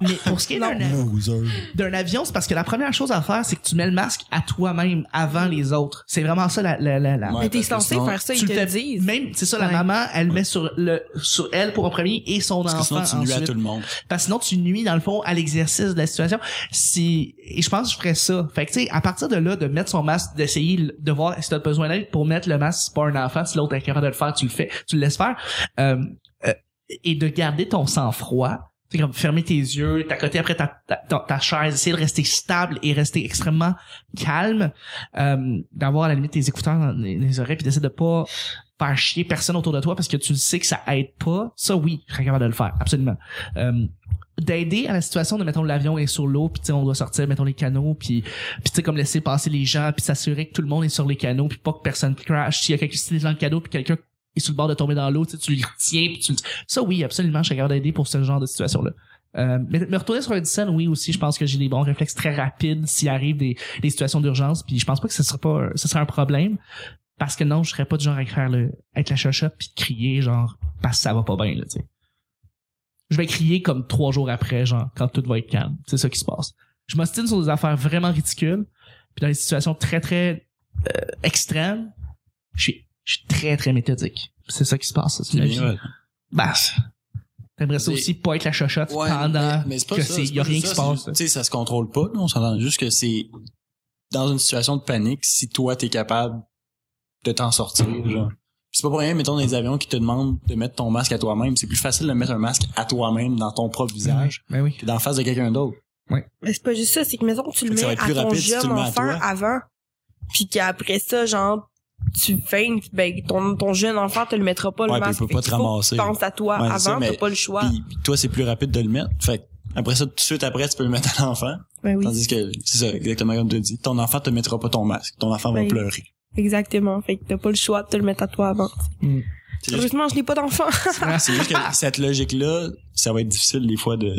S2: Mais pour ce qui est d'un
S4: Loser.
S2: d'un avion, c'est parce que la première chose à faire, c'est que tu mets le masque à toi-même avant les autres. C'est vraiment ça la la la. la-
S4: Ouais,
S5: Mais t'es
S4: parce que
S5: censé
S4: sinon-
S5: faire ça,
S2: Tu
S5: ils
S2: le
S5: te le
S2: fais-
S5: disent.
S2: Même, c'est ça, la
S1: Ouais.
S2: maman, elle met sur le sur elle pour en premier et son
S4: Parce que sinon,
S2: enfant
S4: tu nuis à
S2: ensuite.
S4: tout le monde.
S2: Parce que sinon, tu nuis dans le fond à l'exercice de la situation. Si et je pense que je ferais ça. Fait que tu sais, à partir de là, de mettre son masque, d'essayer l- de voir si t'as besoin d'aide pour mettre le masque. Si c'est pas un enfant, si l'autre est capable de le faire, tu le fais, tu le laisses faire. Euh, euh, et de garder ton sang-froid. C'est comme fermer tes yeux, t'accoter après ta, ta, ta, ta chaise, essayer de rester stable et rester extrêmement calme, euh, d'avoir à la limite tes écouteurs dans les, les oreilles, puis d'essayer de pas faire chier personne autour de toi parce que tu le sais que ça aide pas. Ça, oui, je serais capable de le faire, absolument. Euh, d'aider à la situation de mettons l'avion est sur l'eau puis tu sais, on doit sortir mettons les canaux puis puis tu sais comme laisser passer les gens puis s'assurer que tout le monde est sur les canaux puis pas que personne crash s'il y a quelqu'un qui est dans le canot puis quelqu'un est sur le bord de tomber dans l'eau tu sais, tu le retiens puis tu le- ça oui absolument je suis capable d'aider pour ce genre de situation là euh, mais me retourner sur Edison oui aussi je pense que j'ai des bons réflexes très rapides s'il arrive des, des situations d'urgence puis je pense pas que ce serait pas ce serait un problème parce que non je serais pas du genre à faire le être la chochotte puis de crier genre parce que ça va pas bien là tu sais je vais crier comme trois jours après, genre, quand tout va être calme. C'est ça qui se passe. Je m'ostine sur des affaires vraiment ridicules, puis dans des situations très, très euh, extrêmes, je suis, je suis très, très méthodique. C'est ça qui se passe. ça, C'est
S4: C'est
S2: la
S4: bien,
S2: vie.
S4: ouais.
S2: Bah, t'aimerais ça
S4: Mais-
S2: aussi pas être la chochotte
S4: Ouais,
S2: pendant Ben
S4: mais- mais c'est pas
S2: que
S4: ça,
S2: c'est,
S4: c'est
S2: y a
S4: pas
S2: rien
S4: ça,
S2: qui se
S4: c'est
S2: passe.
S4: juste- Tu sais, ça se contrôle pas, nous, on s'entend juste que c'est dans une situation de panique, si toi t'es capable de t'en sortir, genre. Puis C'est pas pour rien, mettons, dans les avions qui te demandent de mettre ton masque à toi-même. C'est plus facile de mettre un masque à toi-même dans ton propre visage
S2: Ben oui.
S4: que dans la face de quelqu'un d'autre.
S5: Mais Ben, c'est pas juste ça, c'est que maison tu le
S4: Fait que
S5: mets
S4: ça
S5: à
S4: va être plus
S5: ton
S4: rapide si tu
S5: jeune
S4: le mets à
S5: enfant
S4: toi.
S5: avant, puis qu'après ça, genre, tu feintes, ben ton, ton jeune enfant te le mettra pas le
S4: Ouais, puis il
S5: masque.
S4: peut
S5: Fait
S4: pas
S5: qu'il
S4: te
S5: faut que
S4: ramasser.
S5: Tu penses à toi
S4: Ouais, c'est ça,
S5: avant, t'as
S4: mais-
S5: pas le choix.
S4: Puis puis toi, c'est plus rapide de le mettre. Fait que après ça, tout de suite après, tu peux le mettre à l'enfant.
S5: Ben oui.
S4: Tandis que, c'est ça, exactement comme tu dis, ton enfant te mettra pas ton masque. Ton enfant
S5: Ben,
S4: va pleurer.
S5: Exactement. Fait que t'as pas le choix de te le mettre à toi avant.
S4: C'est juste-
S5: Heureusement, je n'ai pas d'enfant.
S4: <laughs> c'est juste que cette logique-là, ça va être difficile des fois de,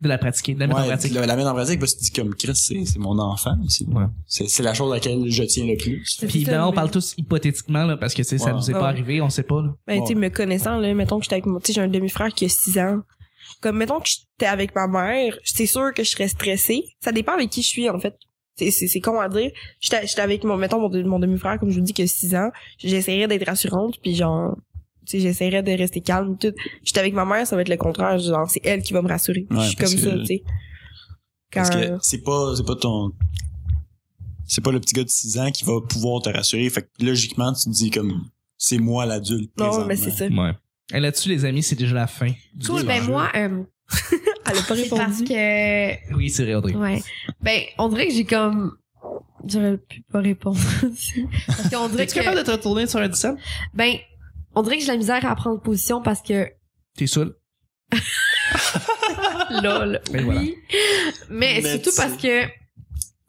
S2: De la pratiquer, de la mettre en
S4: Ouais,
S2: pratique.
S4: tu la, la mettre en pratique parce que tu dis comme Chris, c'est c'est mon enfant aussi.
S2: Ouais.
S4: C'est c'est la chose à laquelle je tiens le plus.
S2: Puis évidemment, on parle tous hypothétiquement, là, parce que tu sais, ça
S4: Ouais.
S2: nous est
S5: Ouais.
S2: pas arrivé, on sait pas, là.
S5: Ben, tu sais, me connaissant, là, mettons que j'étais avec mon, tu sais, j'ai un demi-frère qui a 6 ans. Comme, mettons que j'étais avec ma mère, c'est sûr que je serais stressée. Ça dépend avec qui je suis, en fait. C'est, c'est, c'est con à dire. J'étais, j'étais avec mon, mettons, mon, de- mon demi-frère, comme je vous dis, qui a 6 ans. J'essaierais d'être rassurante, puis genre, tu sais, j'essaierais de rester calme, tout. J'étais avec ma mère, ça va être le contraire. Genre, c'est elle qui va me rassurer.
S4: Ouais,
S5: je suis comme
S4: parce
S5: ça,
S4: que-
S5: tu sais.
S4: Parce que
S5: Quand- euh,
S4: c'est pas, c'est pas ton, c'est pas le petit gars de 6 ans qui va pouvoir te rassurer. Fait que logiquement, tu te dis comme, c'est moi l'adulte.
S5: Non, mais
S4: présentement.
S5: c'est ça.
S2: Ouais. Et là-dessus, les amis, c'est déjà la fin. du
S1: cool, ben
S2: jeu.
S1: moi, euh,
S5: Elle a pas
S1: c'est parce
S5: répondu.
S1: que
S2: Oui, c'est vrai, Audrey.
S1: Ouais. Ben, on dirait que j'ai comme. J'aurais pu pas répondre <laughs> aussi. Parce qu'on dirait
S2: Es-tu
S1: que.
S2: capable de te retourner sur Edison?
S1: Ben, on dirait que j'ai la misère à prendre position parce
S4: <laughs>
S1: que.
S2: T'es saoul?
S1: Lol.
S2: Ben voilà.
S1: Oui. Mais,
S4: Mais
S1: surtout
S4: tu-
S1: parce que.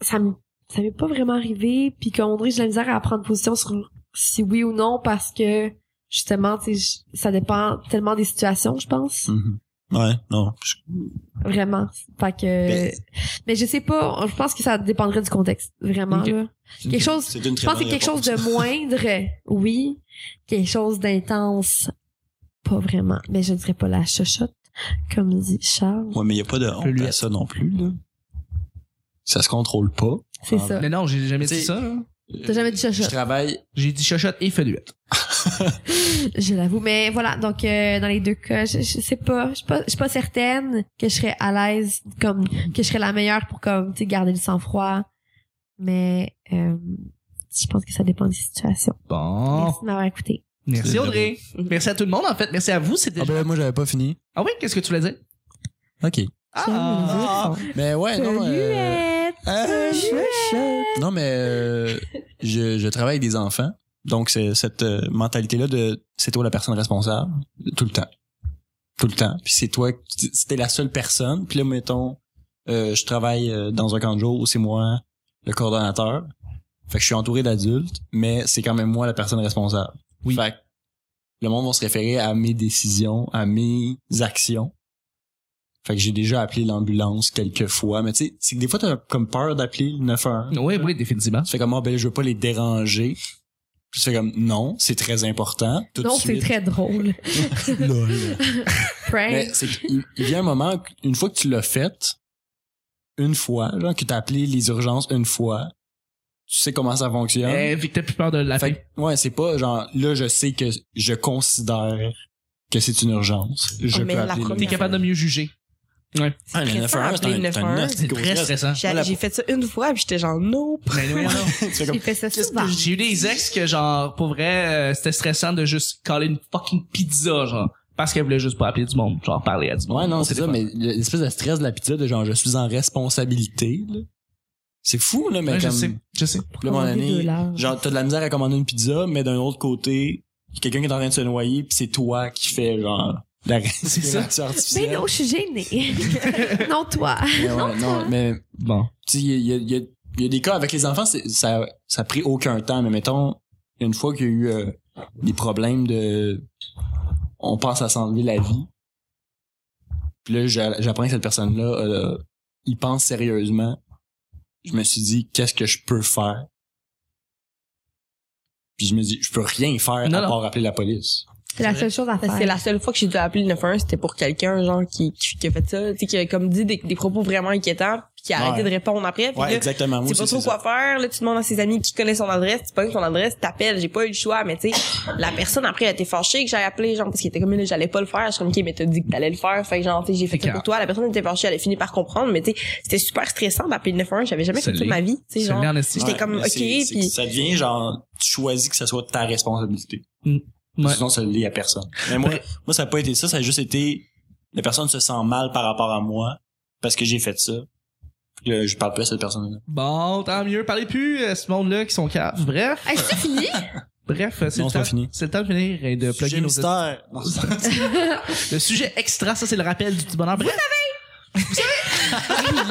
S1: Ça me. Ça m'est pas vraiment arrivé. Puis qu'on dirait que j'ai la misère à prendre position sur si oui ou non parce que. Justement, tu sais, je- ça dépend tellement des situations, je pense.
S4: Mhm. Ouais, non. Je-
S1: Vraiment. Fait que.
S4: Ben-
S1: mais je sais pas. Je pense que ça dépendrait du contexte. Vraiment,
S2: Ok.
S1: là. Quelque chose
S4: C'est une
S1: Je
S4: très
S1: pense que
S4: bonne
S1: c'est quelque chose
S4: réponse.
S1: de moindre, oui. Quelque chose d'intense, pas vraiment. Mais je ne dirais pas la chochotte.
S5: comme dit Charles.
S4: Ouais, mais il n'y a pas de honte à
S2: Fluette.
S4: ça non plus, là. Ça se contrôle pas.
S1: C'est
S4: Ah,
S1: ça.
S2: Mais non, j'ai jamais
S4: T'sais-
S2: dit ça. là.
S1: T'as jamais dit
S4: Je
S1: chacha.
S4: travaille.
S2: J'ai dit chochotte et feluette.
S1: Je l'avoue. Mais voilà, donc euh, dans les deux cas, je, je sais pas. Je suis pas, je suis pas certaine que je serais à l'aise, comme que je serais la meilleure pour comme tu sais, garder le sang-froid. Mais euh, je pense que ça dépend des situations.
S2: Bon.
S1: Merci de m'avoir écouté.
S2: Merci Audrey. Merci à tout le monde en fait. Merci à vous. C'était.
S4: Ah, ben, moi, j'avais pas fini.
S2: Ah oui, qu'est-ce que tu voulais dire?
S4: OK.
S2: Ah.
S4: Mais Ben ouais, non. euh,
S1: Salut,
S4: euh, Non, mais euh, je, je travaille avec des enfants. Donc, c'est cette euh, mentalité-là de c'est toi la personne responsable, tout le temps. Tout le temps. Puis c'est toi, qui- c'était la seule personne. Puis là, mettons, euh, je travaille euh, dans un camp de jour où c'est moi le coordonnateur. Fait que je suis entouré d'adultes, mais c'est quand même moi la personne responsable.
S2: Oui.
S4: Fait que le monde va se référer à mes décisions, à mes actions. Fait que j'ai déjà appelé l'ambulance quelques fois. Mais tu sais, c'est que des fois, t'as comme peur d'appeler le 911.
S2: Oui, oui, définitivement.
S4: Tu fais comme, ah, ben, je veux pas les déranger. Puis tu fais comme, non, c'est très important. Tout de
S1: Non, c'est
S4: suite.
S1: très drôle. <laughs>
S4: Lol.
S1: Prank.
S4: Mais c'est qu'il il vient un moment, une fois que tu l'as fait, une fois, là, que t'as appelé les urgences une fois, tu sais comment ça fonctionne.
S2: Eh, Vu que t'as plus peur de la fin.
S4: Fait que, ouais, c'est pas genre, là, je sais que je considère que c'est une urgence. Je
S5: mais
S4: peux
S5: la
S4: appeler le-
S2: T'es
S5: première-
S2: capable de mieux juger. Ouais.
S4: Ah, le
S5: stressant
S4: 911,
S5: d'appeler le
S4: t'as un- t'as un
S5: 911.
S2: C'est
S4: gros
S2: très
S4: stress.
S2: stressant.
S5: J'ai j'ai fait ça une fois, puis j'étais genre, nope.
S2: Mais non, Ben non.
S4: <laughs> Tu fais comme,
S1: J'ai fait ça
S4: Qu'est-ce
S1: souvent.
S2: J'ai eu des ex que genre pour vrai euh, c'était stressant de juste coller une fucking pizza genre parce qu'elle voulait juste pas appeler du monde, genre parler à du monde.
S4: Ouais,
S2: au
S4: non, c'est ça,
S2: téléphone.
S4: mais l'espèce de stress de la pizza de genre, je suis en responsabilité, là. C'est fou, là, mais
S2: Ouais, je
S4: comme,
S2: sais, je sais.
S4: là, mon
S1: Commander deux
S4: année,
S1: larges.
S4: genre, t'as de la misère à commander une pizza, mais d'un autre côté, quelqu'un qui est en train de se noyer, pis c'est toi qui fais, genre, la respiration
S1: Mais
S4: artificielle.
S1: non, je suis
S2: <laughs>
S1: gênée. non, toi.
S4: Mais ouais, non, mais,
S2: Bon.
S4: tu sais, il y a, il y a- il y a des cas avec les enfants, c'est- ça, ça a pris aucun temps, mais mettons, une fois qu'il y a eu euh, des problèmes de, on pense à s'enlever la vie. Puis là, j'a- j'apprends que cette personne-là, euh, il pense sérieusement. Je me suis dit, qu'est-ce que je peux faire? Puis je me dis, je peux rien faire
S2: Non,
S4: à
S2: non.
S4: part appeler la police.
S1: C'est la seule chose à faire.
S5: C'est la seule fois que j'ai dû appeler le 911, c'était pour quelqu'un genre qui, qui, qui a fait ça, tu sais, qui a comme dit des, des propos vraiment inquiétants, puis qui a arrêté
S4: Ouais.
S5: de répondre après. Puis
S4: Ouais,
S5: là,
S4: exactement. Moi
S5: tu sais pas
S4: aussi,
S5: trop
S4: c'est
S5: quoi
S4: ça.
S5: faire, là, tu demandes à ses amis qui connaissent son adresse, tu pognes son adresse, t'appelles, j'ai pas eu le choix, mais tu sais, la personne après, elle était fâchée que j'avais appelé, genre, parce qu'il était comme, là, j'allais pas le faire, je suis comme, ok, mais t'as dit que t'allais le faire, fait que genre, tu sais, j'ai fait
S2: C'est
S5: ça pour
S2: clair.
S5: toi, la personne était fâchée, elle a fini par comprendre, mais tu sais, c'était super stressant d'appeler le 911, j'avais jamais
S2: Ça
S5: fait ça de
S2: l'est.
S5: ma vie, tu sais,
S2: C'est
S5: genre,
S2: en esti.
S5: j'étais
S4: Ouais,
S5: comme,
S4: mais
S5: ok,
S4: c'est- c'est que
S5: puis-
S4: Ça devient genre, tu choisis que ça soit ta responsabilité.
S2: Ouais. Ben-
S4: Sinon, ça le lie à personne. Mais moi, moi, ça n'a pas été ça. Ça a juste été, la personne se sent mal par rapport à moi parce que j'ai fait ça. Puis là, je parle plus à cette personne-là.
S2: Bon, tant mieux. Parlez plus à ce monde-là qui sont caves. Bref,
S1: Hey, c'est fini?
S2: bref, euh, c'est
S4: Non,
S2: le
S4: c'est
S2: temps.
S4: pas fini.
S2: C'est le temps de finir et de plugger nos
S4: mystère. <laughs>
S2: Le sujet extra, ça c'est le rappel du petit bonheur. Bref,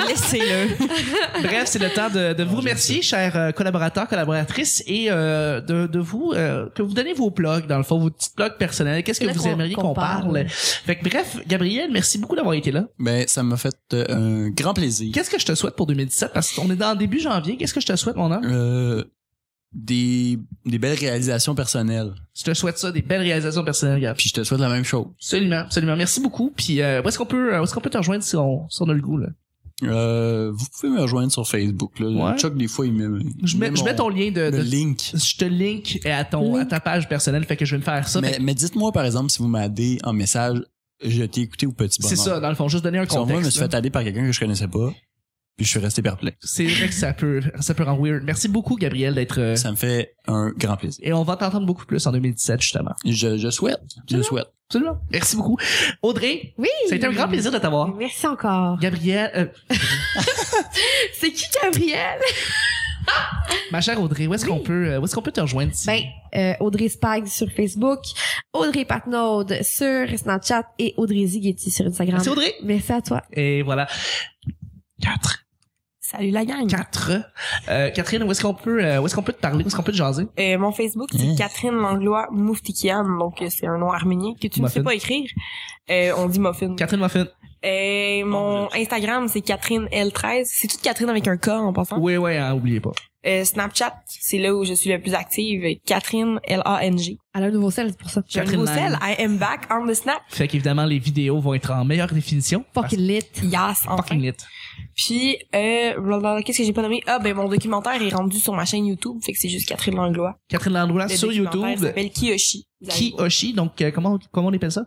S5: laissez-le.
S2: bref, c'est le temps de, de vous remercier, chers euh, collaborateurs, collaboratrices, et euh, de, de vous euh, que vous donnez vos blogs, dans le fond, vos petits blogs personnels. Qu'est-ce que
S1: Là
S2: vous
S1: qu'on-
S2: aimeriez
S1: qu'on
S2: qu'on parle?
S1: parle.
S2: Fait que bref, Gabriel, merci beaucoup d'avoir été là.
S4: Mais Ben, ça m'a fait euh, un grand plaisir.
S2: Qu'est-ce que je te souhaite pour 2017? Parce qu'on est dans début janvier. Qu'est-ce que je te souhaite, mon homme?
S4: Euh, des, des belles réalisations personnelles.
S2: Je te souhaite ça, des belles réalisations personnelles, Gab.
S4: Puis je te souhaite la même chose.
S2: Absolument, absolument. Merci beaucoup. Puis euh, où est-ce qu'on peut, où est-ce qu'on peut te rejoindre si on, si on a le goût là?
S4: Euh, vous pouvez me rejoindre sur Facebook. Là.
S2: Ouais.
S4: Chuck, des fois, il me...
S2: Je mets, je mets ton lien de,
S4: le
S2: de-
S4: link.
S2: je te link à ton, à ta page personnelle, fait que je vais me faire ça.
S4: Mais,
S2: Fait que
S4: mais dites-moi, par exemple, si vous m'aidez en message, je t'ai écouté au petit bonheur.
S2: c'est ça, dans le fond, juste donner un
S4: Sur
S2: contexte.
S4: moi, je me suis
S2: là.
S4: fait aller par quelqu'un que je connaissais pas, puis je suis resté perplexe.
S2: C'est vrai que ça peut, ça peut rendre weird. Merci beaucoup, Gabriel, d'être. euh,
S4: Ça me fait un grand plaisir.
S2: et on va t'entendre beaucoup plus en 2017, justement.
S4: Je, je souhaite, je souhaite.
S2: Absolument. Merci beaucoup. Audrey,
S1: Oui.
S2: ça a été un grand plaisir de t'avoir.
S1: Merci
S2: <laughs>
S1: encore.
S2: Gabriel, euh,
S1: C'est qui Gabriel?
S2: ma chère Audrey, où est-ce qu'on peut, euh, où est-ce qu'on peut te rejoindre? si-
S1: Ben, euh, Audrey Spag sur Facebook, Audrey Patnaud sur Snapchat et Audrey Zighetti sur Instagram.
S2: Merci Audrey.
S1: Merci à toi.
S2: Et voilà. Quatre.
S5: Salut la gang.
S2: Quatre. Euh, Catherine, où est-ce qu'on peut, euh, où est-ce qu'on peut te parler, où est-ce qu'on peut te jaser?
S5: Euh, mon Facebook, c'est
S4: Hein.
S5: Catherine Langlois Mouftikian, donc euh, c'est un nom arménien que tu ne sais
S2: Muffin.
S5: pas écrire. Euh, on dit muffin.
S2: Catherine Muffin.
S5: Euh, mon Instagram, c'est Catherine L13. C'est toute Catherine avec un K en passant.
S2: Oui, oui, hein, oubliez pas.
S5: Euh, Snapchat, c'est là où je suis la plus active. Catherine L-A-N-G.
S1: Elle a un nouveau sel, c'est pour ça.
S5: J'ai un
S2: Catherine
S5: nouveau
S2: Lang.
S5: sel. I am back on the snap.
S2: Fait qu'évidemment, les vidéos vont être en meilleure définition.
S1: Fucking lit.
S5: Yes,
S2: Parce-
S5: enfin.
S2: Fucking lit.
S5: Puis, euh, blablabla, qu'est-ce que j'ai pas nommé? Ah, ben, mon documentaire est rendu sur ma chaîne YouTube. Fait que c'est juste Catherine Langlois.
S2: Catherine Landouin
S5: Le
S2: sur
S5: documentaire
S2: YouTube.
S5: s'appelle Kiyoshi. Vous allez voir.
S2: Kiyoshi, donc euh, comment, comment on appelle ça?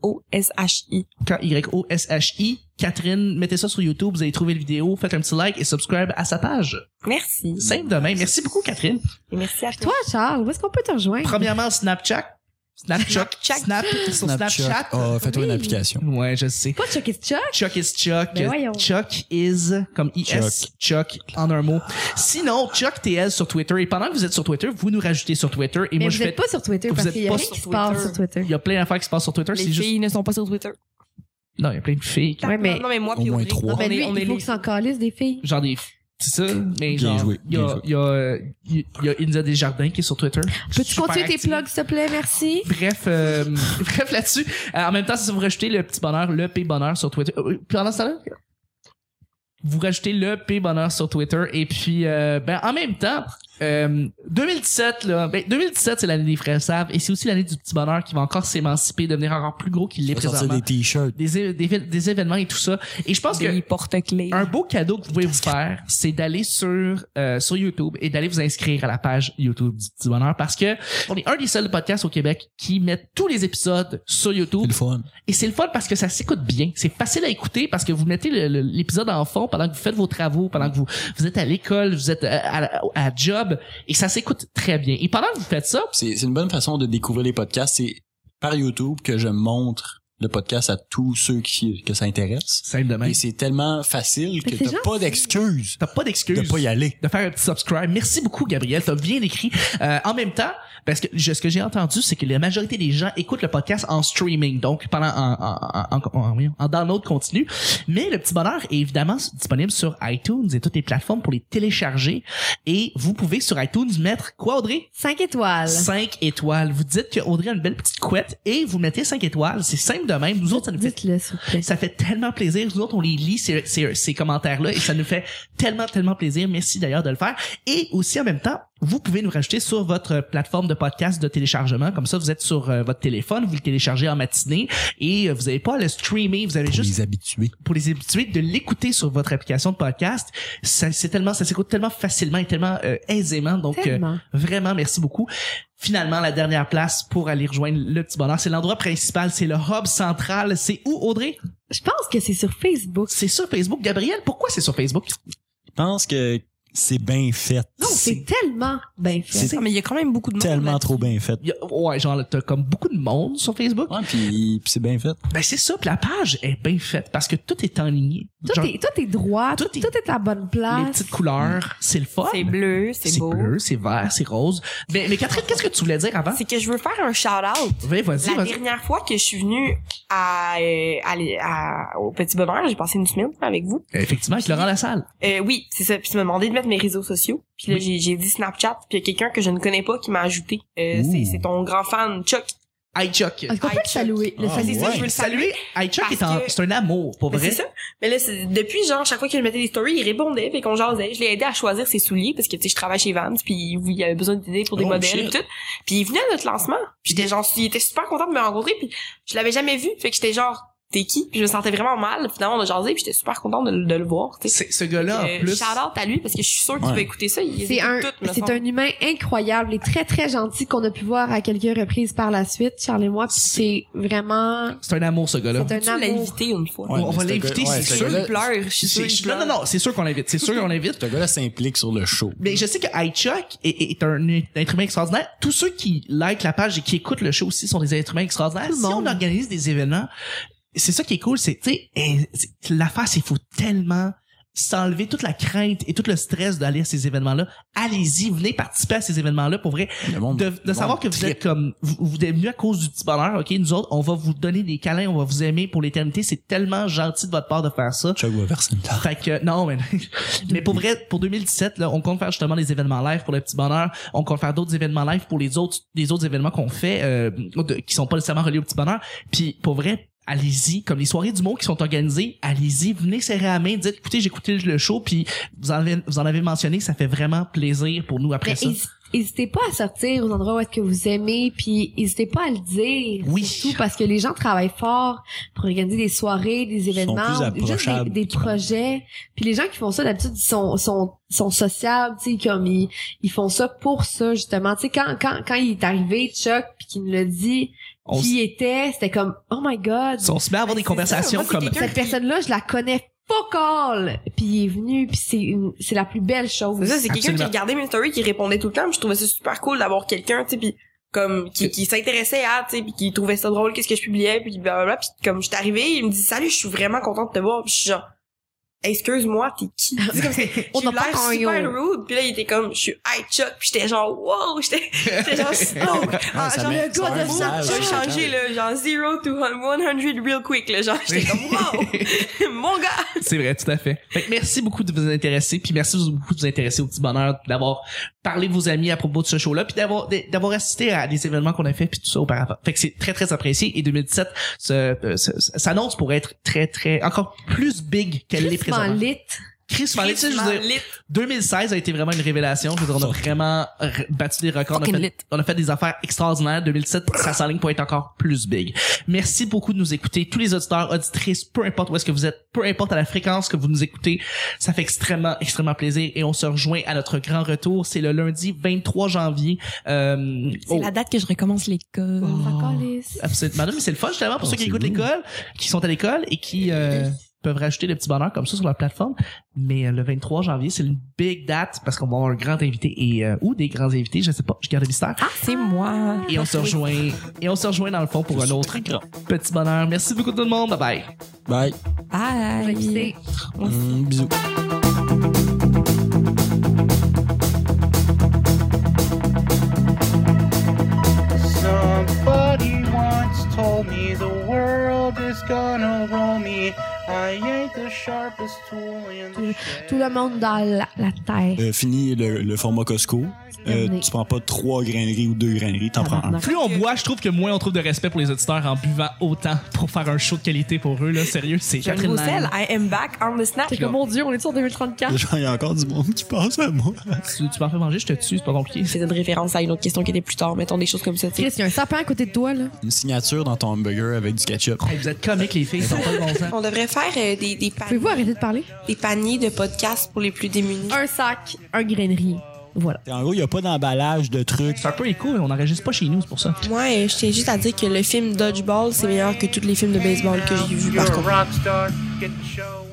S5: K-Y-O-S-H-I.
S2: K-Y-O-S-H-I. Catherine, mettez ça sur YouTube, vous allez trouver la vidéo, faites un petit like et subscribe à sa page.
S5: Merci.
S2: Simple demain. Merci beaucoup, Catherine.
S5: Et merci à toi.
S1: Toi, Charles, où est-ce qu'on peut te rejoindre?
S2: Premièrement, Snapchat. Snapchat. Snap sur Snapchat. euh,
S4: Oh, fais-toi une
S1: Oui.
S4: application.
S2: Ouais, je sais.
S1: Pas Chuck et Chuck.
S2: Chuck is Chuck.
S1: Ben voyons.
S2: Chuck is comme IS. Chuck. en un mot. Sinon, Chuck TL sur Twitter. Et pendant que vous êtes sur Twitter, vous nous rajoutez sur Twitter. Et
S1: Mais
S2: moi,
S1: vous
S2: je
S1: êtes
S2: fais.
S1: pas sur Twitter
S2: Vous
S1: parce
S2: êtes
S1: qu'il y a
S2: pas
S1: rien
S2: sur
S1: qui se passe sur Twitter.
S2: Il y a plein d'affaires qui se passent sur Twitter.
S5: Les
S2: C'est
S5: filles
S2: juste.
S5: ne sont pas sur Twitter.
S2: Non, il y a plein de filles. qui-
S1: Ouais, mais-
S5: Non, mais Ben, moi,
S4: Au
S5: puis
S4: moins
S5: Audrey,
S4: trois.
S1: Non, mais
S5: on est-
S1: lui,
S5: on est
S1: il faut
S5: les-
S1: qu'il s'en calisse des filles.
S2: Genre des. C'est ça? Mais
S4: Bien
S2: genre.
S4: joué,
S2: Il y
S4: bien
S2: a,
S4: joué.
S2: il y a, euh, il y a, Inza Desjardins qui est sur Twitter.
S1: Peux-tu
S2: Super
S1: continuer tes
S2: active.
S1: plugs, s'il te plaît? Merci.
S2: Bref, euh, <laughs> bref là-dessus. Euh, en même temps, si vous rajoutez le petit bonheur, le P bonheur sur Twitter. Euh, oui, pendant ce temps-là, vous rajoutez le P bonheur sur Twitter. Et puis, euh, ben, en même temps, euh, 2017, là, ben, 2017, c'est l'année des frères savent. Et c'est aussi l'année du petit bonheur qui va encore s'émanciper, devenir encore plus gros qu'il l'est
S4: Fais sortir
S2: présentement.
S4: des t-shirts.
S2: Des, é- des, éve- des événements et tout ça. Et je pense que
S5: Des porte-clés.
S2: un beau cadeau que vous pouvez vous faire, c'est d'aller sur euh, sur YouTube et d'aller vous inscrire à la page YouTube du Petit Bonheur parce que on est un des seuls podcasts au Québec qui met tous les épisodes sur
S4: C'est
S2: YouTube
S4: le fun.
S2: et c'est le fun parce que ça s'écoute bien. C'est facile à écouter parce que vous mettez le- le- l'épisode en fond pendant que vous faites vos travaux, pendant que vous vous êtes à l'école, vous êtes euh, à, à- à job et ça s'écoute très bien. Et pendant que vous faites ça,
S4: C'est c'est une bonne façon de découvrir les podcasts. C'est par YouTube que je montre le podcast à tous ceux qui, que ça intéresse.
S2: simple
S4: Et c'est tellement facile que
S1: Mais c'est
S4: t'as
S1: gentil.
S4: pas d'excuse
S2: T'as pas d'excuse.
S4: de pas y aller.
S2: de faire un petit subscribe. Merci beaucoup, Gabriel. T'as bien écrit. Euh, en même temps, parce que je- ce que j'ai entendu, c'est que la majorité des gens écoutent le podcast en streaming, donc pendant en, en, en, en, en- voyons, en download continu. Mais le petit bonheur est évidemment s- disponible sur iTunes et toutes les plateformes pour les télécharger. Et vous pouvez sur iTunes mettre quoi, Audrey?
S1: 5 étoiles.
S2: 5 étoiles. Vous dites que Audrey a une belle petite couette et vous mettez 5 étoiles. C'est simple de même. Nous autres, ça nous fait
S1: Dites-le, s'il vous plaît.
S2: ça fait tellement plaisir. Nous autres, on les lit, ces, ces- ces commentaires-là, et ça nous fait tellement, tellement plaisir. Merci d'ailleurs de le faire. Et aussi, en même temps, vous pouvez nous rajouter sur votre plateforme de podcast de téléchargement. Comme ça, vous êtes sur euh, votre téléphone, vous le téléchargez en matinée, et euh, vous n'avez pas à le streamer, vous avez
S4: Pour
S2: juste
S4: les habitués.
S2: pour les habitués de l'écouter sur votre application de podcast. Ça, c'est tellement, ça s'écoute tellement facilement et tellement euh, aisément. Donc, euh,
S1: Tellement.
S2: Vraiment, merci beaucoup. Finalement, la dernière place pour aller rejoindre le petit bonheur, c'est l'endroit principal, c'est le hub central. C'est où, Audrey?
S1: Je pense que c'est sur Facebook.
S2: C'est sur Facebook. Gabriel, pourquoi c'est sur Facebook?
S4: Je pense que c'est bien fait.
S1: Non, c'est tellement bien fait.
S5: Ah, mais il y a quand même beaucoup de monde.
S4: tellement
S5: là.
S4: trop bien fait.
S2: Il y a- ouais, genre, t'as comme beaucoup de monde sur Facebook.
S4: Ouais, puis puis c'est bien fait.
S2: Ben, c'est ça. Puis la page est bien faite parce que tout est en ligne.
S1: Tout,
S2: Genre,
S1: est, tout est droit,
S2: tout
S1: tout,
S2: est-
S1: est... à la bonne
S2: les
S1: place.
S2: petites couleurs, c'est le fun.
S5: Mm. C'est bleu, c'est beau.
S2: bleu, c'est vert, c'est rose. Ben, Mais, mais Catherine, qu'est-ce que tu voulais dire
S4: hein?
S2: avant?
S5: C'est que je veux faire un shout-out.
S2: Oui, vas-y,
S5: La
S2: vas-y.
S5: dernière fois que je suis venue à, euh, à les- à- au Petit Bonheur, j'ai passé une semaine avec vous.
S2: Effectivement, avec Laurent Lassalle.
S5: Euh, oui, c'est ça. Puis tu m'as demandé de mettre mes réseaux sociaux. Puis là, j'ai- j'ai dit Snapchat. Puis il y a quelqu'un que je ne connais pas qui m'a ajouté. Euh,
S4: Ouh.
S5: c'est c'est ton grand fan, Chuck.
S2: Hi, Chuck.
S1: Est-ce qu'on peut
S5: Ah,
S1: le saluer? Le
S4: Ah,
S5: Fait que
S1: saluer?
S5: c'est ça,
S4: ouais.
S5: je veux le saluer.
S2: Salut. Hi, Chuck, est
S5: Parce
S2: en-
S5: que-
S2: c'est un amour, pour
S5: Mais
S2: vrai.
S5: Ben, c'est ça. Mais là, c'est- depuis, genre, chaque fois qu'il mettait des stories, il répondait, fait qu'on jasait. Je l'ai aidé à choisir ses souliers, parce que, tu sais, je travaille chez Vans, puis oui, il avait besoin d'idées pour des
S2: Oh,
S5: modèles
S2: shit.
S5: et tout. Puis il venait à notre lancement. Puis j'étais genre, il était super content de me rencontrer, puis je l'avais jamais vu. Fait que j'étais genre, t'es qui? Puis je me sentais vraiment mal. Finalement, on a jasé, puis j'étais super content de, le- de le voir, tu sais.
S2: C'est- Ce gars-là, en plus.
S5: shout out à lui, parce que je suis sûre qu'il
S4: Ouais.
S5: va écouter ça. Il
S1: C'est
S5: écoute
S1: un,
S5: tout, me
S1: c'est
S5: semble.
S1: un humain incroyable et très très gentil qu'on a pu voir à quelques reprises par la suite, Charles et moi. puis c'est vraiment,
S2: C'est un amour, ce gars-là.
S1: c'est
S5: Tu
S1: un
S5: l'as
S1: amour.
S5: invité une fois.
S4: Ouais,
S2: on
S4: mais
S2: va
S4: ce
S2: l'inviter,
S4: gars- ouais,
S2: c'est
S4: ce
S2: sûr.
S4: gars-là-
S5: Il pleure, je suis sûre.
S2: C'est-
S5: il
S2: Non,
S5: pleure.
S2: non, non, c'est sûr qu'on l'invite. C'est sûr qu'on l'invite.
S4: Ce gars-là s'implique sur le show.
S2: Mais Ben, je sais que iChuck est, est un être humain extraordinaire. Tous ceux qui likent la page et qui écoutent le show aussi sont des êtres humains extraordinaires.
S1: Tout le
S2: Si on
S1: monde.
S2: organise des événements, c'est ça qui est cool, c'est, tu sais, eh, c'est- l'affaire, c'est qu'il faut tellement s'enlever toute la crainte et tout le stress d'aller à ces événements-là. Allez-y, venez participer à ces événements-là pour vrai.
S4: Le monde-
S2: De, de
S4: le
S2: savoir
S4: monde
S2: que vous
S4: tripe.
S2: êtes comme, vous, vous êtes venus à cause du petit bonheur, ok, nous autres, on va vous donner des câlins, on va vous aimer pour l'éternité, c'est tellement gentil de votre part de faire ça.
S4: Chuck va verser une tasse.
S2: Fait que non, mais <laughs> mais pour vrai, pour 2017, là, on compte faire justement des événements live pour le petit bonheur. On compte faire d'autres événements live pour les autres, les autres événements qu'on fait euh, de- qui sont pas nécessairement reliés au petit bonheur. Puis pour vrai. Allez-y, comme les soirées du mot qui sont organisées, allez-y, venez serrer la main, dites écoutez, j'ai écouté le show, puis vous en avez, vous en avez mentionné, ça fait vraiment plaisir pour nous après
S1: Mais
S2: ça.
S1: hési- N'hésitez pas à sortir aux endroits où est-ce que vous aimez, puis n'hésitez pas à le dire.
S2: Oui.
S1: Surtout parce que les gens travaillent fort pour organiser des soirées, des
S4: plus
S1: événements, juste des,
S4: approchables.
S1: des projets. Puis les gens qui font ça d'habitude, ils sont sont sont sociables, tu sais, comme ils ils font ça pour ça justement. Tu sais, quand quand quand il est arrivé Chuck puis qu'il nous l'a dit,
S2: On
S1: qui était, c'était comme oh my god.
S2: On se met à avoir des conversations
S1: Moi, c'est
S2: comme
S1: quelqu'un Cette personne-là, je la connais fuck all. Puis il est venu, puis c'est une- c'est la plus belle chose.
S5: Ça, c'est quelqu'un qui
S2: Absolument.
S5: regardait mes stories, qui répondait tout le temps, puis je trouvais ça super cool d'avoir quelqu'un, tu sais, puis comme qui, qui s'intéressait à, tu sais, puis qui trouvait ça drôle, qu'est-ce que je publiais, puis blablabla, puis comme je suis arrivée, il me dit salut, je suis vraiment contente de te voir, puis je suis genre excuse-moi, t'es
S11: <laughs>
S5: qui Tu
S2: <laughs>
S5: sais, comme c'est-
S1: On
S5: j'ai
S1: n'a pas
S5: l'air
S1: un
S5: super
S1: yo.
S5: rude, puis là il était comme je suis high Chuck, puis j'étais genre wow, <laughs> j'étais j'étais genre slow, Ah,
S4: ça
S5: genre
S4: met-
S5: le
S4: ça
S5: gars
S4: met un
S5: de ça,
S4: visage,
S5: j'ai
S4: ça
S5: changé là, genre zero to 100 real quick là, genre j'étais comme wow, mon gars.
S2: C'est vrai, tout à fait. Fait que merci beaucoup de vous intéresser, puis merci beaucoup de vous intéresser au petit bonheur, d'avoir parlé de vos amis à propos de ce show-là, puis d'avoir d'avoir assisté à des événements qu'on a fait, puis tout ça auparavant. Fait que c'est très très apprécié et 2017 se- euh, se- se- s'annonce pour être très très encore plus big qu'elle l'est
S1: Tristement
S2: présentement.
S1: lit.
S2: Chris Marley, tu sais, je veux dire,
S5: Lit.
S2: 2016 a été vraiment une révélation. Je veux dire, on a vraiment r- battu des records. On a,
S5: Fucking
S2: fait,
S5: lit.
S2: on a fait des affaires extraordinaires. 2007, ça s'enligne pour être encore plus big. Merci beaucoup de nous écouter. Tous les auditeurs, auditrices, peu importe où est-ce que vous êtes, peu importe à la fréquence que vous nous écoutez, ça fait extrêmement, extrêmement plaisir. Et on se rejoint à notre grand retour. C'est le lundi 23 janvier. Euh,
S11: C'est
S2: au-
S11: la date que je recommence l'école.
S2: Oh.
S1: Fuck all this.
S2: Absolument. Madame, mais c'est le fun justement pour
S4: Oh,
S2: ceux qui
S4: c'est
S2: écoutent
S4: beau.
S2: l'école, qui sont à l'école et qui euh, peuvent rajouter le petit bonheur comme ça sur leur plateforme. Mais euh, le 23 janvier, c'est une big date parce qu'on va avoir un grand invité et euh, ou des grands invités, je sais pas, je garde le mystère.
S5: Ah!
S11: C'est moi.
S2: Et on se rejoint et on se rejoint dans le fond pour un autre petit bonheur. Merci beaucoup tout le monde. Bye bye.
S4: Bye.
S1: Je vais
S11: Bye.
S1: pisser.
S4: Hum, bisous.
S12: Somebody once told me the world is gonna roll me. I ain't the sharpest tool in the shed.
S1: Tout le monde dans la, la terre.
S4: Euh, fini le, le format Costco. Euh,
S1: Terminé.
S4: tu prends pas trois graineries ou deux graineries,
S2: Ah,
S4: t'en prends un.
S2: Plus on boit, je trouve que moins on trouve de respect pour les auditeurs en buvant autant pour faire un show de qualité pour eux là. Sérieux, c'est
S5: Jeanne
S2: Catherine
S5: Roussel,
S2: Lang.
S5: I am back on the snap.
S1: T'es comme, mon Dieu, on est en 2034.
S4: Genre, il y a encore du monde qui pense à moi.
S2: Tu, tu m'en fais manger, je te tue, c'est pas compliqué.
S5: faisais une référence à une autre question qui était plus tard, mettons des choses comme ça. tu sais.
S1: Chris, il y a un sapin à côté de toi, là.
S4: Une signature dans ton hamburger avec du ketchup.
S2: Hey, vous êtes comiques les filles, ils sont pas hein. de bon sens.
S5: On devrait faire euh, des, des, pan-
S1: Pouvez-vous arrêter de parler?
S5: des paniers de podcasts pour les plus démunis.
S1: Un sac, un grainerie. Voilà.
S4: En gros, il n'y a pas d'emballage de trucs.
S2: C'est un peu écho, on n'enregistre pas chez nous, c'est pour ça.
S5: Moi, euh, je tiens juste à dire que le film Dodgeball, c'est meilleur que tous les films de baseball que j'ai vus,
S12: You're
S5: par
S12: a
S5: contre.
S12: rock star, get the show.